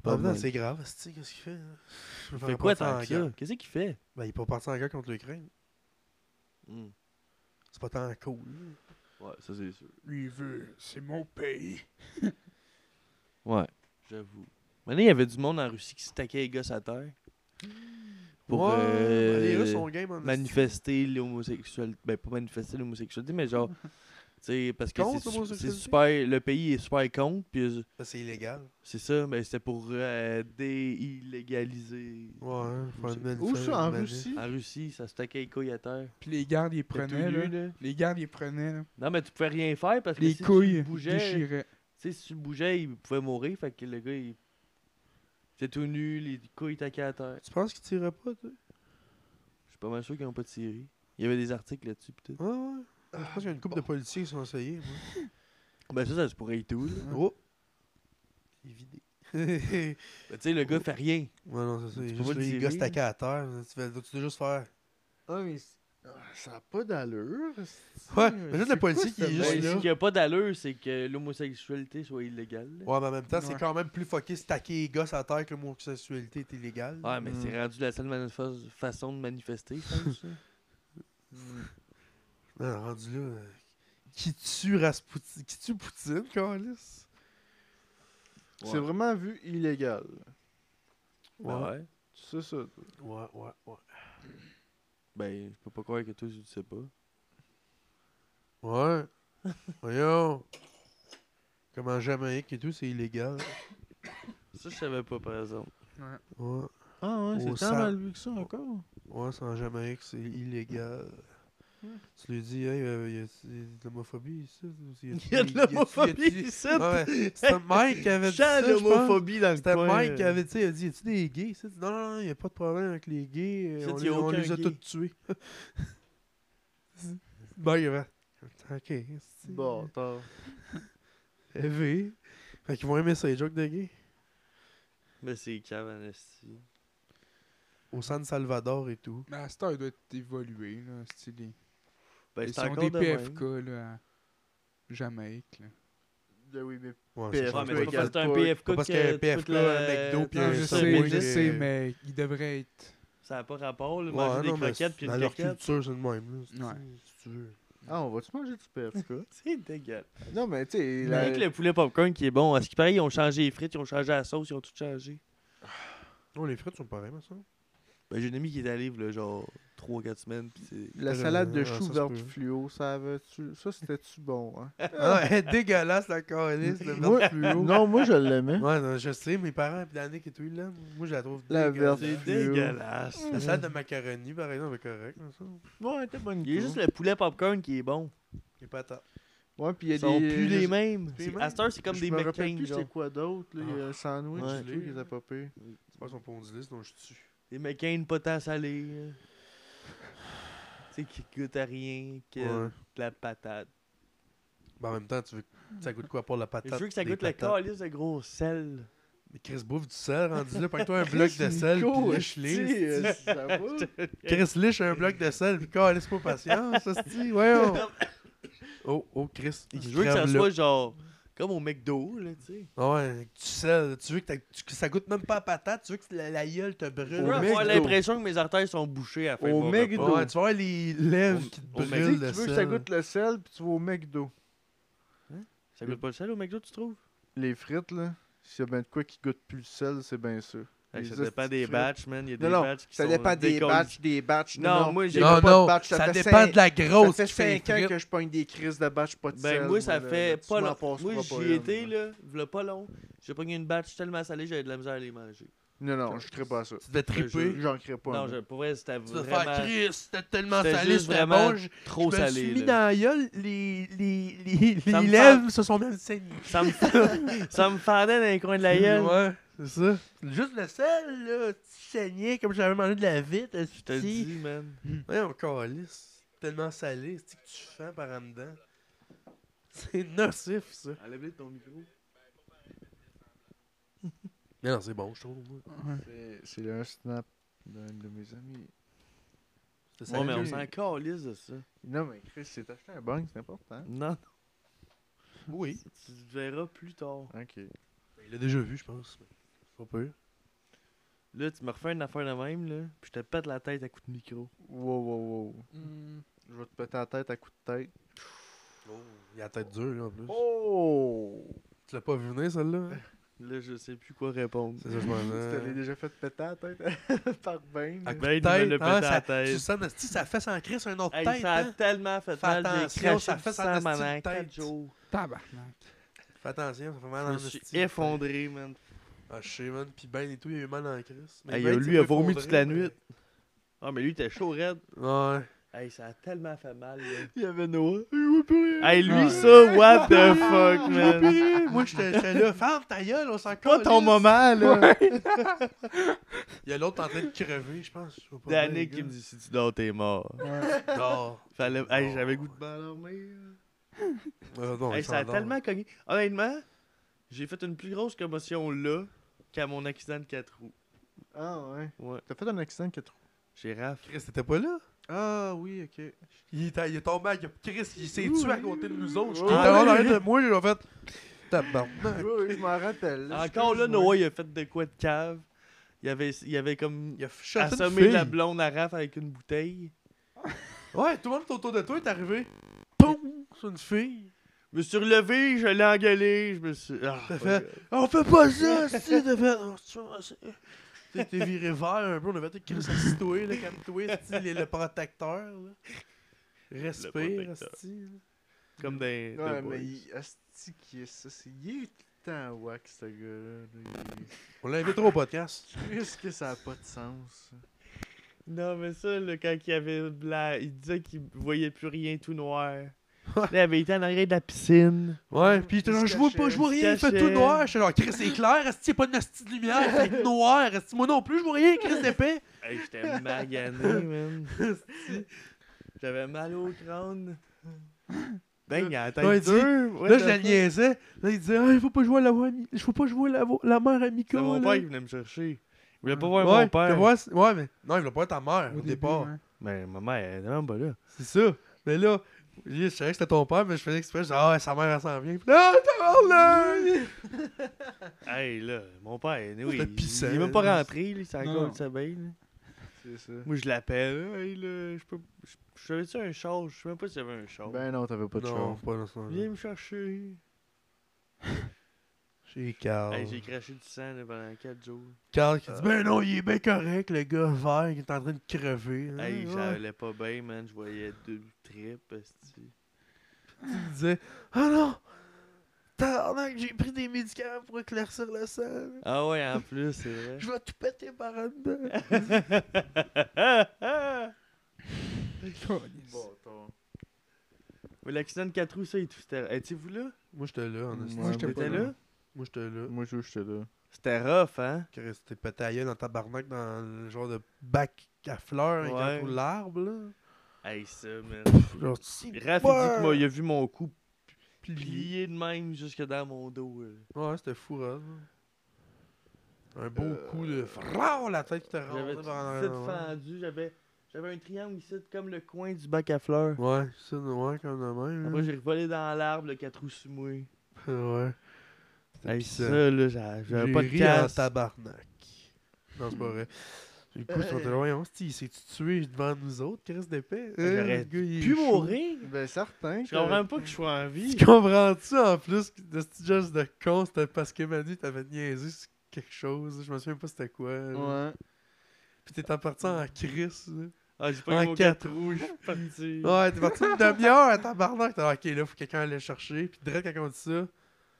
pas même temps, mal. c'est grave, c'est qu'est-ce qu'il fait? là? Il Fait pas quoi, partir en hein, tant que guerre. ça? Qu'est-ce qu'il fait? Ben, il est pas parti en guerre contre l'Ukraine. Hmm. C'est pas tant cool. Ouais, ça, c'est sûr. Lui, il veut, c'est mon pays. Ouais. J'avoue. Maintenant, il y avait du monde en Russie qui se taquait les gosses à terre. Pour Ouais, euh, ben, les Russes sont game en manifester l'homosexualité. Ben, pas manifester l'homosexualité, mais genre. Tu sais, parce que Contre c'est su- l'homosexualité? c'est super. Le pays est super contre, puis eux- Ben, c'est illégal. c'est ça, mais c'était pour euh, déillégaliser. Ouais, hein, faire une manif- où ça, en une manif. Russie? En Russie, ça se taquait les couilles à terre. Puis les gardes, ils T'as tout prenaient, lu, là. là? Les gardes, ils prenaient, là. Non, mais tu pouvais rien faire parce que Les si couilles tu bougeais, déchiraient. tu sais, si tu bougeais, il pouvait mourir, fait que le gars, il. T'es tout nu, les couilles taquaient à terre. Tu penses qu'il tirait pas, toi? Je suis pas mal sûr qu'ils n'ont pas tiré. Il y avait des articles là-dessus, pis tout. Ouais, ouais. Ah, Je pense qu'il y a une couple de policiers qui sont essayés. moi. Ben, ça, ça se pourrait et tout, là. Oh! Il est vidé. ouais, Ben, tu sais, le gars fait rien. non, c'est ça. peux Il pas juste le les tirer, gars là. stackés à terre. Tu fais- tu dois juste faire. Ah, mais c'est- ah, ça a pas d'allure. Ouais, mais juste le policier qui est Ben, juste ce là. qu'il n'y a pas d'allure, c'est que l'homosexualité soit illégale. là. Ouais, mais en même temps, c'est Ouais. quand même plus fucké stacker les gosses à terre que l'homosexualité est illégale. Ouais, mais c'est Hmm. rendu la seule manifeste- façon de manifester, je pense. ça. Non, rendu là. euh, Qui tue Rasputin Qui tue Poutine, Carlis C'est vraiment vu illégal. Ben ouais. Tu sais ça, toi. Ouais, ouais, ouais. Ben, je peux pas croire que toi, tu le sais pas. Ouais. Voyons. Comme en Jamaïque et tout, c'est illégal. Ça, je savais pas, par exemple. Ouais. Ouais. Ah ouais, Au c'est tant sang. mal vu que ça encore. Ouais, c'est en Jamaïque, c'est illégal. Hmm. Tu lui dis, hey, euh, y a y a de l'homophobie ici? Y Il y a de l'homophobie ici. Ouais, c'était Mike qui avait dit ça, Chant je pense. l'homophobie dans le C'était coin. Mike euh. qui avait dit, il a dit, y a-tu des gays? ici? Non, non, non, y a pas de problème avec les gays. euh, Ici, On, y a les- on aucun les a gay. Hmm. tous tués. Mike avait. Ok. c'est- Bon, attends. EV. Fait qu'ils vont aimer ça, les jokes de gays. Mais Ben, c'est cave, en esti. Au San Salvador et tout. Mais la star, elle doit être évoluée, là. style, les- Ben, Ils c'est sont encore des de même. PFK, là, à Jamaïque, là. Ben oui, mais Ouais, PFK. c'est Ouais, ça. mais Ouais, t'inquiète parce que- pas. c'est c'est un un PFK pas PFK parce qu'un PFK, un McDo, puis Non, un je Subway, sais, oui, je mais- sais, mais il devrait être. Ça n'a pas rapport, là, Ouais, manger non, des mais croquettes puis Dans une leur coquette. culture, c'est le même. là, Ouais. si- Si tu veux. Ah, on va-tu manger du PFK? C'est dégueulasse. non, mais tu sais. la- Avec le poulet popcorn qui est bon, à ce qui paraît, ils ont changé les frites, ils ont changé la sauce, ils ont tout changé. Non, Oh, les frites sont pareilles, mais ça. Ben, j'ai une amie qui est allée, là, genre 3-4 semaines, puis c'est. La Ah, salade de ça choux se vert peut. fluo, ça avait-tu- ça c'était-tu bon, Euh, hein? Ah, elle est dégueulasse, la calice, le Moi- vert fluo. non, moi je l'aimais. Ouais, non, je sais, mes parents, puis l'année qui est là, moi, je la trouve La dégueulasse. verte. C'est dégueulasse. La salade de macaroni, par exemple, est correcte, là, ça. Ouais, t'es bonne Il y a juste le poulet popcorn qui est bon. Les patates. Ouais, puis il y a Ils sont des. plus les je- mêmes. plus les C'est- À cette heure, c'est comme je des me rappelle McCain, plus genre. c'est quoi d'autre, là. Il y a le sandwich, Ouais. et tout, qu'ils avaient popé. C'est pas son pondilis, donc je tue. Des McCain pas tant salés. là. Tu sais, qui goûtent à rien que Ouais. de la patate. Ben, en même temps, tu veux. Ça goûte quoi pour la patate? Je veux que ça des goûte le patates? calice de gros sel. Mais Chris bouffe du sel, rendu là, prends-toi un bloc de sel, Nico, puis liche-les. esti, euh, ça va? Chris liche un bloc de sel, puis calice pas patience, ça se voyons. Oh, oh, Chris. il Je veux que ça crève là. soit genre comme au McDo, là, tu sais. Ouais, tu sel, tu veux que, t'as- tu- que ça goûte même pas à patate, tu veux que la, la gueule te Je brûle. veux Au avoir McDo. l'impression que mes artères sont bouchées à la fin de Au mon McDo. Ouais, tu vois les lèvres Au- qui te au Tu sais, brûlent tu de veux sel. que ça goûte le sel, puis tu vas au McDo. repas. Ça goûte pas le sel au McDo, tu trouves? Les frites, là, s'il y a bien de quoi qui goûte plus le sel, c'est bien sûr. Hey, Les ça dépend hosties des frites. batchs, man. Il y a des Non, non, batchs qui ça sont dépend des décollés. batchs, des batchs. Non, moi, j'ai- y a Non, pas de non, batch, ça, fait dépend cinq- de la Ça grosse. fait qui fait 5 ans frite. que je pogne des crises de batch pas de sel. Ben, moi, ça là, fait là-dessus, pas m'en long. passeras Moi, pas, j'y là. étais, là, v'là pas long. J'ai pogné une batch tellement salée, j'avais de la misère à les manger. Non, non, je crée pas ça. Tu devais triper. J'en crée pas. Non, moi. je, pour vrai, c'était Tu devais faire vraiment Chris, c'était tellement C'était salé, juste c'était vraiment bon. Je, trop je me suis salé. mis là. dans la gueule, les, les, les, Ça les me lèvres se sont même saignées. Ça me, ça me fendait dans les coins de la gueule. Ouais, c'est ça. Juste le sel, là, tu saignais comme j'avais mangé de la vite. Je te le dis, man. Voyons, calice. Tellement salé, c'est que tu fends par en dedans. C'est nocif, ça. Enlève ton micro. Mais non, c'est bon, je trouve. moi. C'est- C'est un snap d'un de mes amis. C'est Ouais, salé. mais on lui. s'en calisse de ça. Non, mais Chris, c'est acheté un bang, c'est important. Non, Oui. tu le verras plus tard. Ok. Il l'a déjà vu, je pense. Pas peu. Là, tu me refais une affaire de même, là, puis je te pète la tête à coups de micro. Wow, wow, wow. Je vais te péter la tête à coup de tête. Il a la tête dure, là, en plus. Oh! Tu l'as pas vu venir, celle-là? hein? Là, je sais plus quoi répondre. C'est ça, je m'en Tu t'avais ai. déjà fait péter la tête par Ben. À là. coup Ben, de il me l'a tête, pété hein, Euh. à ça- la tête. Tu sens, esti, ça fait sans crise un autre Hey, tête, ça a hein? tellement fait Fais mal. J'ai attention, craché ça du fait sang, ça, man, esti, en de quatre tête. jours. Tabarnak. Fais attention, ça fait mal Je en me esti. suis effondré, man. Ah, je sais, man. Puis Ben et tout, il a eu mal en crise. Ben, Hey, yo, il s'est lui a pas vomi effondré, toute la mais- nuit. Ah, mais lui, il était chaud, raide. Ouais. Hey, ça a tellement fait mal, là. Il y avait Noah. Il veut plus rien. Hey, lui, Ouais. ça, what the fuck, man. Ah, Moi, j'étais j'étais là. Ferme ta gueule, on s'en Pas calisse. ton moment, là. Il y a l'autre en train de crever, je pense. Je vois pas bien, les Danick gars. qui me dit si tu dors, t'es mort. Dors. Fallait... Oh. Hey, j'avais le goût de Ben, alors, mais, euh, Euh, Ah. non, Hey, il ça a s'endort. tellement cogné. Honnêtement, j'ai fait une plus grosse commotion là qu'à mon accident de 4 roues. Ah, ouais. Ouais. T'as fait un accident que tu. J'ai raflé. Chris, t'étais pas là? Ah, oui, ok. Il est, il est tombé, il a, Chris, il s'est tué à côté de nous autres. Oui. J'étais Ah en oui. arrière de moi, j'ai fait. Oui, Tabarnak. oui, je m'en rappelle. Encore là, Excuse-moi. Noah, il a fait de quoi de cave. Il avait, il avait comme Il a chassé une assommé fille. la blonde à raf avec une bouteille. Ouais, tout le monde autour de toi est arrivé. Poum! C'est une fille. Je me suis relevé, je l'ai engueulé. Je me suis. Ah, T'as ouais, fait- gars. On fait pas ça, si, t'as fait. Oh, tu vois, c'est- T'es t'es viré vert un peu, on avait tout Chris assistoué, le calme-toi, esti, le, le protecteur. Là. Le Respire, protecteur. esti, là. comme dans. les Ouais, The Boys. mais il... Asti, qui est ça? C'est... Il est tout le temps wack, ce gars-là. là. Il- On l'invite au podcast. Qu'est-ce que ça a pas de sens? Non, mais ça, là, quand il avait. La... Il disait qu'il voyait plus rien tout noir. Là, il avait été en arrière de la piscine. Ouais, pis Mm, il était Il genre, se je vois cachait, pas, je vois il se rien, il fait cachait. tout noir. Je suis genre, Chris, c'est clair, est-ce qu'il n'y a pas de nasty de lumière, c'est noir, est-ce moi non plus, je vois rien, Chris, d'épais. Hey, j'étais magané, man. J'avais mal au crâne. Ben, il a la tête Ouais, il dit- dure. Là, je la niaisais, là, il disait, ah, il faut pas jouer à la, voix ami- faut pas jouer à la, vo- la mère à Mika. C'est mon là. père qui venait me chercher. Il voulait pas voir ouais, mon père. t'as vu, ouais, mais non, il voulait pas être ta mère au, Au début, hein. départ. ouais. Mais ma mère, elle est vraiment pas là. C'est ça. Mais là, Je savais que c'était ton père, mais je faisais exprès. Je disais, ah, sa mère, elle s'en vient. Puis là, tabarnak! Hey, là, mon père, anyway, C'était il, pissant, il est même là. pas rentré, là, il s'en Non, colle non. sa baie, là. C'est ça. Moi, je l'appelle. Hey, là, je peux. Je je savais-tu un char? Je sais même pas si j'avais un char. Ben non, t'avais pas de Non, char. pas dans ce Viens me chercher. Chez Carl. Hey, j'ai craché du sang là, pendant 4 jours. Carl qui dit Ben non, il est bien correct, le gars vert qui est en train de crever. Hey, Ah, ouais. j'allais pas bien, man. Je voyais deux tripes. esti. Il disait Ah non Tabarnak, j'ai pris des médicaments pour éclaircir le sang. Ah ouais, en plus, c'est vrai. Je vais tout péter par un dedans. Ah, Calice. Mais l'accident de 4 roues, ça, il tout. C'était... Étiez-vous là? Moi, j'étais là, en esti. Moi, j'étais T'étais pas là? Moi, j'étais là. Moi, je j'étais là. C'était rough, hein? Chris, t'es pété à gueule dans tabarnak dans le genre de bac à fleurs avec un Ouais. trou de l'arbre, là. Hey, ça, man. Genre, si. Raph, il dit Ouais. que moi, il a vu mon cou Plié. plié de même jusque dans mon dos. euh. là. Ouais, c'était fou, raide. Un beau Euh, coup de. Frau, la tête qui te J'avais rentre tout par en de arrière. fendu, j'avais, j'avais un triangle ici, comme le coin du bac à fleurs. Ouais, ça, ouais, comme de même. Après, hein. j'ai revolé dans l'arbre, le 4 roues sous moi. ouais. C'était Hey, pissant. ça, là, j'a- j'avais J'ai pas de ri en casse. tabarnak. Non, c'est pas vrai. Du coup, ils sont allés, voyons, c'est- il s'est tué devant nous autres, Chris d'épais. J'aurais euh, Hein, le gars, il est Puis chaud. Euh, mourir? Ben certain. Je que- comprends pas que je sois en vie. Tu comprends-tu en plus que de ce geste de con, c'était parce que Manu t'avait niaisé sur quelque chose, je me souviens pas c'était quoi. là. Ouais. Puis t'es en parti en crise. là. Ah, j'ai En pas eu mon quatre Ah, 4 roues, je suis parti. Ouais, t'es parti une demi-heure à tabarnak. T'as dit, ok, là, faut que quelqu'un aille le chercher. Puis direct, quand on dit ça,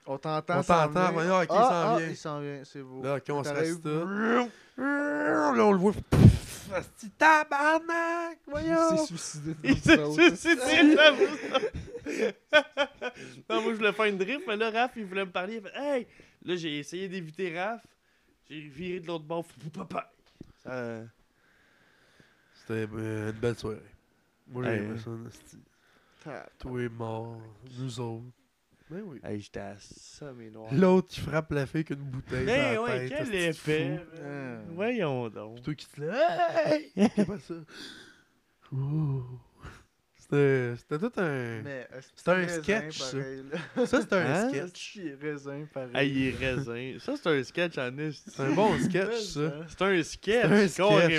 On t'entend. On s'en t'entend, venir. voyons, ok, il s'en ah, ah, vient. il s'en vient. c'est beau. là, ok, on se T'aurais reste eu- là. Là, on le voit. Pouf! Asti, Il tabarnak! s'est Voyons! suicidé Il devant s'est nous autres. suicidé là, Non, moi, je voulais faire une drift, mais là, Raph, il voulait me parler. Il fait Hey! Là, j'ai essayé d'éviter Raph. J'ai viré de l'autre bord. Fou, fou, papa. Ça- C'était euh, une belle soirée. Moi, j'ai Hey, aimé ouais. ça, Asti. Ah, Toi est mort, nous autres. Ben oui. Hey, j'étais à ça, mes noirs. L'autre qui frappe la fille avec une bouteille. sur la Hey, Eh Ben ouais, tête, quel asti de fou. effet! Euh. man. Voyons donc. Toi qui te lèves. Hey! C'est pas ça. Ouh. C'était c'était tout un. Mais est-ce C'est un qu'il est sketch, raisin, ça. pareil, là? Ça, c'était un Hein? sketch. Il est raisin, pareil. Hey, il est raisin. Ça, c'est un sketch en est. C'est un bon sketch, ça. C'est un C'est sketch, un sketch. je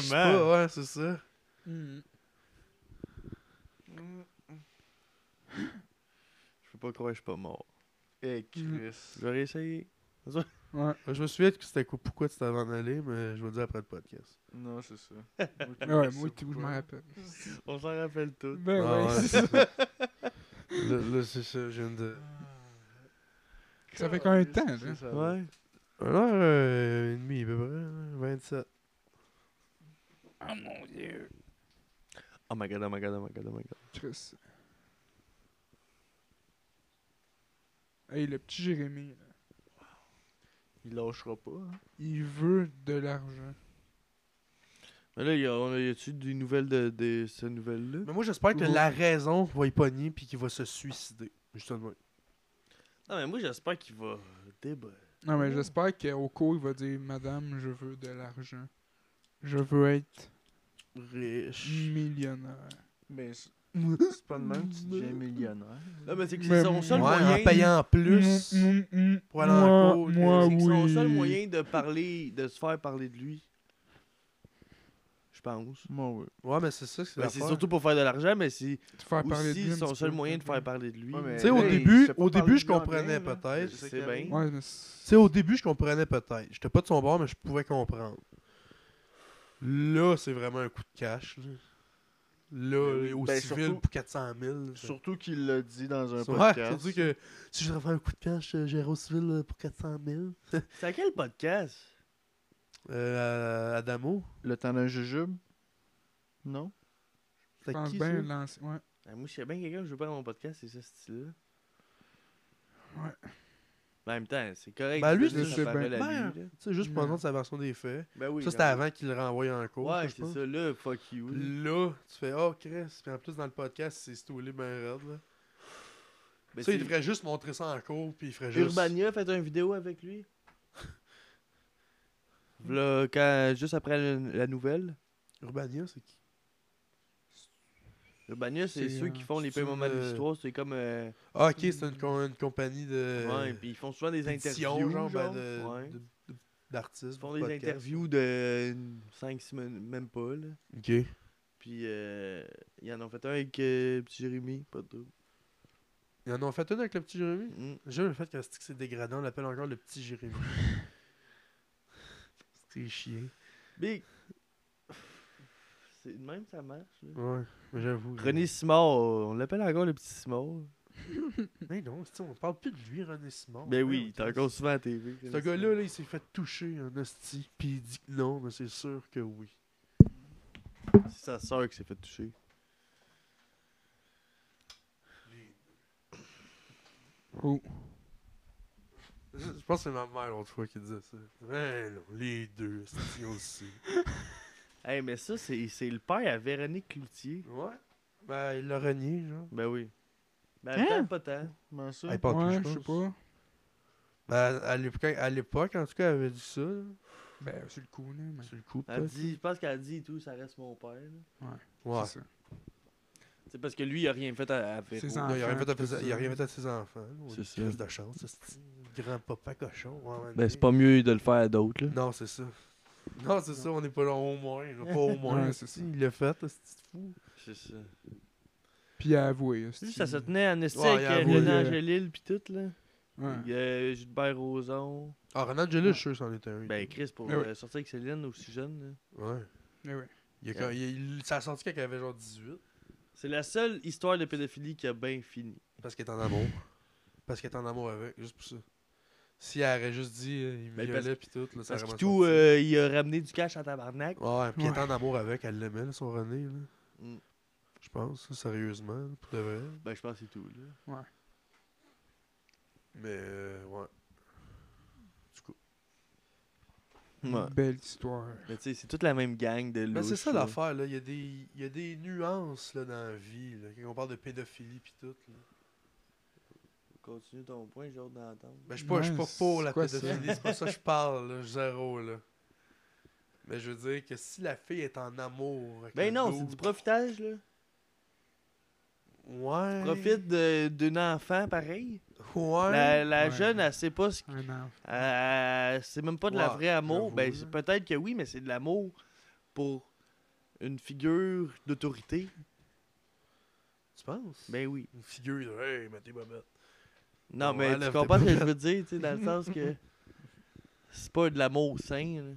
sais carrément. pas, ouais, c'est ça. Hmm. Mm. Je peux pas croire que je suis pas mort. Eh, Chris. J'aurais essayé. Ouais. Ouais, Je me souviens que c'était quoi, pourquoi tu t'avais en allé, mais je vais le dire après le podcast. Non, c'est ça. Ouais, ouais, moi, tout, je m'en rappelle. On s'en rappelle tous. Ben Ah, ouais, ouais, c'est c'est ça. Là, là, c'est ça, je viens de. Ça fait combien de temps, C'est là? ça. Ouais. 1 heure euh, et demie, à peu près, hein, 27. Oh mon dieu. Oh my god, oh my god, oh my god, oh my god. Chris. Hey, le petit Jérémy, là, Il lâchera pas. hein. il veut de l'argent. Mais là, y a, on a- y a-tu des nouvelles de, de ces nouvelles-là? Mais moi, j'espère que Ouais. la raison va y pogner puis qu'il va se suicider. Justement. Non, mais moi, j'espère qu'il va débat. Non, Oh. mais j'espère qu'au cours, il va dire Madame, je veux de l'argent. Je veux être Riche. millionnaire. Mais c'est c'est pas de même que tu deviens millionnaire. Non, mais c'est que Mais c'est son moi- Ouais, seul moyen. en payant plus. Mm, mm, mm. pour aller en Moi, cours, moi, Euh, c'est que son oui. seul moyen de parler, de se faire parler de lui. Je pense. Moi, oui. Ouais, mais c'est ça que c'est Ben, c'est surtout pour faire de l'argent, mais c'est Te faire parler de lui aussi un son petit seul peu. moyen de faire parler de lui. Ouais, mais- Tu sais, au Hey, début, je sais pas au parler début, de je bien, comprenais bien, là. peut-être. Je Tu sais C'est que- bien. Ouais, mais sais, au début, je comprenais peut-être. J'étais pas de son bord, mais je pouvais comprendre. Là, c'est vraiment un coup de cash. Là, là Ben, au ben, civil, surtout- pour 400 000. là, c'est- Surtout qu'il l'a dit dans un Ouais, podcast. surtout que si je devais faire un coup de cash, euh, j'irais au civil euh, pour 400 000. C'est à quel podcast? Euh, Adamo, Le temps d'un jujube? Non? je c'était pense qui bien ça? lancer- Ouais. Ah, moi, je sais bien quelqu'un, je veux pas dans mon podcast, c'est ce style-là. Ouais. Ben, en même temps, c'est correct. Ben, de lui, donner je sa sais parole bien. à lui, Ben, Tu là. sais, juste Non. pour entendre sa version des faits. Ben oui. ça, c'était avant qu'il le renvoie en cours. Ouais, je c'est pense. ça, là, fuck you. Ben, là. Là, tu fais Oh, Chris. Puis en plus, dans le podcast, c'est stoulé ben raide. Là. Ben, ça, il c'est- devrait juste montrer ça en cours. Puis il ferait juste. Urbania a fait une vidéo avec lui. V'là, quand, juste après le- la nouvelle. Urbania, c'est qui Le Bagnus, c'est C'est, ceux euh, qui font les c'est pires moments de une, euh, l'histoire. C'est comme. euh, Ah, ok, c'est une, com- une compagnie de. ouais, puis ils font souvent des d'édition, interviews. genre, ben, euh, genre. de- Ouais. de- de- d'artistes. Ils font de des podcasts. interviews de 5 semaines, même pas, là. Ok. Puis, euh, ils en ont fait un avec euh, petit Jérémy, pas de trouble. Ils en ont fait une avec le petit Jérémy. Mm. J'aime le fait que c'est- que c'est dégradant, on l'appelle encore le petit Jérémy. c'est chiant. Big! C'est de même, ça marche. là. Ouais, mais j'avoue. René Simard, on l'appelle encore le petit Simard. Mais non, c'est- on parle plus de lui, René Simon. Ben oui, il est encore souvent à TV. Ce gars-là, là, il s'est fait toucher en hostie, puis il dit que non, mais c'est sûr que oui. C'est sa sœur qui s'est fait toucher. Oh, Je pense que c'est ma mère l'autre fois qui disait ça. Mais non, les deux, c'est aussi. Hey, mais ça, c'est c'est le père à Véronique Cloutier. Ouais. Ben, il l'a renié, genre. Ben oui. Ben, Hein? peut-être pas tant. Comment ça? Elle parle plus, ouais, je je sais pense. pas. Ben, à l'époque, à l'époque, en tout cas, elle avait dit ça. là. Ben, c'est le coup, là. Mais... Sur le coup, Elle peut-être. dit, je pense qu'elle dit et tout, ça reste mon père. là. Ouais. C'est ça. C'est parce que lui, il a rien fait à, à Véro. C'est ça. Non, il a rien fait à, Enfant, il a rien fait à ses enfants. C'est ça. C'est ça. de chance, ce petit grand-papa cochon. ouais, ouais, Ben, c'est pas mieux de le faire à d'autres, là. Non, c'est ça. Non, c'est ça, on n'est pas là au moins. là, Pas au moins. Ouais, c'est si, ça. Il l'a fait, ce petit fou. C'est ça. Puis à avouer. Lui, hostie. ça se tenait en esti Ouais, il avec avoue, euh, René euh, Angélil pis tout, là. Ouais. Il y a Gilbert Rozon. Ah, Renan Angelus, je suis sûr, c'en était un. Ben, Chris, pour Ah oui. euh, sortir avec Céline aussi jeune, là. Ouais. Eh ouais. Il a, Yeah. quand- il- il- ça a sorti quand il avait genre 18. C'est la seule histoire de pédophilie qui a bien fini. Parce qu'il est en amour. parce qu'il est en amour avec, juste pour ça. Si elle aurait juste dit, euh, il Ben, violait pis tout, là, ça Parce aurait vraiment que tout, sorti. euh, il a ramené du cash à tabarnak. Ouais, pis il est en amour avec, elle l'aimait, là, son René, là. Mm. Je pense, là, sérieusement, là, pour de vrai. Ben, je pense que c'est tout, là. Mais, euh, ouais. Ouais. Belle histoire. Mais tu sais, c'est toute la même gang de louches. Mais Ben, c'est ça là. l'affaire, là. Il y, a des, il y a des nuances, là, dans la vie, là. Quand on parle de pédophilie pis tout, là. Continue ton point, j'ai hâte d'entendre. Ben, je suis pas, je suis Ouais, pas pour la c'est quoi ça? pédophilie, c'est pas ça que je parle, là, zéro, là. Mais je veux dire que si la fille est en amour. avec Ben le non, c'est dude- du profitage, là. Ouais. Profite de- d'une enfant, pareil. Ouais. La, la Ouais. jeune, elle sait pas ce Un enfant. Euh, c'est même pas de la Ouais, vraie amour. j'avoue, Ben, là. c'est- peut-être que oui, mais c'est de l'amour pour une figure d'autorité. Tu penses Ben oui. Une figure de Hey, mais t'es babette. Non, Bon, mais tu enlève tes comprends ce que je veux dire, tu sais, dans le sens que c'est pas de l'amour sain. là.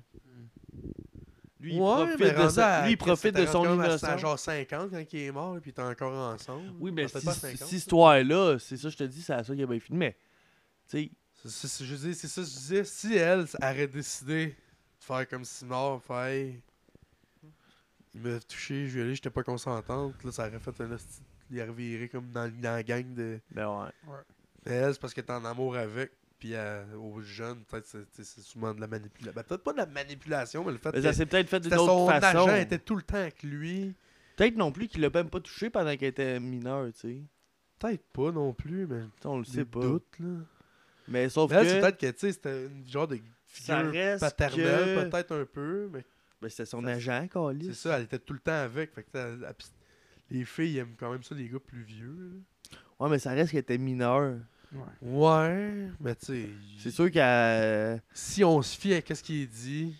Lui, il profite de, sa- lui, il profite de son C'est innocence. genre 50 quand il est mort, là, puis t'es encore ensemble. Oui, mais Ça si, fait pas si- 50, cette histoire-là, c'est ça, je te dis, c'est à ça qu'il a bien fini. Mais, tu sais, C'est- c'est- c'est- je veux dire, c'est ça, que je disais. Si elle aurait décidé de faire comme si mort, faire Hey, il m'a touché, je lui ai allé, j'étais pas consentante, là, ça aurait fait un esti- il aurait viré comme dans, dans la gang de. ben ouais. Mais elle, c'est parce qu'elle est en amour avec. Puis elle- aux jeunes, peut-être c'est- c'est c'est souvent de la manipulation. peut-être pas de la manipulation, mais le fait Mais que Ben, ça s'est peut-être fait d'une c'était autre son façon. agent était tout le temps avec lui. Peut-être non plus qu'il l'a même pas touché pendant qu'elle était mineure, tu sais. Peut-être pas non plus, mais Tu sais, On le des sait pas. doutes, là. Mais sauf Mais elle, que. c'est peut-être que tu sais, c'était une genre de Ça figure reste paternelle, que- peut-être un peu, mais Ben, c'était son Ça- agent, C'est Calis. ça, elle était tout le temps avec. Fait que t'as- la pis- les filles aiment quand même ça, les gars plus vieux. Ouais, mais ça reste qu'elle était mineure. Ouais. Ouais, mais tu sais. C'est sûr qu'elle. Si on se fie à qu'est-ce qu'il est dit,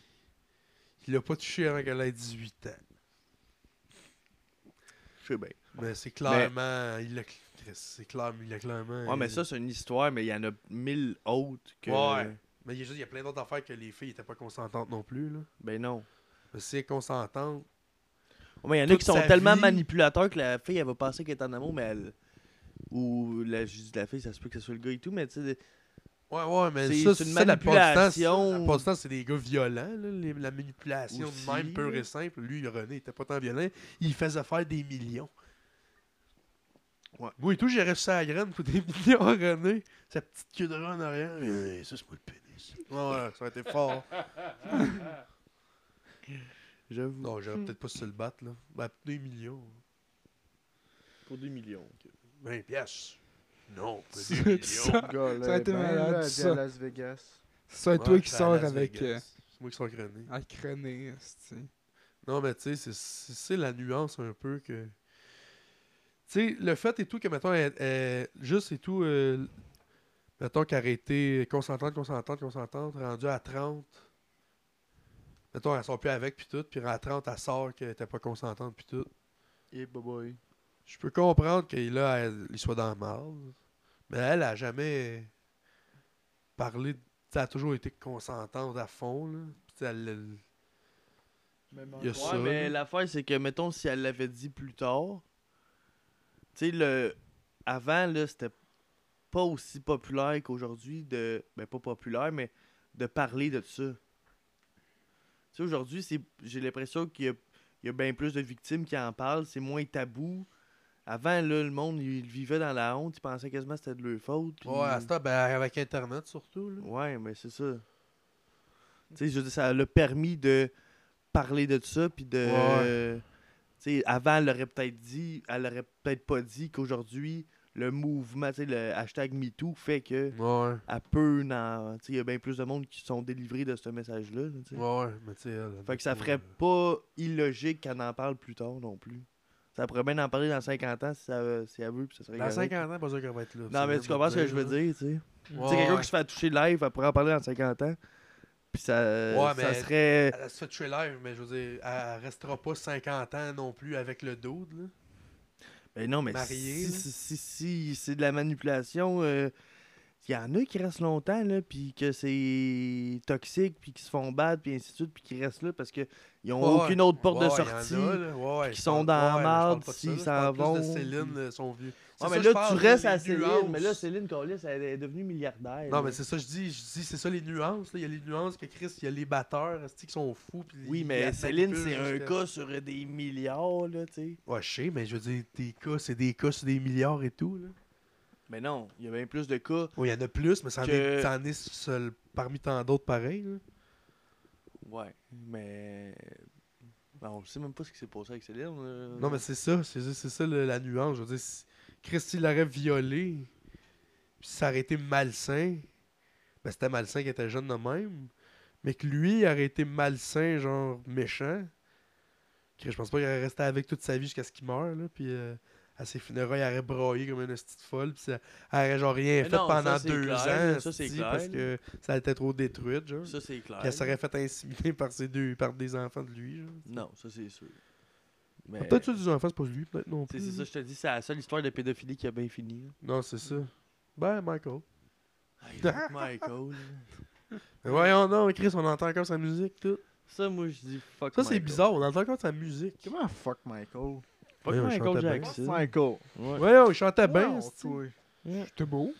il l'a pas touché avant qu'elle ait 18 ans. Je sais bien. Mais c'est clairement. Il l'a cl- Chris, c'est clair, il l'a clairement. Ouais, mais ça, c'est une histoire, mais il y en a mille autres que. Ouais. Mais il y a juste- il y a plein d'autres affaires que les filles étaient pas consentantes non plus. Là. Ben non. Mais si elles sont consentantes. Ouais, mais il y en a Toute qui sont sa tellement vie- manipulateurs que la fille, elle va penser qu'elle est en amour, mais elle. Ou la, je dis la fille, ça se peut que ce soit le gars et tout, mais tu sais. Ouais, ouais, mais C'est- ça, c'est une ça, la plupart du temps, c'est- manipulation. La plupart du temps, c'est des gars violents, là, les- la manipulation Aussi, de même pure là. et simple. Lui, René, il était pas tant violent. Il faisait faire des millions. Ouais. Moi et tout, j'ai reçu la graine pour des millions à René. Sa petite queue de rat en arrière. Euh, ça, c'est moi le pénis. Ouais, ouais, ça a été fort. J'avoue. non, j'aurais Hmm. peut-être pas su le battre, là. Ben, des millions. Pour 2 millions. 20 piastres. Non, pas des C'est millions. ça. Ça a été malade, ça. ben à Las Vegas. C'est à Ouais, toi qui j'étais à sors Las avec. Vegas. Euh, Ah. C'est moi qui sors avec René. à crâner, hostie. Non, mais tu sais, c'est- c'est c'est la nuance un peu que. sais, le fait et tout que, mettons, elle- elle- juste et tout, euh, mettons qu'elle aurait été consentante, consentante, consentante, rendue à 30. Mettons, elle sort plus avec, puis tout, puis à 30, elle sort qu'elle était pas consentante, puis tout. Et bye bye. Je peux comprendre qu'il là, elle- il soit dans le marde, mais elle a jamais parlé. de- Elle a toujours été consentante à fond, là. Puis elle, elle- Même Il y a encore. ça, Ouais, mais là. l'affaire, c'est que, mettons, si elle l'avait dit plus tard, tu sais, le... avant, là, c'était pas aussi populaire qu'aujourd'hui de. Ben, pas populaire, mais de parler de ça. Tu sais, aujourd'hui, c'est... j'ai l'impression qu'il y a, il y a bien plus de victimes qui en parlent, c'est moins tabou. Avant, là, le monde, il vivait dans la honte, il pensait quasiment que c'était de leur faute. puis- Ouais, à ce temps, ben, avec Internet surtout, là. Ouais, mais c'est ça. Tu sais, je veux dire, ça l'a permis de parler de ça, puis de... Ouais. tu sais, avant, elle l'aurait peut-être dit, elle aurait peut-être pas dit qu'aujourd'hui, le mouvement, tu sais, le hashtag MeToo fait que Ouais. à peu, dans- tu sais, il y a bien plus de monde qui sont délivrés de ce message-là. là, tu sais. Ouais, mais tu sais, elle, elle- Fait que ça ouais. ferait pas illogique qu'elle en parle plus tard non plus. Ça pourrait bien en parler dans 50 ans si, ça, si elle veut, puis ça serait Dans correct. 50 ans, pas sûr qu'elle va être là. Non, mais tu comprends ce que je veux dire, tu sais. Tu sais, quelqu'un qui se fait toucher live, elle pourrait en parler dans 50 ans. Puis ça, ça mais- serait. Elle se fait tuer live, mais je veux dire, elle restera pas 50 ans non plus avec le dude, là. Mais non, mais mariée, si, là. si, si- si c'est de la manipulation, euh, il y en a qui restent longtemps, là, puis que c'est toxique, puis qui se font battre, puis ainsi de suite, puis qui restent là parce qu'ils n'ont Ouais, aucune autre porte ouais, de y en sortie. a, là, ouais, ouais, qui je sont parle- dans la ouais, mais je parle marde pas de ça, s'ils là, je parle s'en plus vont, de Céline, puis- euh, son vieux. C'est Ouais, mais ça, je là, tu parle, restes les à Céline. nuances. Mais là, Céline Collis, elle est devenue milliardaire. Non, là. mais c'est ça, je dis, je dis c'est ça les nuances. là. Il y a les nuances que Chris, il y a les batteurs, esti, qui sont fous. puis Oui, ils mais attaquent Céline, plus c'est un jusqu'à- cas sur des milliards, là, tu sais. Ouais, je sais, mais je veux dire, tes cas, c'est des cas sur des milliards et tout, là. Mais non, il y a bien plus de cas. Oui, il y en a plus, mais ça en est, Que- ça en est seul, parmi tant d'autres pareil, là. Ouais, mais. Ben, on ne sait même pas ce qui s'est passé avec Céline. là. Non, mais c'est ça, c'est ça, c'est ça le- la nuance. Je veux dire, si Christy l'aurait violé, puis ça aurait été malsain, ben c'était malsain qu'il était jeune de même, mais que lui il aurait été malsain, genre méchant, que je pense pas qu'il aurait resté avec toute sa vie jusqu'à ce qu'il meure, là, puis euh, à ses funérailles, il aurait broyé comme une petite folle, puis ça- elle aurait genre rien Mais fait non, pendant ça, c'est deux clair, ans, ça, c'est esti, clair, parce là. que ça a été trop détruite, genre. Ça, c'est clair. Puis elle s'aurait fait intimider par ses deux, par des enfants de lui, genre. Non, ça, c'est sûr. Mais... Ah, Peut-être que des enfants, c'est pas lui, peut-être non Tu plus. sais, C'est là. ça, je te dis, c'est la seule histoire de pédophilie qui a bien fini. Non, c'est ça. Ben, Michael. là. Michael. là. Mais voyons donc, Chris, on entend encore sa musique, tout. Ça, moi, je dis fuck Ça, c'est Michael. bizarre, on entend encore sa musique. Comment fuck Michael? Fuck Ouais, on Michael chantait bien. Fuck Jackson. Ah, ben, Michael. Ouais. Voyons, il chantait bien, Non, c'est-tu. toi. C'était beau.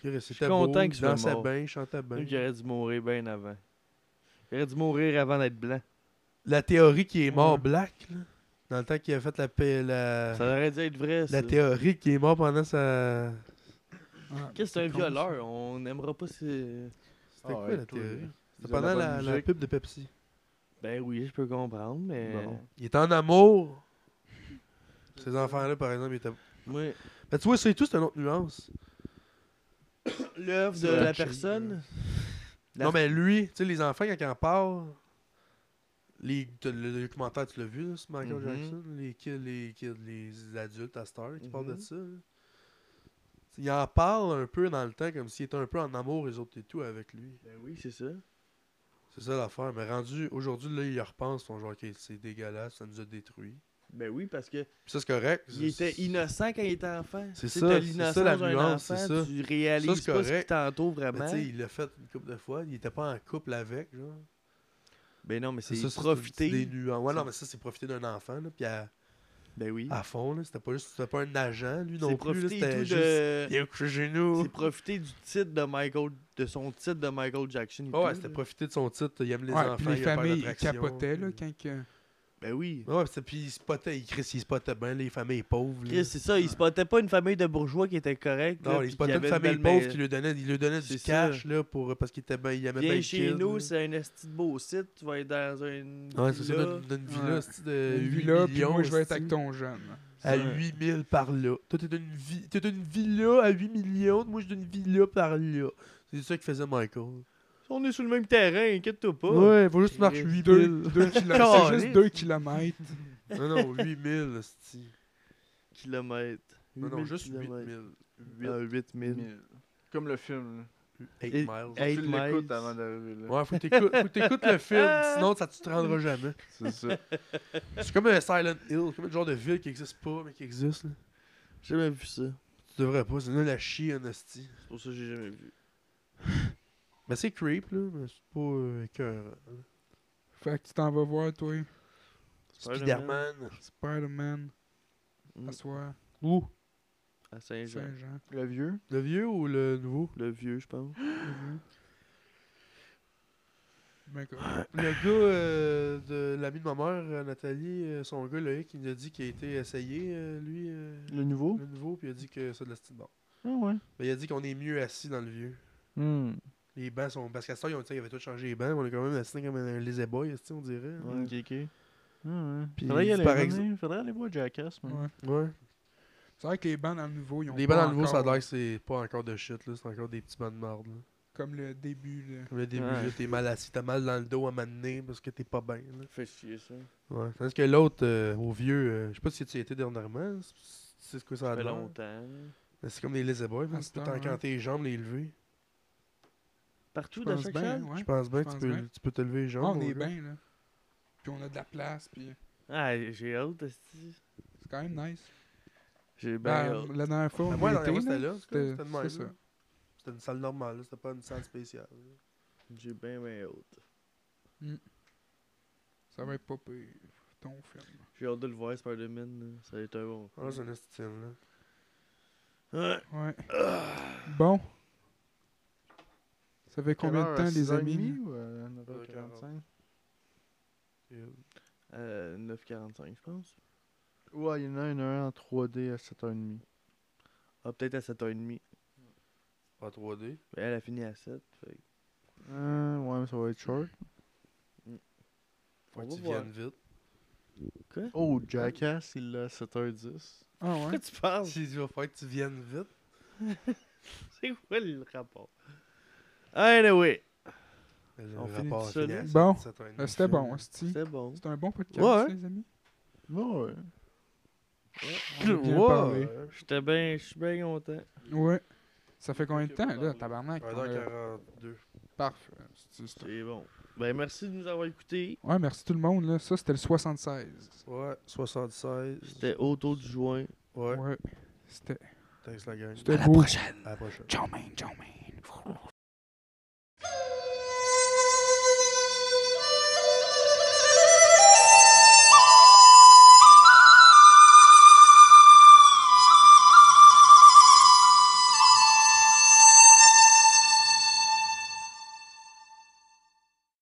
Chris, suis c'était beau, content il qu'il soit dansait mort. bien, il chantait bien. Donc, il aurait dû mourir bien avant. Il aurait dû mourir avant d'être blanc. La théorie qui est mort Ouais. black, là, dans le temps qu'il a fait la... pa- la... Mm. Ça aurait dû être vrai. ça. Euh, La théorie qui est mort pendant sa... Ah, Qu'est-ce que c'est un con, ça. violeur On n'aimera pas ces. C'était Ah quoi ouais, la toi, théorie? là. C'était Vous avez pendant la bonne la, la musique. pub de Pepsi. Ben oui, je peux comprendre, mais. Bon. Il était en amour. Ces enfants-là, par exemple, ils étaient... Moi, Ben, tu vois, c'est tout, c'est une autre nuance. L'œuvre de C'est la touché, personne. La- Non, mais lui, tu sais, les enfants, quand ils en parlent, les, t'as le, le documentaire, tu l'as vu, là, sur Michael Mhm. Jackson, les, kids, les, kids, les adultes à cette heure qui parlent de Mhm. ça. là. Ils en parlent un peu dans le temps, comme s'ils étaient un peu en amour, les autres et tout, avec lui. Ben oui, c'est ça. C'est ça l'affaire. Mais rendu, aujourd'hui, là, ils y repensent, ils sont genre, OK, c'est dégueulasse, ça nous a détruit. Ben oui, parce que Puis ça, c'est correct. il était innocent quand il était enfant. C'est Tu sais, ça, t'as c'est l'innocence ça la d'un nuance, c'est enfant, ça. Tu réalises Ça, c'est pas ce qui correct. t'entoure Mais tu vraiment. sais, Ben, il l'a fait une couple de fois, il était pas en couple avec, genre. Ben non, mais c'est Ça, c'est profiter. des nuances. Ouais, C'est- non, mais ça, c'est profiter d'un enfant, là, puis à- Ben oui. à fond. là. C'était pas juste c'était pas un agent, lui c'est Ah, non plus. là, profiter et C'était tout juste. de. Il est couché chez nous. C'est profiter du titre de Michael, de son titre de Michael Jackson. et Ah Ouais, ouais, tout, c'était là. profiter de son titre. Il aime les Ouais, enfants. puis les il a peur familles ils d'attraction, capotaient là, puis- quand que- Ben oui. Ouais, c'était- puis il se potait. Il, Chris, il se potait bien, les familles pauvres. là. Chris, c'est ça, il se potait pas une famille de bourgeois qui était correcte. non, là, il se puis qui potait avait une une famille belle- pauvre qui lui donnait, il lui donnait du C'est ça. cash là, pour, parce qu'il était bien, il aimait bien Viens le chez kid, nous, là. c'est un esti de beau site. Tu vas être dans une. Ouais, c'est ça, villa. donne donne une villa, Ouais. c'est-tu, de Une 8 villa, puis Euh, millions, moi, je vais être c'est-tu, avec ton jeune. À 8000 par là. Toi, t'es une, vi... t'es une villa à 8 millions, moi, je donne une villa par là. C'est ça qu'il faisait Michael. On est sur le même terrain, inquiète-toi pas. Ouais, faut juste Chris. marcher 8 Deux, 000. deux kilo- c'est juste Caliste. 2 kilomètres. Non, non, 8000, hostie. km. Non, non, 8000 juste 8 kilomètres. 000. Huit Ah, 8000. mille. Comme le film. là. 8 Et- miles. Eight tu l'écoutes miles. avant d'arriver là. Ouais, faut que t'écoutes faut que t'écoutes le film, sinon ça tu te rendras jamais. C'est ça. C'est comme un Silent Hill, comme un genre de ville qui existe pas, mais qui existe. Là. J'ai jamais vu ça. Tu devrais pas, c'est nul la chier, honesty. C'est pour ça que j'ai jamais vu. Mais c'est creep, là, mais c'est pas euh, écœurant. là. Fait que tu t'en vas voir, toi. Spider-Man. Spider-Man. Spider-Man. Mm. À soir. Où À Saint-Jean. Saint-Jean. Le vieux. Le vieux ou le nouveau Le vieux, je pense. Ben, quoi. Le gars euh, de l'ami de ma mère, euh, Nathalie, euh, son gars Loïc, il nous a dit qu'il a été essayé, euh, lui, euh, Le nouveau. le nouveau, puis il a dit que c'est de la style bon. Ah ouais. Mais il a dit qu'on est mieux assis dans le vieux. Hmm. Les bancs sont. Parce qu'à ce temps, ils, ont- tu sais, ils avaient tout changé les bancs, mais on est quand même assis comme un lazy boy, esti, on dirait. hein. Ouais, ok, ok. Ah ouais. Puis, faudrait, y aller, par un moment exemple- donné, faudrait aller voir Jackass. man. Ouais. Ouais. C'est vrai que les bancs dans le nouveau, ils ont Les pas bancs dans le nouveau, ça a encore- l'air que c'est pas encore de shit, là. C'est encore des petits bancs de marde, là. Comme le début, là. Comme le début, Ouais. là, t'es mal assis, t'as mal dans le dos à m'amener parce que t'es pas bien, là. Fait chier ça. Ouais. Tandis que l'autre, euh, au vieux, euh, je sais pas si tu y étais dernièrement, c'est- c'est ce que ça a Ça fait l'air. longtemps. Mais C'est comme des lazy boys, Ah, man. tu peux c'est un, t'encanter les jambes, les lever. Partout Je dans pense chaque bien, salle? hein, ouais. Je pense bien que pense tu peux, bien. tu peux te lever les Ah, jambes. on mon est gars. bien, là. Puis on a de la place, puis Ah, j'ai hâte, esti. c'est quand même nice. J'ai bien Ben, hâte. la dernière fois, on Ah, Moi, y la dernière était, fois, c'était là. là. C'était- C'était de même, c'est là. ça. C'était une salle normale, là, c'était pas une salle spéciale. là. J'ai bien, bien hâte. Ça va être pas pire, ton film. J'ai hâte de le voir, Spider-Man. là. Ça va être un bon. Ah, c'est un estime, là. Ouais. Ouais. Bon. Ça fait combien de Quelle temps, heure, les à 6h30 amis? là? ou à 9h45? Euh, 9h45, je pense. Ouais, il y en a une heure en 3D à 7h30. Ah, peut-être à 7h30. En 3D. Mais elle a fini à 7. Fait. que Euh, ouais, mais ça va être short. Faut On que va tu voir. viennes vite. Oh, Jackass, il l'a à 7h10. Ah ouais? Pourquoi tu parles? Si il va falloir que tu viennes vite. C'est quoi le rapport? Anyway, Le On finit rapport tout a seul, fini à là? sept- Bon. sept heures et demie. Euh, C'était bon, hostie. c'est bon. C'était un bon podcast, Ouais. les amis. Ouais. On a bien Ouais. parlé. J'étais bien, je suis bien content. Ouais. Ça fait combien de temps, là, tabarnak? on a- euh, 1h42. Parfait. C'est- c'est- C'est bon. Ben, merci de nous avoir écoutés. Ouais, merci tout le monde, là. Ça, c'était le 76. Ouais, 76. C'était autour du joint. Ouais. Ouais. C'était... Thanks la gang. C'était beau. À la prochaine. Ciao, man, ciao, man.